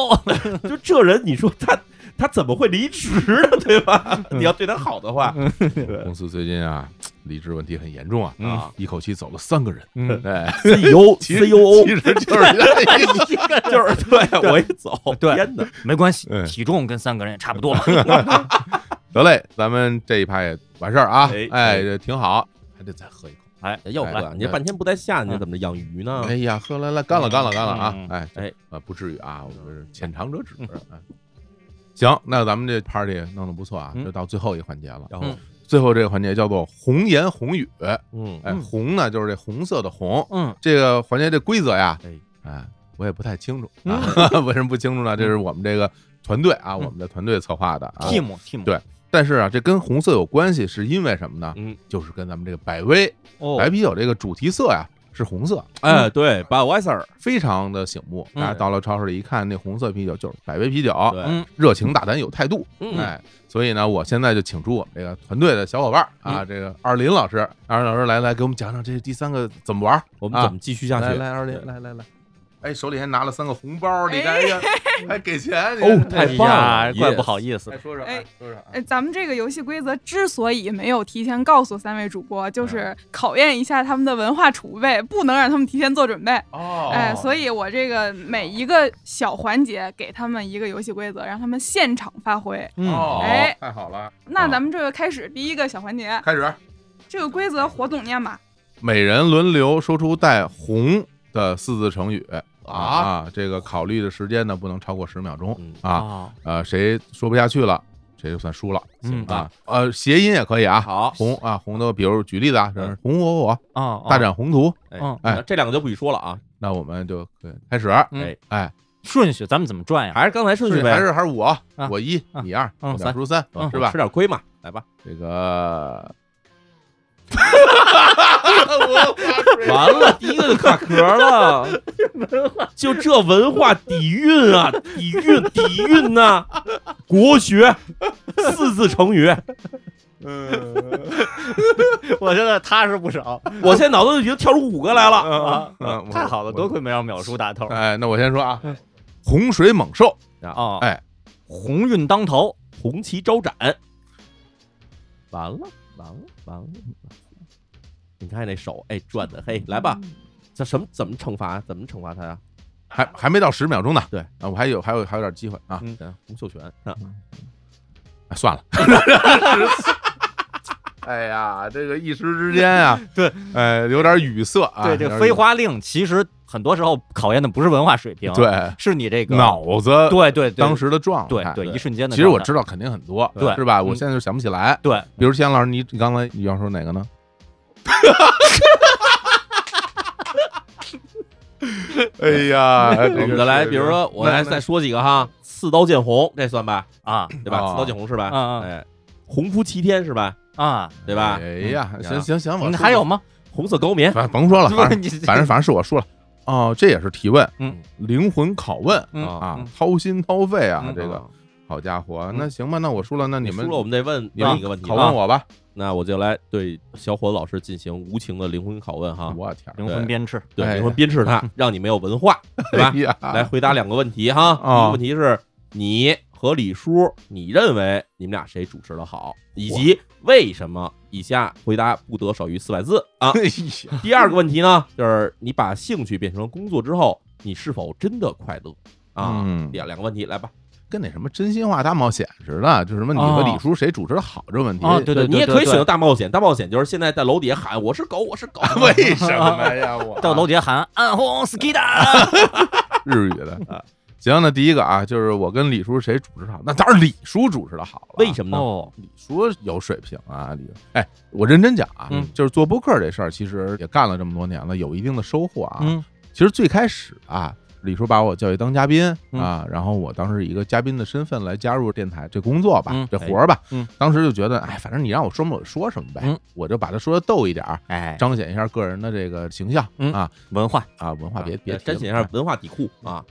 就这人，你说他他怎么会离职呢？ 对吧？你要对他好的话，公司最近啊，离职问题很严重啊，嗯啊一口气走了三个人，嗯哎， CEO、其实 COO 其实 就是 E 就是对我一走，哦对天哪！没关系嗯，体重跟三个人也差不多 嘛。哎得嘞，咱们这一趴也完事儿啊哎，哎，这挺好，还得再喝一口。哎，要不哎然你这半天不带下，你这怎么着养鱼呢？哎呀，喝来来，干了干了干了啊嗯！哎哎啊，不至于啊，我们浅尝辄止。哎行，那咱们这 party 弄得不错啊，嗯就到最后一环节了。然后，最后这个环节叫做红言红语，嗯，哎，红呢就是这红色的红，嗯，这个环节这规则呀哎，哎，我也不太清楚啊， 为什么不清楚呢？这是我们这个团队啊，嗯我们的团队策划的啊。 ，team team，对但是啊，这跟红色有关系，是因为什么呢？嗯，就是跟咱们这个百威哦，白啤酒这个主题色呀是红色，哎，对，Budweiser，非常的醒目。嗯大家到了超市里一看，那红色啤酒就是百威啤酒，对，嗯，热情大胆有态度。嗯哎，所以呢，我现在就请出我们这个团队的小伙伴儿啊，这个二林老师，二林老师来来给我们讲讲这第三个怎么玩儿。我们怎么继续下来去？来，二林对来来来，哎，手里还拿了三个红包，你看呀，还给钱，你哦看太棒了哎呀怪 yes 不好意思哎，。说说，哎哎，说说啊，哎，咱们这个游戏规则之所以没有提前告诉三位主播，就是考验一下他们的文化储备，不能让他们提前做准备。哦，哎，所以我这个每一个小环节给他们一个游戏规则，让他们现场发挥。嗯，哦哎，太好了，那咱们这个开始第一个小环节，开始，这个规则火总念吧。每人轮流说出带“红”的四字成语啊这个考虑的时间呢不能超过十秒钟嗯啊，啊，呃，谁说不下去了，谁就算输了嗯啊，呃，谐音也可以啊，好红啊红的，比如举例子啊，是红火火，啊，大展宏图，哎嗯那这两个就不许说了啊，那我们就可以开始，嗯哎，哎，顺序，咱们怎么转呀？还是刚才顺序呗，还是还是我啊我一啊你二，嗯两输三嗯是吧吃？点亏嘛，来吧，这个完了，第一个就卡壳了，就这文化底蕴 啊，底蕴底蕴呐，国学四字成语，嗯，我真的踏实不少我现在脑子就已经跳出五个来了。啊嗯！我太好了，我多亏没让淼叔打头。哎，那我先说啊，洪水猛兽，啊，哎，鸿运当头，红旗招展，完了，完了，完了！你看那手，哎，转的，嘿，来吧，这什么怎么惩罚？怎么惩罚他呀、还还没到十秒钟呢。对啊，我还有还有还有点机会啊，嗯，洪秀全啊，哎算 了。哎呀，这个一时之间啊， 对，哎，有点语塞啊。对，这有点个语飞花令其实很多时候考验的不是文化水平，，对是你这个，脑子对对对，当时的状对态。对一瞬间的其状态。实我知道肯定很多，对是吧？嗯我现在就想不起来。对，比如钱老师，你你刚才你要说哪 个呢？哎呀，我们再来，比如说我来再说几个哈，刺刀见红，这算吧，啊对吧？哦刺刀见红是吧？嗯嗯哎，红夫齐天是吧？啊，对吧？哎呀，嗯行行行，我你说还有吗？红色高棉， 反正甭说了，反正你这 反正反正是我说了。哦，这也是提问，嗯，灵魂拷问嗯啊嗯，掏心掏肺啊，嗯这个啊好家伙，嗯那行吧，那我输了，那你们输了，我们得问你们另一个问题拷问了。我吧，那我就来对小伙子老师进行无情的灵魂拷问哈，我天儿，灵魂鞭笞，对，哎啊灵魂鞭 笞他，让你没有文化，对吧哎？呀，来回答两个问题哈。第一啊个问题是你和李叔，你认为你们俩谁主持的好，以及为什么？以下回答不得少于四百字啊。哎呀，第二个问题呢，就是你把兴趣变成了工作之后，你是否真的快乐啊？嗯两两个问题来吧，跟那什么真心话大冒险似的，就是什么你和哦李叔谁主持的好这问题，哦对对你也对可以选择对大冒险。大冒险就是现在在楼底下喊我是狗，我是狗，为什么呀？ 我到楼底下喊暗红 skida，日语的。啊行，那第一个啊，就是我跟李叔谁主持好？那当然李叔主持的好了。 为什么呢？哦，李叔有水平啊，李。哎，我认真讲啊，嗯就是做播客这事儿，其实也干了这么多年了，有一定的收获啊。嗯其实最开始啊，李叔把我叫去当嘉宾嗯啊，然后我当时以一个嘉宾的身份来加入电台这工作吧，嗯这活儿吧。嗯当时就觉得，哎，反正你让我说什么我就说什么呗，嗯我就把它说的逗一点儿，哎，彰显一下个人的这个形象、嗯啊文化，啊，文化别、别提彰呃显一下了文化底裤啊！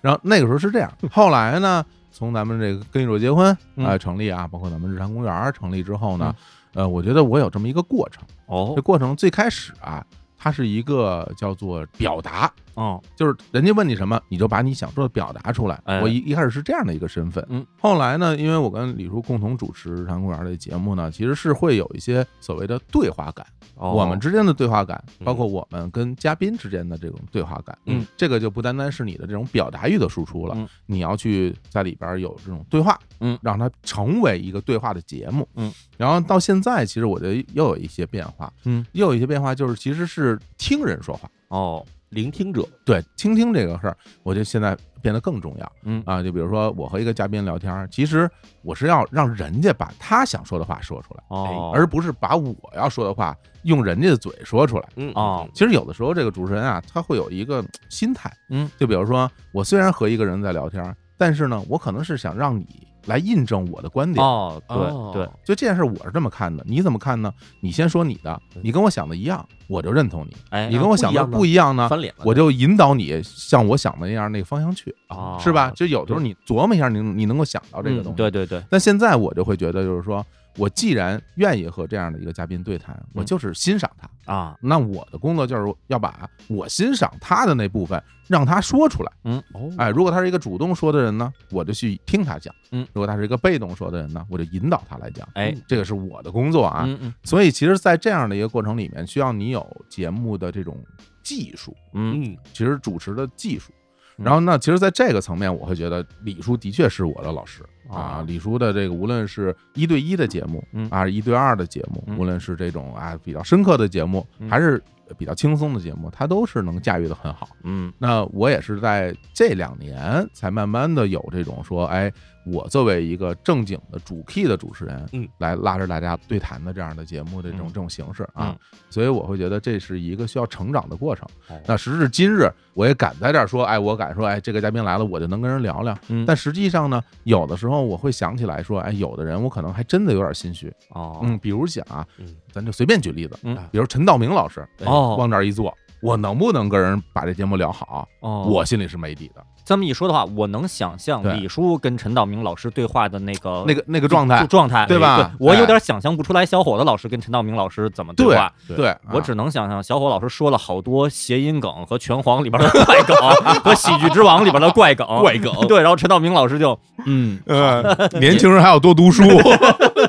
然后那个时候是这样，后来呢，从咱们这个跟一手结婚啊、嗯呃成立啊，包括咱们日坛公园儿成立之后呢，呃，我觉得我有这么一个过程。哦这过程最开始啊，它是一个叫做表达，哦，就是人家问你什么，你就把你想说的表达出来。哎我一一开始是这样的一个身份，嗯，后来呢，因为我跟李叔共同主持日坛公园儿的节目呢，其实是会有一些所谓的对话感。哦我们之间的对话感，嗯包括我们跟嘉宾之间的这种对话感，嗯，这个就不单单是你的这种表达欲的输出了嗯，你要去在里边有这种对话，嗯，让它成为一个对话的节目，嗯，然后到现在其实我觉得又有一些变化，嗯，又有一些变化就是其实是听人说话，哦，聆听者，对，倾听这个事儿，我觉得现在变得更重要。嗯啊，就比如说我和一个嘉宾聊天儿，其实我是要让人家把他想说的话说出来，哦而不是把我要说的话用人家的嘴说出来。嗯哦，其实有的时候这个主持人啊，他会有一个嗯心态，嗯，就比如说我虽然和一个人在聊天儿，但是呢，我可能是想让你来印证我的观嗯点。哦，哦对对，就这件事，我是这么看的，你怎么看呢？你先说你的，你跟我想的一样，我就认同你；哎，你跟我想的不一样呢，翻脸了，我就引导你向我想的那样那个方向去，哦是吧？就有时候你琢磨一下，你你能够想到这个嗯东西。对对对，但现在我就会觉得，就是说我既然愿意和这样的一个嘉宾对谈，我嗯就是欣赏他。啊，那我的工作就是要把我欣赏他的那部分让他说出来。嗯哦哎，如果他是一个主动说的人呢，我就去听他讲；嗯，如果他是一个被动说的人呢，我就引导他来讲。哎嗯，这个是我的工作啊。嗯嗯所以，其实，在这样的一个过程里面，需要你有节目的这种技术，嗯，嗯，其实主持的技术。嗯然后呢，其实，在这个层面，我会觉得李叔的确是我的老师啊哦。李叔的这个，无论是一对一的节目，嗯啊，一对二的节目，嗯无论是这种啊比较深刻的节目，嗯还是比较轻松的节目，他都是能驾驭的很好。嗯那我也是在这两年才慢慢的有这种说，哎，我作为一个正经的主 key 的主持人，嗯，来拉着大家对谈的这样的节目的这种这种形式啊嗯，所以我会觉得这是一个需要成长的过程哦。那时至今日，我也敢在这儿说，哎，我敢说，哎，这个嘉宾来了，我就能跟人聊聊。嗯，但实际上呢，有的时候我会想起来说，哎，有的人我可能还真的有点心虚，哦嗯，比如讲啊啊嗯，咱就随便举例子嗯，比如陈道明老师，哦往这儿一坐，我能不能跟人把这节目聊好，哦，我心里是没底的。这么一说的话，我能想象对李叔跟陈道明老师对话的那个那个那个状态就，状态，对吧我哎有点想象不出来小伙子老师跟陈道明老师怎么对话。对，我啊只能想象，小伙老师说了好多谐音梗和《拳皇》里边的怪梗和《喜剧之王》里边的 怪梗， 怪啊梗对，然后陈道明老师就，嗯，呃， 年轻人还要多读书，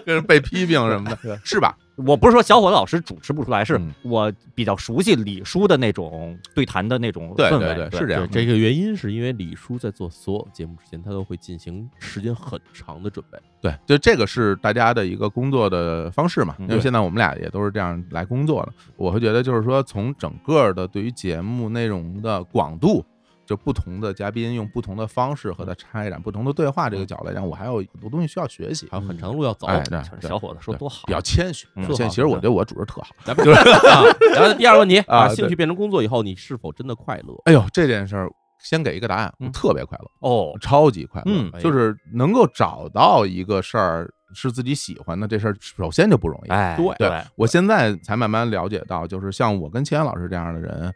跟人被批评什么的，是吧？我不是说小伙子老师主持不出来，是嗯我比较熟悉李叔的那种对谈的那种对氛对围，对对是这样嗯对，这个原因是因为李叔在做所有节目之前，他都会进行时间很长的准备。对，就这个是大家的一个工作的方式嘛，嗯因为现在我们俩也都是这样来工作的。我会觉得就是说，从整个的对于节目内容的广度，就不同的嘉宾用不同的方式嗯和他拆展不同的对话这个角度来讲，我还有很多东西需要学习。还有很长的路要走。哎，对就是对小伙子说多好比，较谦虚，嗯比较谦虚其实我觉得我主持特好。咱们啊然后第二个问题啊啊，兴对趣变成工作以后，你是否真的快乐？哎呦，这件事儿先给一个答案，我嗯特别快乐。哦我，超级快乐，嗯哎呀就是能够找到一个事儿是自己喜欢的，这事儿首先就不容易。哎，对对，我现在才慢慢了解到，就是像我跟秦岩老师这样的人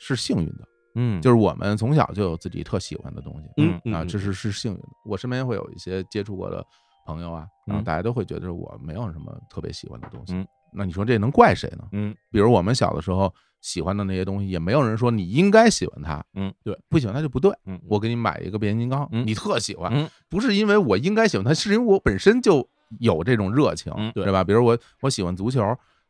是幸运的，嗯，就是我们从小就有自己特喜欢的东西，嗯啊，这是是是幸运的。我身边会有一些接触过的朋友啊，然后嗯大家都会觉得我没有什么特别喜欢的东西嗯。那你说这能怪谁呢？嗯，比如我们小的时候喜欢的那些东西，也没有人说你应该喜欢它，嗯，对，不喜欢它就不对。嗯我给你买一个变形金刚，嗯你特喜欢，嗯不是因为我应该喜欢它，是因为我本身就有这种热情，嗯对吧？比如我我喜欢足球，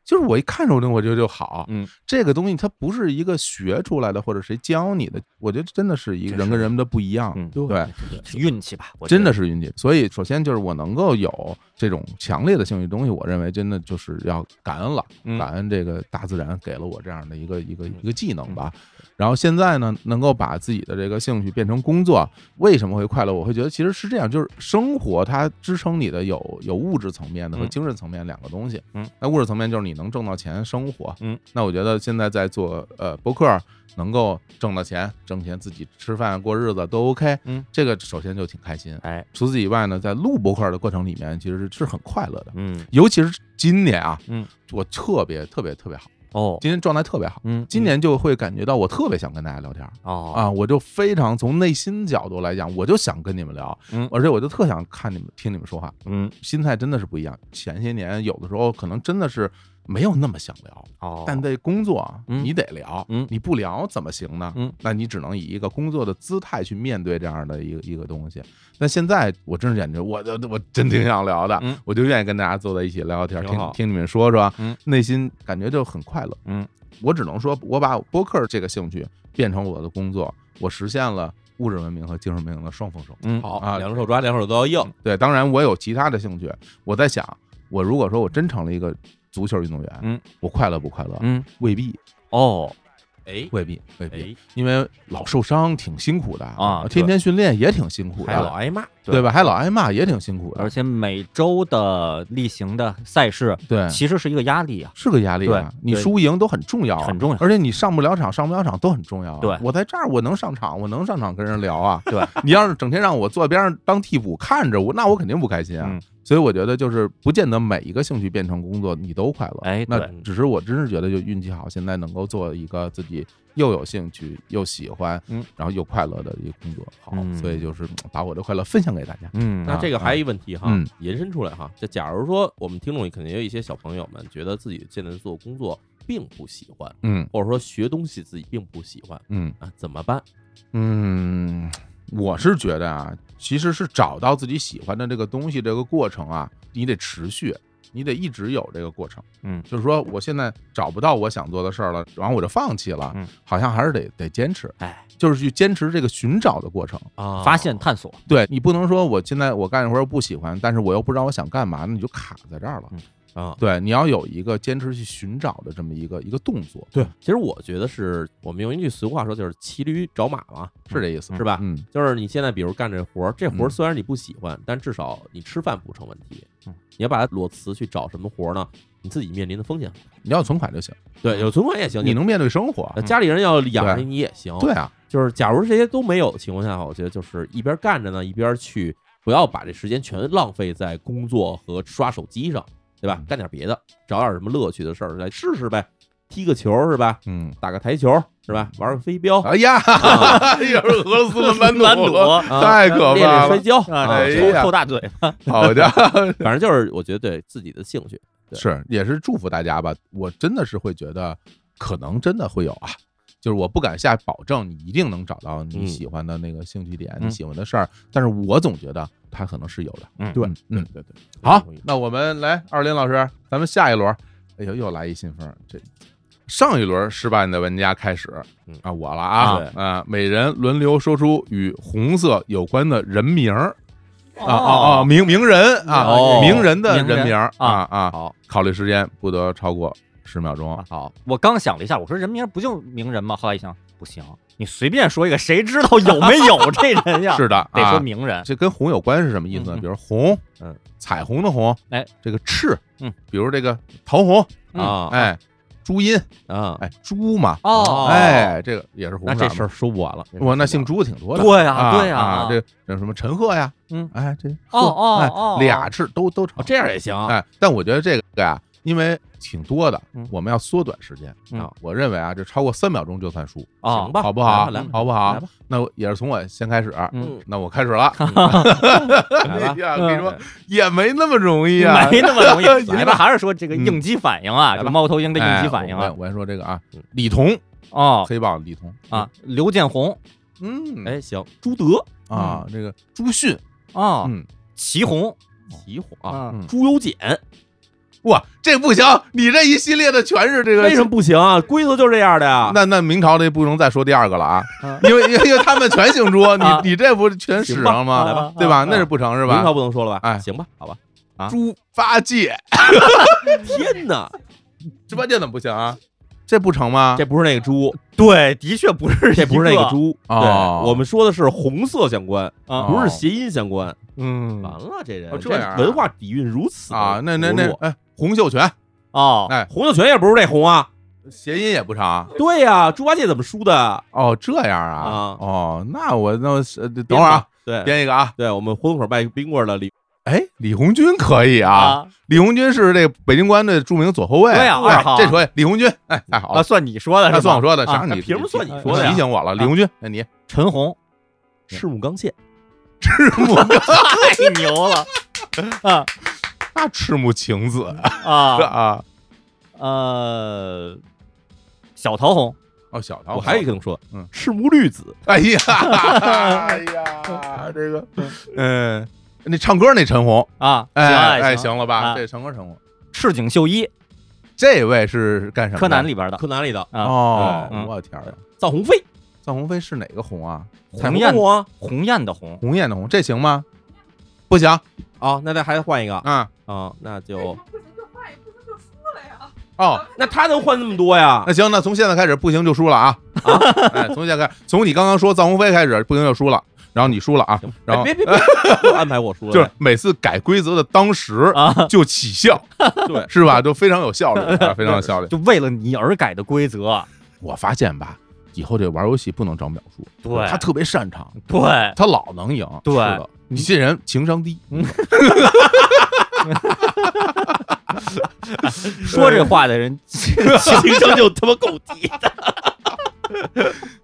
就是我一看这种东西我觉得就好，嗯，这个东西它不是一个学出来的或者谁教你的，我觉得真的是一个这人是跟人的不一样，嗯对。是运气吧，我觉得真的是运气，所以首先就是我能够有这种强烈的兴趣东西，我认为真的就是啊要感恩了，嗯嗯感恩这个大自然给了我这样的一个一个一个技能吧。然后现在呢，能够把自己的这个兴趣变成工作，为什么会快乐？我会觉得其实是这样，就是生活它支撑你的有有物质层面的和嗯精神层面两个东西。嗯，那物质层面就是你能挣到钱生活。嗯，那我觉得现在在做呃博客。能够挣到钱，挣钱自己吃饭过日子都 OK，嗯，这个首先就挺开心，哎，除此以外呢，在录播客的过程里面，其实是很快乐的，嗯，尤其是今年啊，嗯，我特别特别特别好，哦，今天状态特别好，嗯，今年就会感觉到我特别想跟大家聊天哦啊，我就非常从内心角度来讲，我就想跟你们聊，嗯而且我就特想看你们听你们说话，嗯心态真的是不一样。前些年有的时候可能真的是没有那么想聊，哦，但对工作啊嗯你得聊，嗯你不聊怎么行呢？嗯，那你只能以一个工作的姿态去面对这样的一个一个东西。但现在我真是感觉，我我我真挺想聊的，嗯我就愿意跟大家坐在一起聊聊天，挺听好听你们说说，嗯内心感觉就很快乐。嗯，我只能说，我把播客这个兴趣变成我的工作，我实现了物质文明和精神文明的双丰收。嗯好啊嗯两手抓，两手都要硬。对，当然我有其他的兴趣。我在想，我如果说我真成了一个足球运动员，嗯，我快乐不快乐？嗯未必，哦哎未必，未必，哎，因为老受伤挺辛苦的啊对天天训练也挺辛苦还老的，挨骂，对吧？还老挨骂也挺辛苦而的，且每周的例行的赛事对，其实是一个压力啊。是个压力啊对。你对输赢都很重要啊，很 重要而且你上不了场，上不了场都很重要啊。对我在这儿我能上场，我能上场跟人聊啊。对， 你要是整天让我坐边上当替补看着我，那我肯定不开心啊。嗯所以我觉得就是不见得每一个兴趣变成工作你都快乐，哎那对只是我真是觉得就运气好，现在能够做一个自己又有兴趣又喜欢，嗯，然后又快乐的一个工作，好，嗯所以就是把我的快乐分享给大家。嗯那啊这个还有一问题哈嗯，延伸出来哈，就假如说我们听众里肯定有一些小朋友们觉得自己现在做工作并不喜欢，嗯或者说学东西自己并不喜欢嗯啊，怎么办？嗯，我是觉得啊，其实是找到自己喜欢的这个东西，这个过程啊，你得持续。你得一直有这个过程，嗯就是说我现在找不到我想做的事儿了，然后我就放弃了，嗯好像还是得得坚持，哎，就是去坚持这个寻找的过程。啊发现探索，对你不能说我现在我干一会儿不喜欢，但是我又不知道我想干嘛，那你就卡在这儿了。啊，对，你要有一个坚持去寻找的这么一个一个动作，对，其实我觉得是我们用一句俗话说，就是骑驴找马嘛，是这意思，是吧？嗯，就是你现在比如干这活儿，这活儿嗯虽然你不喜欢，但至少你吃饭不成问题。嗯你要把它裸辞去找什么活儿呢？你自己面临的风险。你要有存款就行，对，有存款也行，嗯你能面对生活呃。家里人要养着你也行。对，啊，就是假如这些都没有情况下，我觉得就是一边干着呢，一边去，不要把这时间全浪费在工作和刷手机上，对吧嗯？干点别的，找点什么乐趣的事儿来试试呗。踢个球是吧？嗯，打个台球是吧？玩个飞镖， 啊哎呀，又是俄罗斯的拦拦堵堵 了，啊太可练怕了练摔，跤啊啊哎抽呀抽大嘴，好家伙！ 反正就是我觉得对自己的兴趣，对是，也是祝福大家吧。我真的是会觉得，可能真的会有啊，就是我不敢下保证你一定能找到你嗯喜欢的那个兴趣点、嗯你喜欢的事儿，但是我总觉得它可能是有的。嗯对，嗯，对对。好，那我们来二林老师，咱们下一轮，哎呦，又来一信封，这。上一轮失败的玩家开始嗯啊，我了啊啊，啊，每人轮流说出与红色有关的人名儿啊啊啊，名名人啊哦，名人的名人人名儿啊啊，好考虑时间不得超过十秒钟。好，我刚想了一下，我说人名不就名人吗？后来一想，不行，你随便说一个，谁知道有没 有这人呀？是的，得说啊，名人，这跟红有关是什么意思呢？嗯嗯比如红，嗯，彩虹的红，哎，这个赤，嗯，比如这个桃红，嗯啊哎，朱茵，啊，哎，朱嘛，哦哎，这个也是红那色这嘛事儿说不完了，哇，那姓朱挺多的。对呀，啊，对啊呀，，这这什么陈赫呀，嗯，哎，这哦赫哦哎哦俩赤都都成哦，这样也行啊，哎，但我觉得这个呀，因为挺多的嗯，我们要缩短时间嗯啊。我认为啊，这超过三秒钟就算输，啊行吧，好不好来吧，好不来好吧？那我也是从我先开始，嗯那我开始了。 哎来吧，呀，跟你说也没那么容易啊。没那么容易， 来你吧嗯们还是说这个应激反应啊，来吧这个猫头鹰的应激哎反应我啊，我先说这个啊嗯，李彤，哦黑豹李彤啊，，刘建宏嗯，哎，行，朱德、啊，这个朱迅，啊，嗯，祁宏祁宏啊，嗯嗯朱由检，哇，这不行，你这一系列的全是这个，为什么不行啊？规则就是这样的呀。那那明朝这不能再说第二个了啊啊，因为因为因为他们全姓朱，啊你你这不是全使上了啊吗？来吧啊对吧？啊那是不成是明朝吧？不能说了吧？哎行吧，好吧。猪八戒，天啊哪，猪八戒怎么不行啊？这不成吗这？不是那个猪，对，的确不是，这不是那个，猪。哦对，我们说的是红色相关，啊不是谐音相关。嗯完了，这人哦这样啊文化底蕴如此啊，那那那薄弱哎，洪秀全，哦，哎，洪秀全也不是这红啊。谐音也不成啊对呀，猪八戒怎么输的？哦，这样啊啊哦，那我那我是等会儿啊，对编一个啊，对，我们胡同口卖冰棍儿的李哎，李红军可以啊，啊李红军是这个北京国安队著名左后卫，对啊哎二号啊这可以，李红军，哎，太好啊，了，算你说的，那算我说的，啊想让你那凭什么算你说的呀提醒我了，李红军，那你陈红，嗯赤木刚宪，赤木， 太牛了啊那赤木晴子 啊 啊，呃，小桃红哦，小桃，我还有一个跟你说，嗯赤木绿子，哎呀，哎呀，这个，嗯，那唱歌那陈红，啊，哎哎哎，，行了吧？啊这唱歌陈红，赤井秀一，这位是干什么的？柯南里边的柯南里的啊，哦嗯，我天呀，臧鸿飞，臧鸿飞是哪个红啊？鸿彩雁虹啊鸿雁的鸿，鸿雁的鸿，这行吗？不行啊，那再还换一个啊，啊，那就哎不行就换一个，就输了呀。哦，那他能换那么多呀那？行，那从现在开始不行就输了啊！啊，哎，从现在开始，从你刚刚说臧鸿飞开始不行就输了，然后你输了啊，然后哎别别别，安排我输了，就是每次改规则的当时啊就起 效，对是吧？都非常有效率，啊，非常有效率。就为了你而改的规则，我发现吧，以后这玩游戏不能找秒数，对他特别擅长，对，他老能赢，对嗯是的你这人情商低， 说这话的人情商就他妈够低的。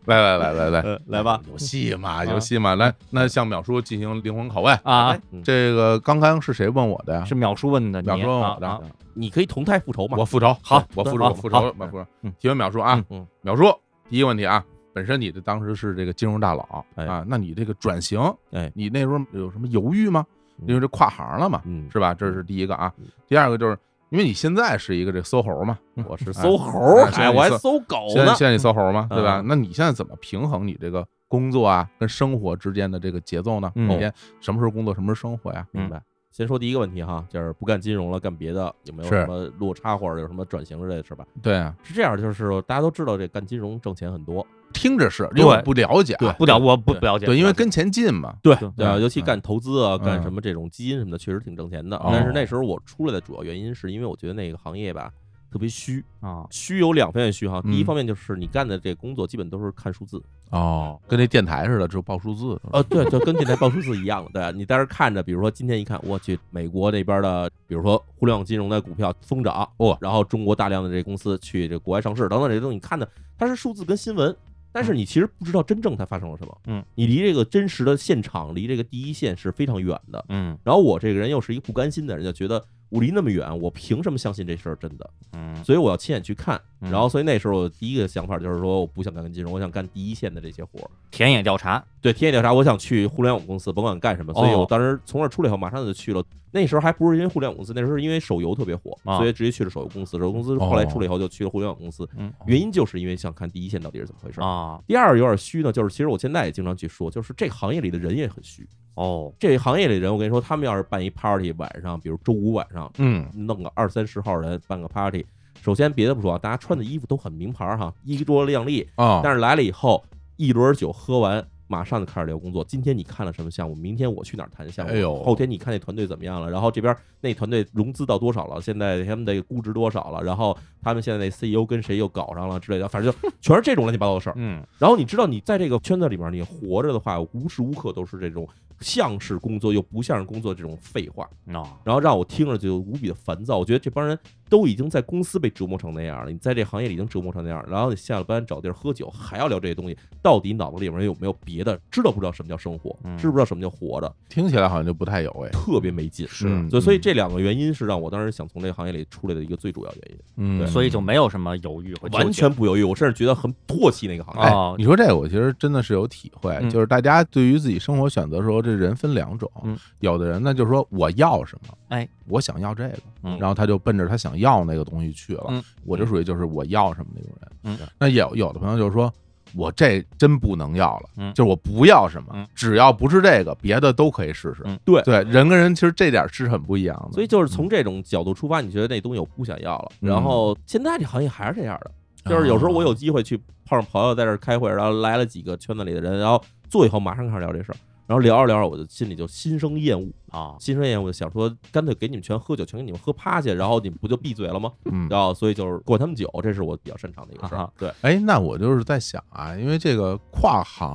来来来来 来，呃来吧，游戏嘛，游戏嘛，来，那向淼叔进行灵魂拷问。啊，这个刚刚是谁问我的呀？是秒叔问的你，淼叔问我的啊啊你可以同态复仇嘛？我复仇，好我复好仇，复仇，好我复仇嗯。提问淼叔啊，嗯，淼叔，第一个问题啊，本身你的当时是这个金融大佬哎啊，那你这个转型，哎你那时候有什么犹豫吗？嗯因为这跨行了嘛，嗯，是吧？这是第一个啊嗯。第二个就是因为你现在是一个这搜猴嘛，我是哎搜猴儿，哎哎，我还搜狗现在呢。现在你搜猴嘛，嗯对吧嗯？那你现在怎么平衡你这个工作啊跟生活之间的这个节奏呢？嗯每天什么时候工作，什么时候生活呀？明白。嗯先说第一个问题哈，就是不干金融了，干别的有没有是什么落差或者有什么转型之类的事吧？对啊，是这样，就是大家都知道这干金融挣钱很多，听着是，因为我对不了解啊，不了，我不了解，对，因不为了解跟钱近嘛，对对尤其嗯干投资啊，干嗯什么这种基金什么的，确实挺挣钱的哦。但是那时候我出来的主要原因是因为我觉得那个行业吧特别虚，啊虚有两方面虚哈。嗯第一方面就是你干的这个工作基本都是看数字，哦，跟那电台似的，只有报数字。呃，对，就跟电台报数字一样的，对啊你在这看着，比如说今天一看，我去美国那边的，比如说互联网金融的股票疯涨，哦然后中国大量的这公司去这国外上市等等这些东西，你看的它是数字跟新闻，但是你其实不知道真正它发生了什么，嗯，你离这个真实的现场，离这个第一线是非常远的。嗯然后我这个人又是一个不甘心的人，就觉得我离那么远，我凭什么相信这事儿真的？嗯所以我要亲眼去看。嗯然后，所以那时候我第一个想法就是说，我不想干金融，我想干第一线的这些活儿。田野调查，对田野调查，我想去互联网公司，甭管干什么。所以哦我当时从那儿出来以后，马上就去了。那时候还不是因为互联网公司，那时候是因为手游特别火，啊哦所以直接去了手游公司。手游公司后来出来以后，就去了互联网公司。嗯原因就是因为想看第一线到底是怎么回事。啊第二有点虚呢，就是其实我现在也经常去说，就是这行业里的人也很虚。哦这行业里的人，我跟你说，他们要是办一 party 晚上，比如周五晚上，嗯，弄个二三十号人办个 party，首先别的不说啊，大家穿的衣服都很名牌儿哈，衣着靓丽，哦，但是来了以后，一轮酒喝完，马上就开始聊工作。今天你看了什么项目？明天我去哪儿谈项目？哎呦后天你看那团队怎么样了？然后这边那团队融资到多少了？现在他们的估值多少了？然后他们现在那 CEO 跟谁又搞上了之类的，反正就 全是这种乱七八糟的事儿。嗯然后你知道，你在这个圈子里面，你活着的话，无时无刻都是这种像是工作又不像是工作这种废话。哦然后让我听着就无比的烦躁。我觉得这帮人都已经在公司被折磨成那样了，你在这行业里已经折磨成那样了，然后你下了班找地儿喝酒，还要聊这些东西，到底脑子里面有没有别的？知道不知道什么叫生活？嗯知不知道什么叫活着？听起来好像就不太有哎。特别没劲。是所以，所以嗯这两个原因是让我当时想从这个行业里出来的一个最主要原因，嗯，所以就没有什么犹豫和纠结完全不犹豫，我甚至觉得很唾弃那个行业。哎哦，你说这个我其实真的是有体会，嗯就是大家对于自己生活选择的时候，这人分两种，嗯有的人呢就是说我要什么，哎，我想要这个，嗯然后他就奔着他想要那个东西去了。嗯我这属于就是我要什么那种人。嗯那有有的朋友就是说。我这真不能要了，嗯就是我不要什么，嗯只要不是这个，别的都可以试试。嗯对对，人跟人其实这点是很不一样的。所以就是从这种角度出发，你觉得那东西我不想要了。嗯然后现在这行业还是这样的，就是有时候我有机会去碰上朋友在这儿开会，然后来了几个圈子里的人，然后坐以后马上开始聊这事儿，然后聊着聊着我就心里就心生厌恶，啊心生厌恶，想说干脆给你们全喝酒，全给你们喝趴下，然后你们不就闭嘴了吗？嗯，然后所以就是灌他们酒，这是我比较擅长的一个事哈儿哈。对，哎，那我就是在想啊，因为这个跨行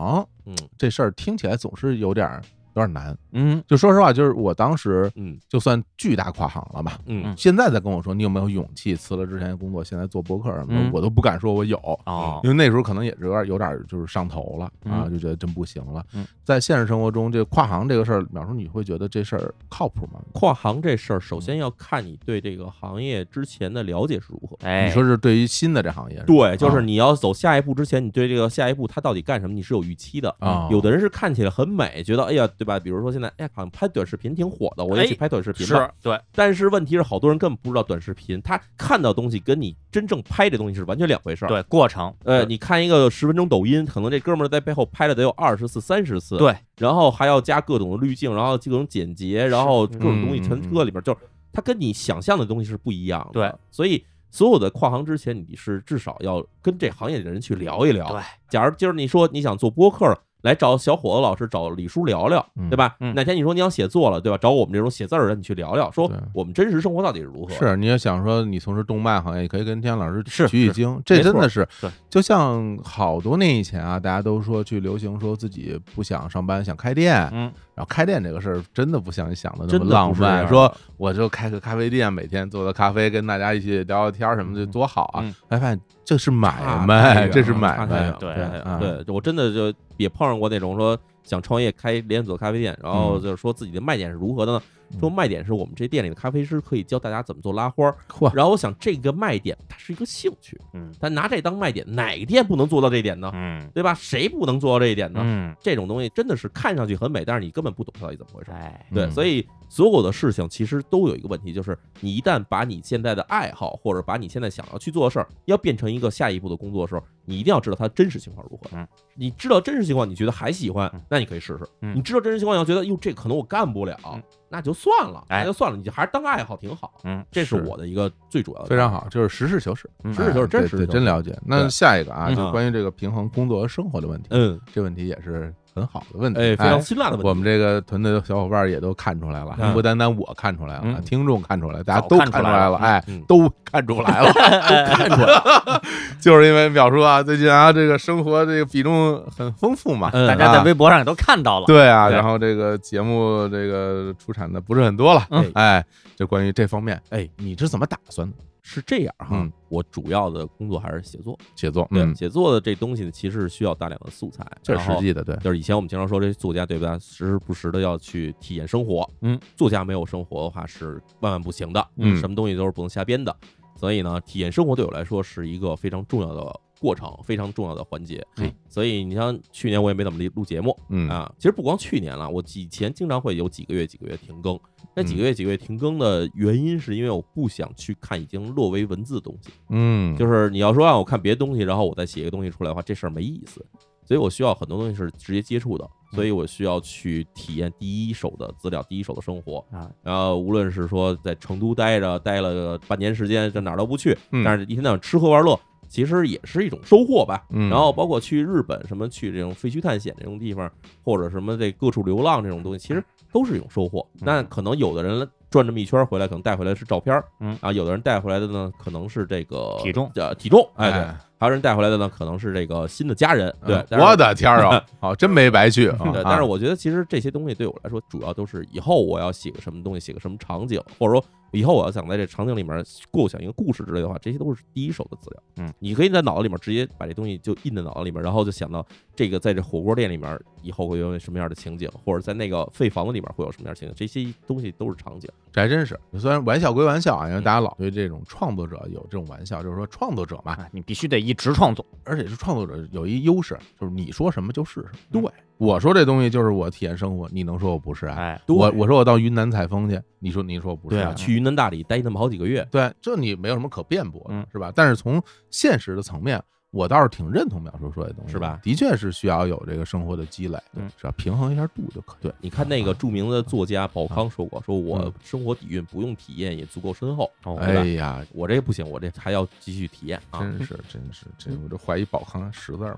嗯这事儿听起来总是有点儿有点儿难。嗯就说实话，就是我当时嗯就算巨大跨行了吧，嗯嗯现在再跟我说你有没有勇气辞了之前的工作，现在做博客什么的，嗯我都不敢说我有。哦因为那时候可能也是有点有点就是上头了啊，嗯就觉得真不行了。嗯在现实生活中，这跨行这个事儿，淼叔你会觉得这事儿靠谱吗？跨行这事儿，首先要看你对这个行业之前的了解是如何。哎你说是对于新的这行业是吧，对，就是啊你要走下一步之前，你对这个下一步它到底干什么，你是有预期的啊哦有的人是看起来很美，觉得哎呀，对吧？比如说现在，哎呀，好像拍短视频挺火的，我也去哎拍短视频吧。是对但是问题是，好多人根本不知道短视频，他看到东西跟你真正拍这东西是完全两回事儿。，对过程嗯呃，你看一个十分钟抖音，可能这哥们儿在背后拍了得有二十次、三十次，对，然后还要加各种的滤镜，然后各种剪辑，然后各种东西嗯全嗯嗯搁里边，就是它跟你想象的东西是不一样的。对，所以所有的跨行之前，你是至少要跟这行业的人去聊一聊。对，啊假如今儿你说你想做播客，来找小伙子老师、找李叔聊聊，嗯对吧？嗯哪天你说你想写作了，对吧？找我们这种写字儿的人你去聊聊，说对我们真实生活到底是如何。是，你也想说你从事动漫行业，也可以跟天老师是取取是经，这没真错的是对，就像好多年以前啊，大家都说去流行说自己不想上班，想开店，嗯然后开店这个事儿真的不像你想的那真么的浪不是这漫，样说的我就开个咖啡店，每天做做咖啡，跟大家一起聊聊天儿什么的，多好啊嗯！哎，发现这是买啊卖，这是差买太远卖了，对差太远了啊对，我真的就也碰上过那种说想创业开连锁咖啡店，然后嗯就是说自己的卖点是如何的呢？嗯说卖点是我们这店里的咖啡师可以教大家怎么做拉花儿，嚯，然后我想这个卖点它是一个兴趣，嗯但拿这当卖点，哪个店不能做到这一点呢？嗯对吧？谁不能做到这一点呢？嗯这种东西真的是看上去很美，但是你根本不懂它到底怎么回事。哎对，嗯所以所有的事情其实都有一个问题，就是你一旦把你现在的爱好或者把你现在想要去做的事儿，要变成一个下一步的工作的时候，你一定要知道它真实情况如何。嗯，你知道真实情况，你觉得还喜欢嗯，那你可以试试。嗯你知道真实情况，要觉得哟这可能我干不了嗯，那就算了，哎那就算了，你就还是当爱好挺好。嗯这是是我的一个最主要的非常好，就是实事求是，嗯实事求是哎真对实对求真是了解。那对下一个啊，嗯就关于这个平衡工作和生活的问题，看法。嗯，这问题也是很好的问题，哎，非常辛辣的问题。我们这个团队的小伙伴也都看出来了，嗯不单单我看出来了，嗯听众看出来，大家早都看出出来来了哎，嗯都看出来 了，都看出来了， 就是因为淼叔啊，最近啊这个生活这个比重很丰富嘛，嗯大家在啊微博上也都看到了。对啊，对然后这个节目这个出产的不是很多了，嗯哎，就关于这方面，哎，你是怎么打算的？是这样哈，嗯我主要的工作还是写作。写作，对，嗯，写作的这东西呢，其实是需要大量的素材，这是然后实际的，对，就是以前我们经常说，这作家对吧，时不时的要去体验生活。嗯，作家没有生活的话是万万不行的。嗯什么东西都是不能瞎编的。所以呢，体验生活对我来说是一个非常重要的过程，非常重要的环节。嘿所以你像去年我也没怎么录节目嗯啊，其实不光去年了，我以前经常会有几个月几个月停更。那嗯几个月几个月停更的原因是因为我不想去看已经落为文字的东西。嗯，就是你要说让我看别的东西，然后我再写一个东西出来的话，这事儿没意思。所以我需要很多东西是直接接触的，嗯所以我需要去体验第一手的资料、第一手的生活啊。然后无论是说在成都待着，待了个半年时间，这哪儿都不去，嗯但是一天到晚吃喝玩乐，其实也是一种收获吧。嗯然后包括去日本，什么去这种废墟探险这种地方，或者什么这各处流浪这种东西，其实都是一种收获。那可能有的人转这么一圈回来，可能带回来是照片儿，嗯啊，有的人带回来的呢，可能是这个体重，呃，体重，哎，对，哎还有人带回来的呢，可能是这个新的家人，对嗯，但是我的天儿啊，好，真没白去啊！ 对，但是我觉得其实这些东西对我来说，主要都是以后我要写个什么东西，写个什么场景，或者说以后我要想在这场景里面构想一个故事之类的话，这些都是第一手的资料。嗯，你可以在脑子里面直接把这东西就印在脑子里面，然后就想到这个在这火锅店里面以后会有什么样的情景，或者在那个废房子里面会有什么样的情景，这些东西都是场景。这还真是，虽然玩笑归玩笑啊，因为嗯大家老对这种创作者有这种玩笑，就是说创作者嘛，嗯啊，你必须得一直创作。而且是创作者有一优势，就是你说什么就是什么。对我说这东西就是我体验生活，你能说我不是啊？哎，我我说我到云南采风去，你说你说我不是对啊，去云南大理待那么好几个月，对，这你没有什么可辩驳的嗯，是吧？但是从现实的层面，我倒是挺认同淼叔说的东西，是吧的确是需要有这个生活的积累，嗯只要平衡一下度就可以。啊对，你看那个著名的作家鲍康说过，说我嗯生活底蕴不用体验也足够深厚。哦哎呀，我这不行，我这还要继续体验啊！嗯真是，真是，这我就怀疑宝康识字儿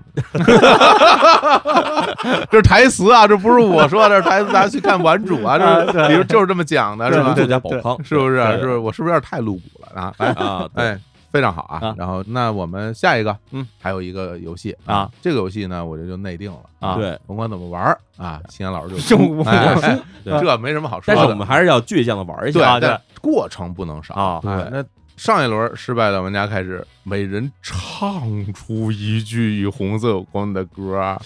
嘛， 这是台词啊，这不是我说的，这是台词，大家去看《玩主》啊，这里边就是这么讲的，是著名吧？作家鲍康 是不是？对是不是我是不是有点太露骨了啊？来，啊，对哎，非常好啊啊。然后那我们下一个，嗯，还有一个游戏啊，这个游戏呢，我这就内定了，啊，对，甭管怎么玩儿啊，秦岩老师就就输我哎输哎对这没什么好说但的。是我们还啊是要倔强的玩一对下，，但过程不能少啊哎那上一轮失败的玩家开始，每人唱出一句与红色有关的歌 儿，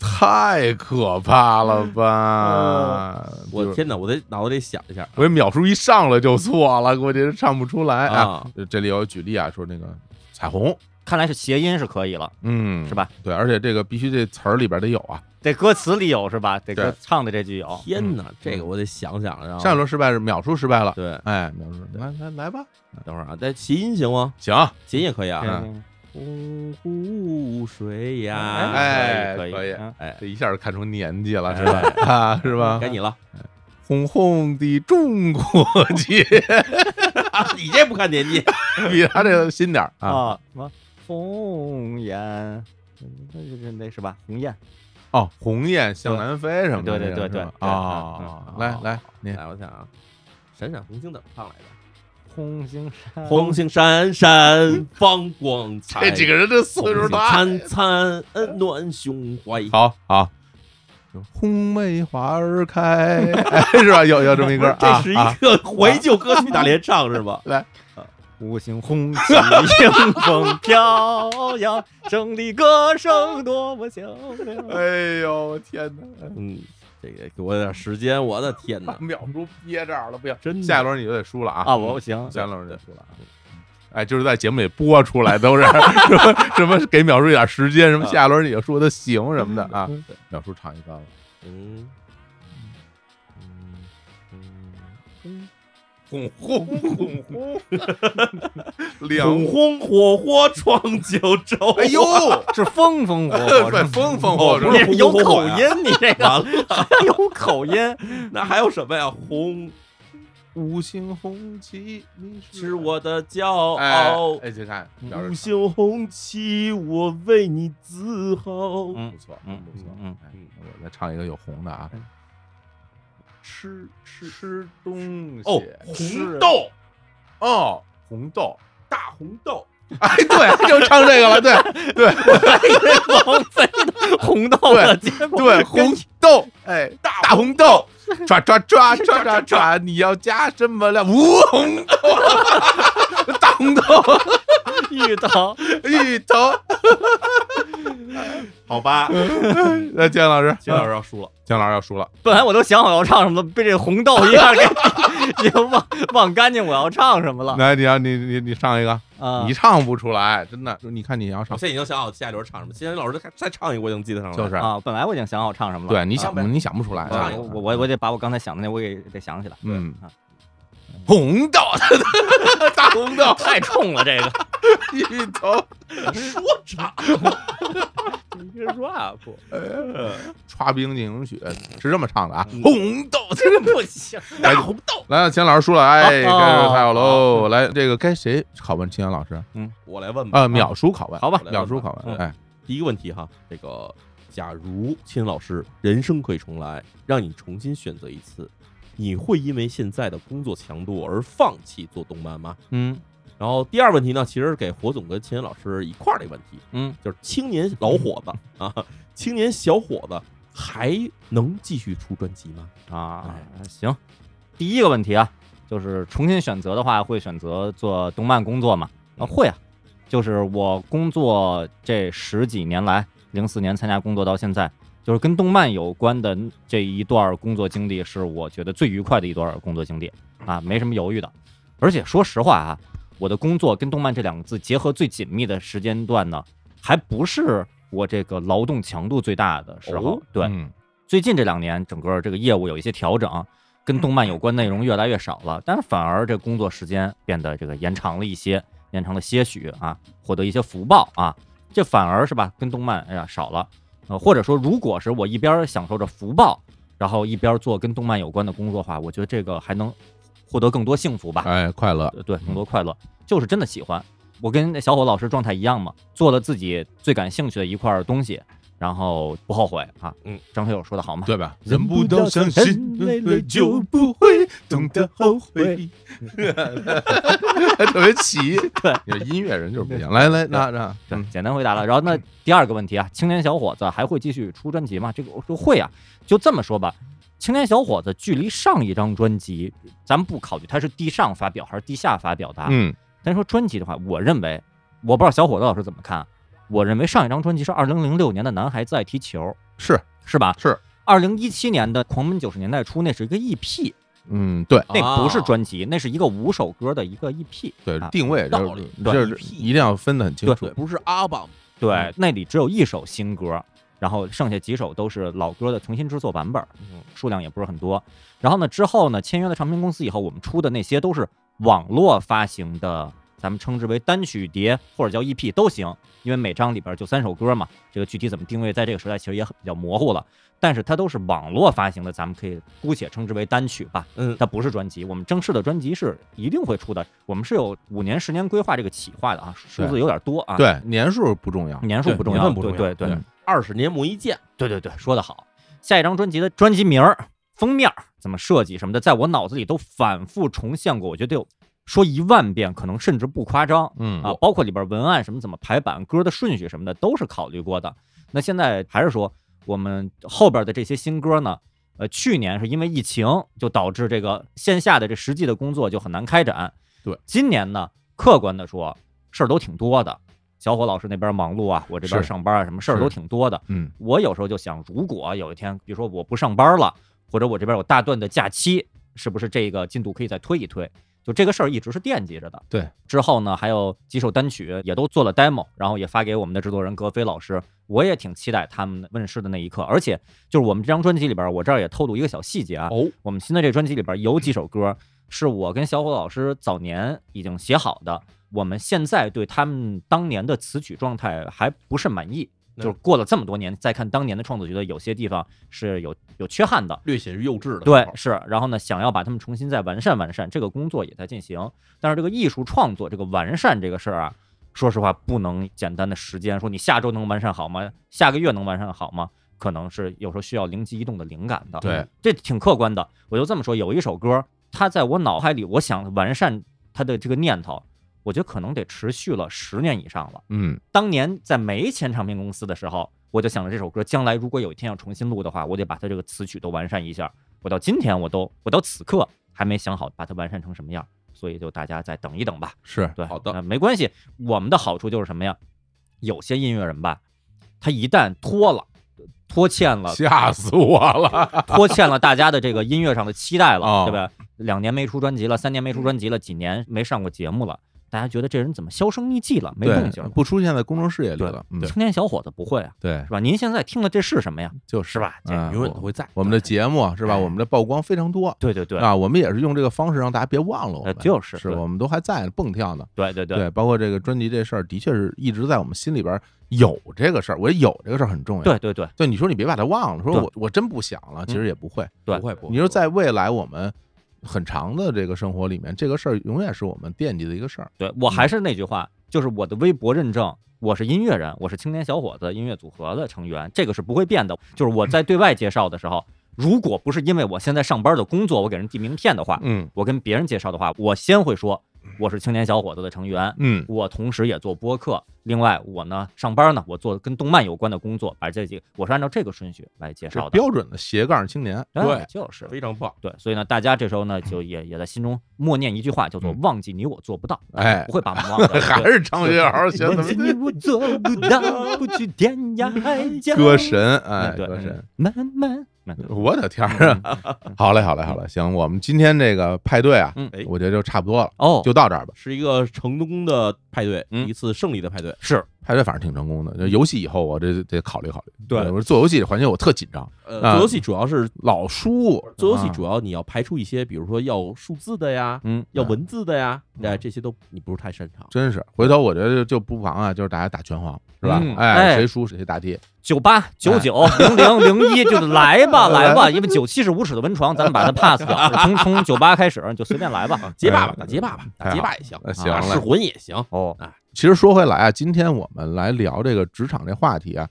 太可怕了吧！我就是天哪，我在脑子里想一下我这秒数一上来就错了，估计是唱不出来啊。啊，这里有举例啊，说那个彩虹，看来是谐音是可以了，嗯，是吧？对，而且这个必须这词儿里边得有啊。这歌词里有是吧？这歌对唱的这句有。嗯天哪，这个我得想想，啊然后上一轮失败是秒数失败了，对，哎，秒数哦来来来吧，等会儿啊，但谐音行吗？行，谐音也可以啊，嗯嗯，洪湖水呀，哎可以可以嗯哎，这一下看出年纪了是吧？吧？ 啊，是吧？嗯该 你了，红红的中国结，你这不看年纪，比他这个新点儿啊。啊，什么红颜，那那那是吧？鸿雁哦，鸿雁向南飞什么的，对对这对对个是吧对哎啊，嗯嗯来来，你来我想啊，闪闪红星怎么唱来着？红星山，红星闪闪放光彩，这几个人这岁数大，灿灿暖胸怀。好好。红梅花儿开， 哎是吧？有有这么一歌这啊是啊一个怀旧歌曲大联唱是吧？五星红旗迎风 飘扬，胜利歌声多么响亮。哎呦，我天哪！嗯，这个给我点时间，我的天把哪！秒叔憋这儿了，不行，真的下一轮你就得输了啊！啊，我行，下一轮就得输了啊！哎，就是在节目里播出来都是 什么什么给秒叔一点时间，啊什么下一轮你就说的行什么的啊！秒叔唱一段吧。嗯嗯嗯，轰轰轰轰，红两红火火闯九州。哎 呦，是风风火 火对，，风风火不是火，你 有口红红火火音，你这个有口音，那还有什么呀？红五星红旗，你是我的骄傲。嗯哎哎，你看，表示五星红旗，我为你自豪。嗯不错，嗯不错，嗯哎嗯我再唱一个有红的啊嗯，吃吃吃东西哦，吃红豆，哦，红豆，大红豆，哎，对，就唱这个了，对 对王菲的红豆的结果，对，红豆，哎，大大红豆，抓抓抓抓抓 抓，你要加什么料？无红豆， 大红豆，芋头，芋头，好吧， 那姜老师，金老师要输了。姜老师要输了，本来我都想好要唱什么，被这红豆一下给 也忘忘干净我要唱什么了那你要你你你上一个，啊！你唱不出来，真的，你看你要我上现，在已经想好下一轮唱什么。金老师再再唱一个，我已经记得上了。啊 就是啊，本来我已经想好唱什么了，对，你想啊你想不出来，啊我我我得把我刚才想的那我给得想起来，嗯啊，红豆，大红豆，太冲了 这个芋头，说 唱， rap 刷冰进行曲是这么唱的啊，嗯红豆。不行，大红豆，来，钱老师输了，哎，哦该是太好喽。来，这个该谁拷问秦阳老师？我来问吧。啊，秒叔拷问，好吧秒叔拷问，嗯哎，第一个问题哈，这个假如亲老师人生可以重来，让你重新选择一次，你会因为现在的工作强度而放弃做动漫吗？嗯然后第二问题呢，其实是给火总跟秦岩老师一块儿的一个问题，嗯，就是青年老伙子啊， 青年小伙子还能继续出专辑吗？哎啊，行。第一个问题啊，就是重新选择的话，会选择做动漫工作吗？啊，会啊。就是我工作这十几年来，零四年参加工作到现在，就是跟动漫有关的这一段工作经历，是我觉得最愉快的一段工作经历啊，没什么犹豫的。而且说实话啊，我的工作跟动漫这两个字结合最紧密的时间段呢，还不是我这个劳动强度最大的时候。哦对，嗯最近这两年整个这个业务有一些调整，跟动漫有关内容越来越少了，但是反而这工作时间变得这个延长了一些，延长了些许啊，获得一些福报啊，这反而是吧，跟动漫哎呀少了，呃，或者说如果是我一边享受着福报，然后一边做跟动漫有关的工作的话，我觉得这个还能获得更多幸福吧，哎，快乐，呃对，更多快乐，就是真的喜欢。我跟那小伙老师状态一样嘛，做了自己最感兴趣的一块儿东西，然后不后悔啊。嗯，张学友说的好嘛，对吧？人不到伤心人不到伤心不会懂得后悔， 特别 齐。对，音乐人就是不一样。来来，那那，对，嗯简单回答了。然后那第二个问题啊，青年小伙子还会继续出专辑吗？这个我说会啊，就这么说吧。青年小伙子距离上一张专辑，咱们不考虑他是地上发表还是地下发表的啊，嗯，单说专辑的话，我认为，我不知道小伙子老师怎么看，啊我认为上一张专辑是二零零六年的《男孩子爱踢球》，是是吧？是。二零一七年的《狂奔九十年代初》，那是一个 EP，嗯，对那不是专辑，那是一个五首歌的一个 EP。对啊，定位道理就对是一定要分得很清楚对。不是阿榜对，那里只有一首新歌，然后剩下几首都是老歌的重新制作版本，数量也不是很多。然后呢，之后呢，签约了唱片公司以后，我们出的那些都是网络发行的，咱们称之为单曲碟或者叫 EP 都行，因为每张里边就三首歌嘛。这个具体怎么定位，在这个时代其实也很比较模糊了。但是它都是网络发行的，咱们可以姑且称之为单曲吧。嗯，它不是专辑，我们正式的专辑是一定会出的。我们是有五年、十年规划这个企划的啊，数字有点多啊。对，年数不重要，年数不重年要，份不重要对对对二十年磨一剑，对对对，说得好。下一张专辑的专辑名儿、封面儿怎么设计什么的，在我脑子里都反复重现过，我觉得有说一万遍，可能甚至不夸张嗯啊。包括里边文案什么怎么排版、歌的顺序什么的，都是考虑过的。那现在还是说，我们后边的这些新歌呢，呃，去年是因为疫情，就导致这个线下的这实际的工作就很难开展。对，今年呢，客观的说，事儿都挺多的。小伙老师那边忙碌啊，我这边是上班啊，什么事儿是都挺多的。嗯我有时候就想，如果有一天，比如说我不上班了，或者我这边有大段的假期，是不是这个进度可以再推一推？就这个事儿一直是惦记着的。对，之后呢，还有几首单曲也都做了 demo，然后也发给我们的制作人格飞老师。我也挺期待他们问世的那一刻。而且就是我们这张专辑里边，我这儿也透露一个小细节啊，哦，我们新的这专辑里边有几首歌是我跟小伙老师早年已经写好的，我们现在对他们当年的词曲状态还不甚满意，那就是过了这么多年，再看当年的创作，觉得有些地方是有有缺憾的。略显是幼稚的。对，是。然后呢，想要把它们重新再完善完善，这个工作也在进行。但是这个艺术创作这个完善这个事儿啊，说实话不能简单的时间说你下周能完善好吗？下个月能完善好吗？可能是有时候需要灵机一动的灵感的。嗯对，这挺客观的。我就这么说，有一首歌，它在我脑海里，我想完善它的这个念头，我觉得可能得持续了十年以上了。嗯，当年在没签唱片公司的时候，我就想着这首歌将来如果有一天要重新录的话，我得把它这个词曲都完善一下。我到今天我都我到此刻还没想好把它完善成什么样，所以就大家再等一等吧。是对，好的呃没关系。我们的好处就是什么呀？有些音乐人吧，他一旦拖了、拖 欠了、吓死我了。拖欠了大家的这个音乐上的期待哦了，对吧？两年没出专辑了，三年没出专辑了，几年没上过节目了，大家觉得这人怎么销声匿迹了，没对动静了？不出现在公众视野里对了。嗯青年小伙子不会啊，对是，吧？您现在听的这是什么呀？就是是吧？这啊嗯永远都会在我们的节目啊是吧？哎我们的曝光非常多对对对，啊，我们也是用这个方式让大家别忘了我呃们，就是是对我们都还在蹦跳呢。对对对对，包括这个专辑这事儿，的确是一直在我们心里边儿有这个事儿，我觉得有这个事儿很重要。对对对对，你说你别把它忘了，说对嗯我我真不想了，其实也不会。对不会不会。你说在未来我们很长的这个生活里面，这个事儿永远是我们惦记的一个事儿。对，我还是那句话，就是我的微博认证。我是音乐人，我是青年小伙子音乐组合的成员，这个是不会变的。就是我在对外介绍的时候，如果不是因为我现在上班的工作，我给人递名片的话，嗯我跟别人介绍的话，我先会说我是青年小伙子的成员，嗯，我同时也做播客，另外我呢上班呢，我做跟动漫有关的工作，把这几个我是按照这个顺序来介这绍的。标准的斜杠青年。啊哎对就是非常棒，对，所以呢，大家这时候呢，就也也在心中默念一句话，叫做嗯“忘记你我做不到”，哎，不会把我们忘 掉还对是张学友，现忘在记你我做不到，不去天涯海 角。歌神，哎，嗯，对，歌嗯神，，慢慢慢慢，我的天儿啊！好嘞，好嘞，好嘞，行，我们今天这个派对啊，嗯哎我觉得就差不多了，哦，就到这儿吧。是一个成功的派对，嗯一次胜利的派对。是派对反正挺成功的，那游戏以后我这得考虑考虑。对我说做游戏这环节我特紧张，呃，啊做游戏主要是老输。做游戏啊主要你要排除一些，比如说要数字的呀，嗯，要嗯文字的呀，嗯哎，这些都你不是太擅长。真是，回头我觉得就不妨啊，就是大家打拳皇是吧嗯？哎，哎谁输谁答题。九八九九哎零零零一 就来吧来吧，因为九七是无耻的温床，咱们把它 pass 掉，从从九八开始就随便 来吧。结霸吧，打结霸吧，太哎嗯打好结霸也行，呃行打嘞噬魂也行。哦，其实说回来啊，今天我们来聊这个职场这话题啊，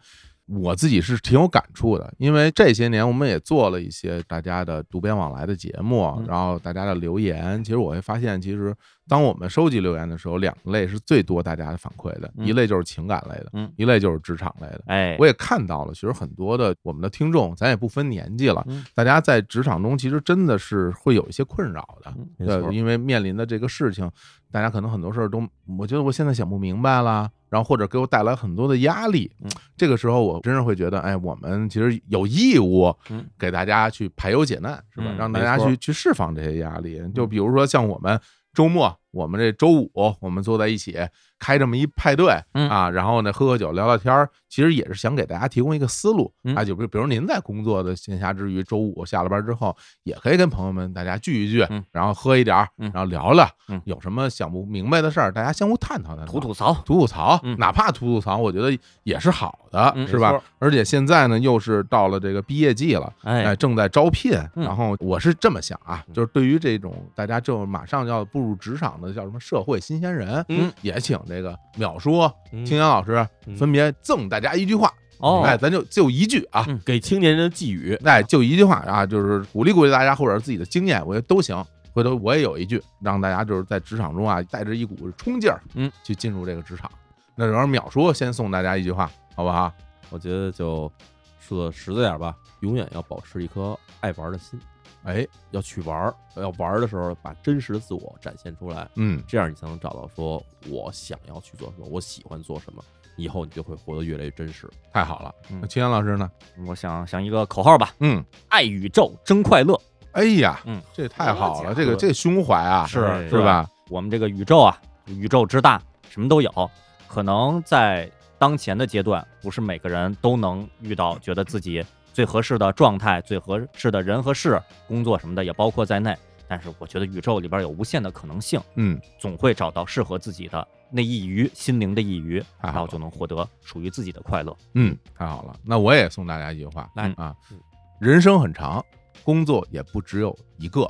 我自己是挺有感触的，因为这些年我们也做了一些大家的读编往来的节目嗯，然后大家的留言，其实我会发现，其实当我们收集留言的时候，两类是最多大家的反馈的，嗯一类就是情感类的嗯，一类就是职场类的。哎，我也看到了，其实很多的我们的听众，咱也不分年纪了嗯，大家在职场中其实真的是会有一些困扰的。嗯没错对，，因为面临的这个事情，大家可能很多事儿都，我觉得我现在想不明白啦，然后或者给我带来很多的压力。嗯这个时候，我真是会觉得，哎，我们其实有义务嗯给大家去排忧解难，是吧？嗯让大家没错去去释放这些压力。就比如说像我们周末，我们这周五，我们坐在一起开这么一派对嗯啊，然后呢喝喝酒聊聊天儿，其实也是想给大家提供一个思路嗯啊。就比比如您在工作的闲暇之余，周五下了班之后，也可以跟朋友们大家聚一聚嗯，然后喝一点儿，嗯然后聊聊嗯，有什么想不明白的事儿，大家相互探讨探讨，吐吐槽，吐吐槽，嗯哪怕吐吐槽，我觉得也是好的，嗯是吧没错？而且现在呢，又是到了这个毕业季了，哎，哎，正在招聘。嗯然后我是这么想啊，嗯就是对于这种大家正马上要步入职场的叫什么社会新鲜人，嗯，也请这个淼叔、嗯青阳老师嗯分别赠大家一句话，哦，哎，咱就就一句啊。嗯给青年人寄语，哎，就一句话啊，就是鼓励鼓励大家，或者是自己的经验，我觉得都行。回头我也有一句，让大家就是在职场中啊，带着一股冲劲儿，嗯，去进入这个职场。那然后淼叔先送大家一句话，好不好？我觉得就说的实在点儿吧，永远要保持一颗爱玩的心，哎，要去玩儿，要玩儿的时候把真实的自我展现出来，嗯，这样你才能找到说我想要去做什么，我喜欢做什么，以后你就会活得越来越真实。太好了。那嗯青阳老师呢？我想想一个口号吧，嗯，爱宇宙，争快乐。哎呀，嗯，这太好好了，家伙这个这个胸怀啊，是哎是吧？我们这个宇宙啊，宇宙之大，什么都有。可能在当前的阶段，不是每个人都能遇到觉得自己最合适的状态、最合适的人和事、工作什么的，也包括在内。但是我觉得宇宙里边有无限的可能性，嗯，总会找到适合自己的那一鱼，心灵的一鱼，太好了然后就能获得属于自己的快乐。嗯，太好了，那我也送大家一句话，来啊嗯，人生很长，工作也不只有一个，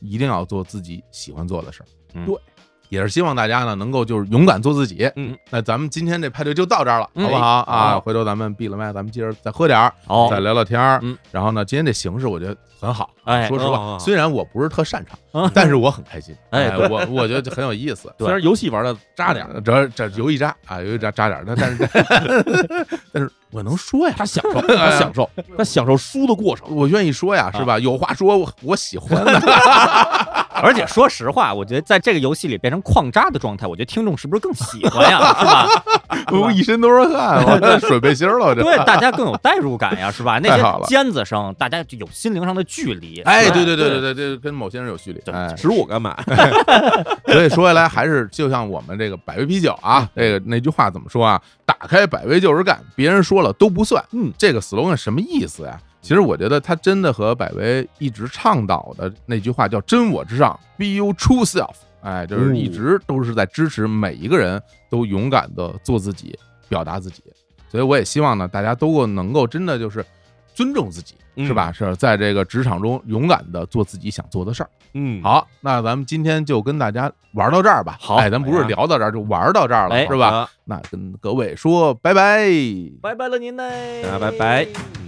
一定要做自己喜欢做的事儿。嗯对，也是希望大家呢能够就是勇敢做自己。嗯，那咱们今天这派对就到这儿了，嗯好不好啊？好回头咱们闭了麦，咱们接着再喝点儿，好再，聊聊天儿。嗯，然后呢，今天这形式我觉得很好。哎说实嗯嗯话，嗯虽然我不是特擅长嗯，但是我很开心。哎对我我觉得很有意思。对虽然游戏玩的渣点儿，儿，这这油一渣啊，油一渣渣点儿，但但是 但是我能说呀，他享受，他享受，他享受输的过程。我愿意说呀，是吧？有话说，我我喜欢的。而且说实话，我觉得在这个游戏里变成矿渣的状态，我觉得听众是不是更喜欢呀？ 是吧？ 我一身都是汗，我这水背心儿了，我这。 对，大家更有代入感呀，是吧？那太好些了尖子生，大家就有心灵上的距离。哎，是吧对对对对对对，跟某些人有距离。 哎，指我干嘛？所以说下来还是就像我们这个百威啤酒啊，这个那句话怎么说啊？打开百威就是干，别人说了都不算。嗯，这个 slogan 什么意思呀？其实我觉得它真的和百威一直倡导的那句话叫“真我至上 ”，Be you true self。哎，就是一直都是在支持每一个人都勇敢的做自己，表达自己。所以我也希望呢，大家都能够真的就是尊重自己，是吧？是在这个职场中勇敢的做自己想做的事儿。嗯，好，那咱们今天就跟大家玩到这儿吧。好哎，咱不是聊到这儿，就玩到这儿了，哎是吧？？那跟各位说拜拜。拜拜了您呢，大家拜拜。嗯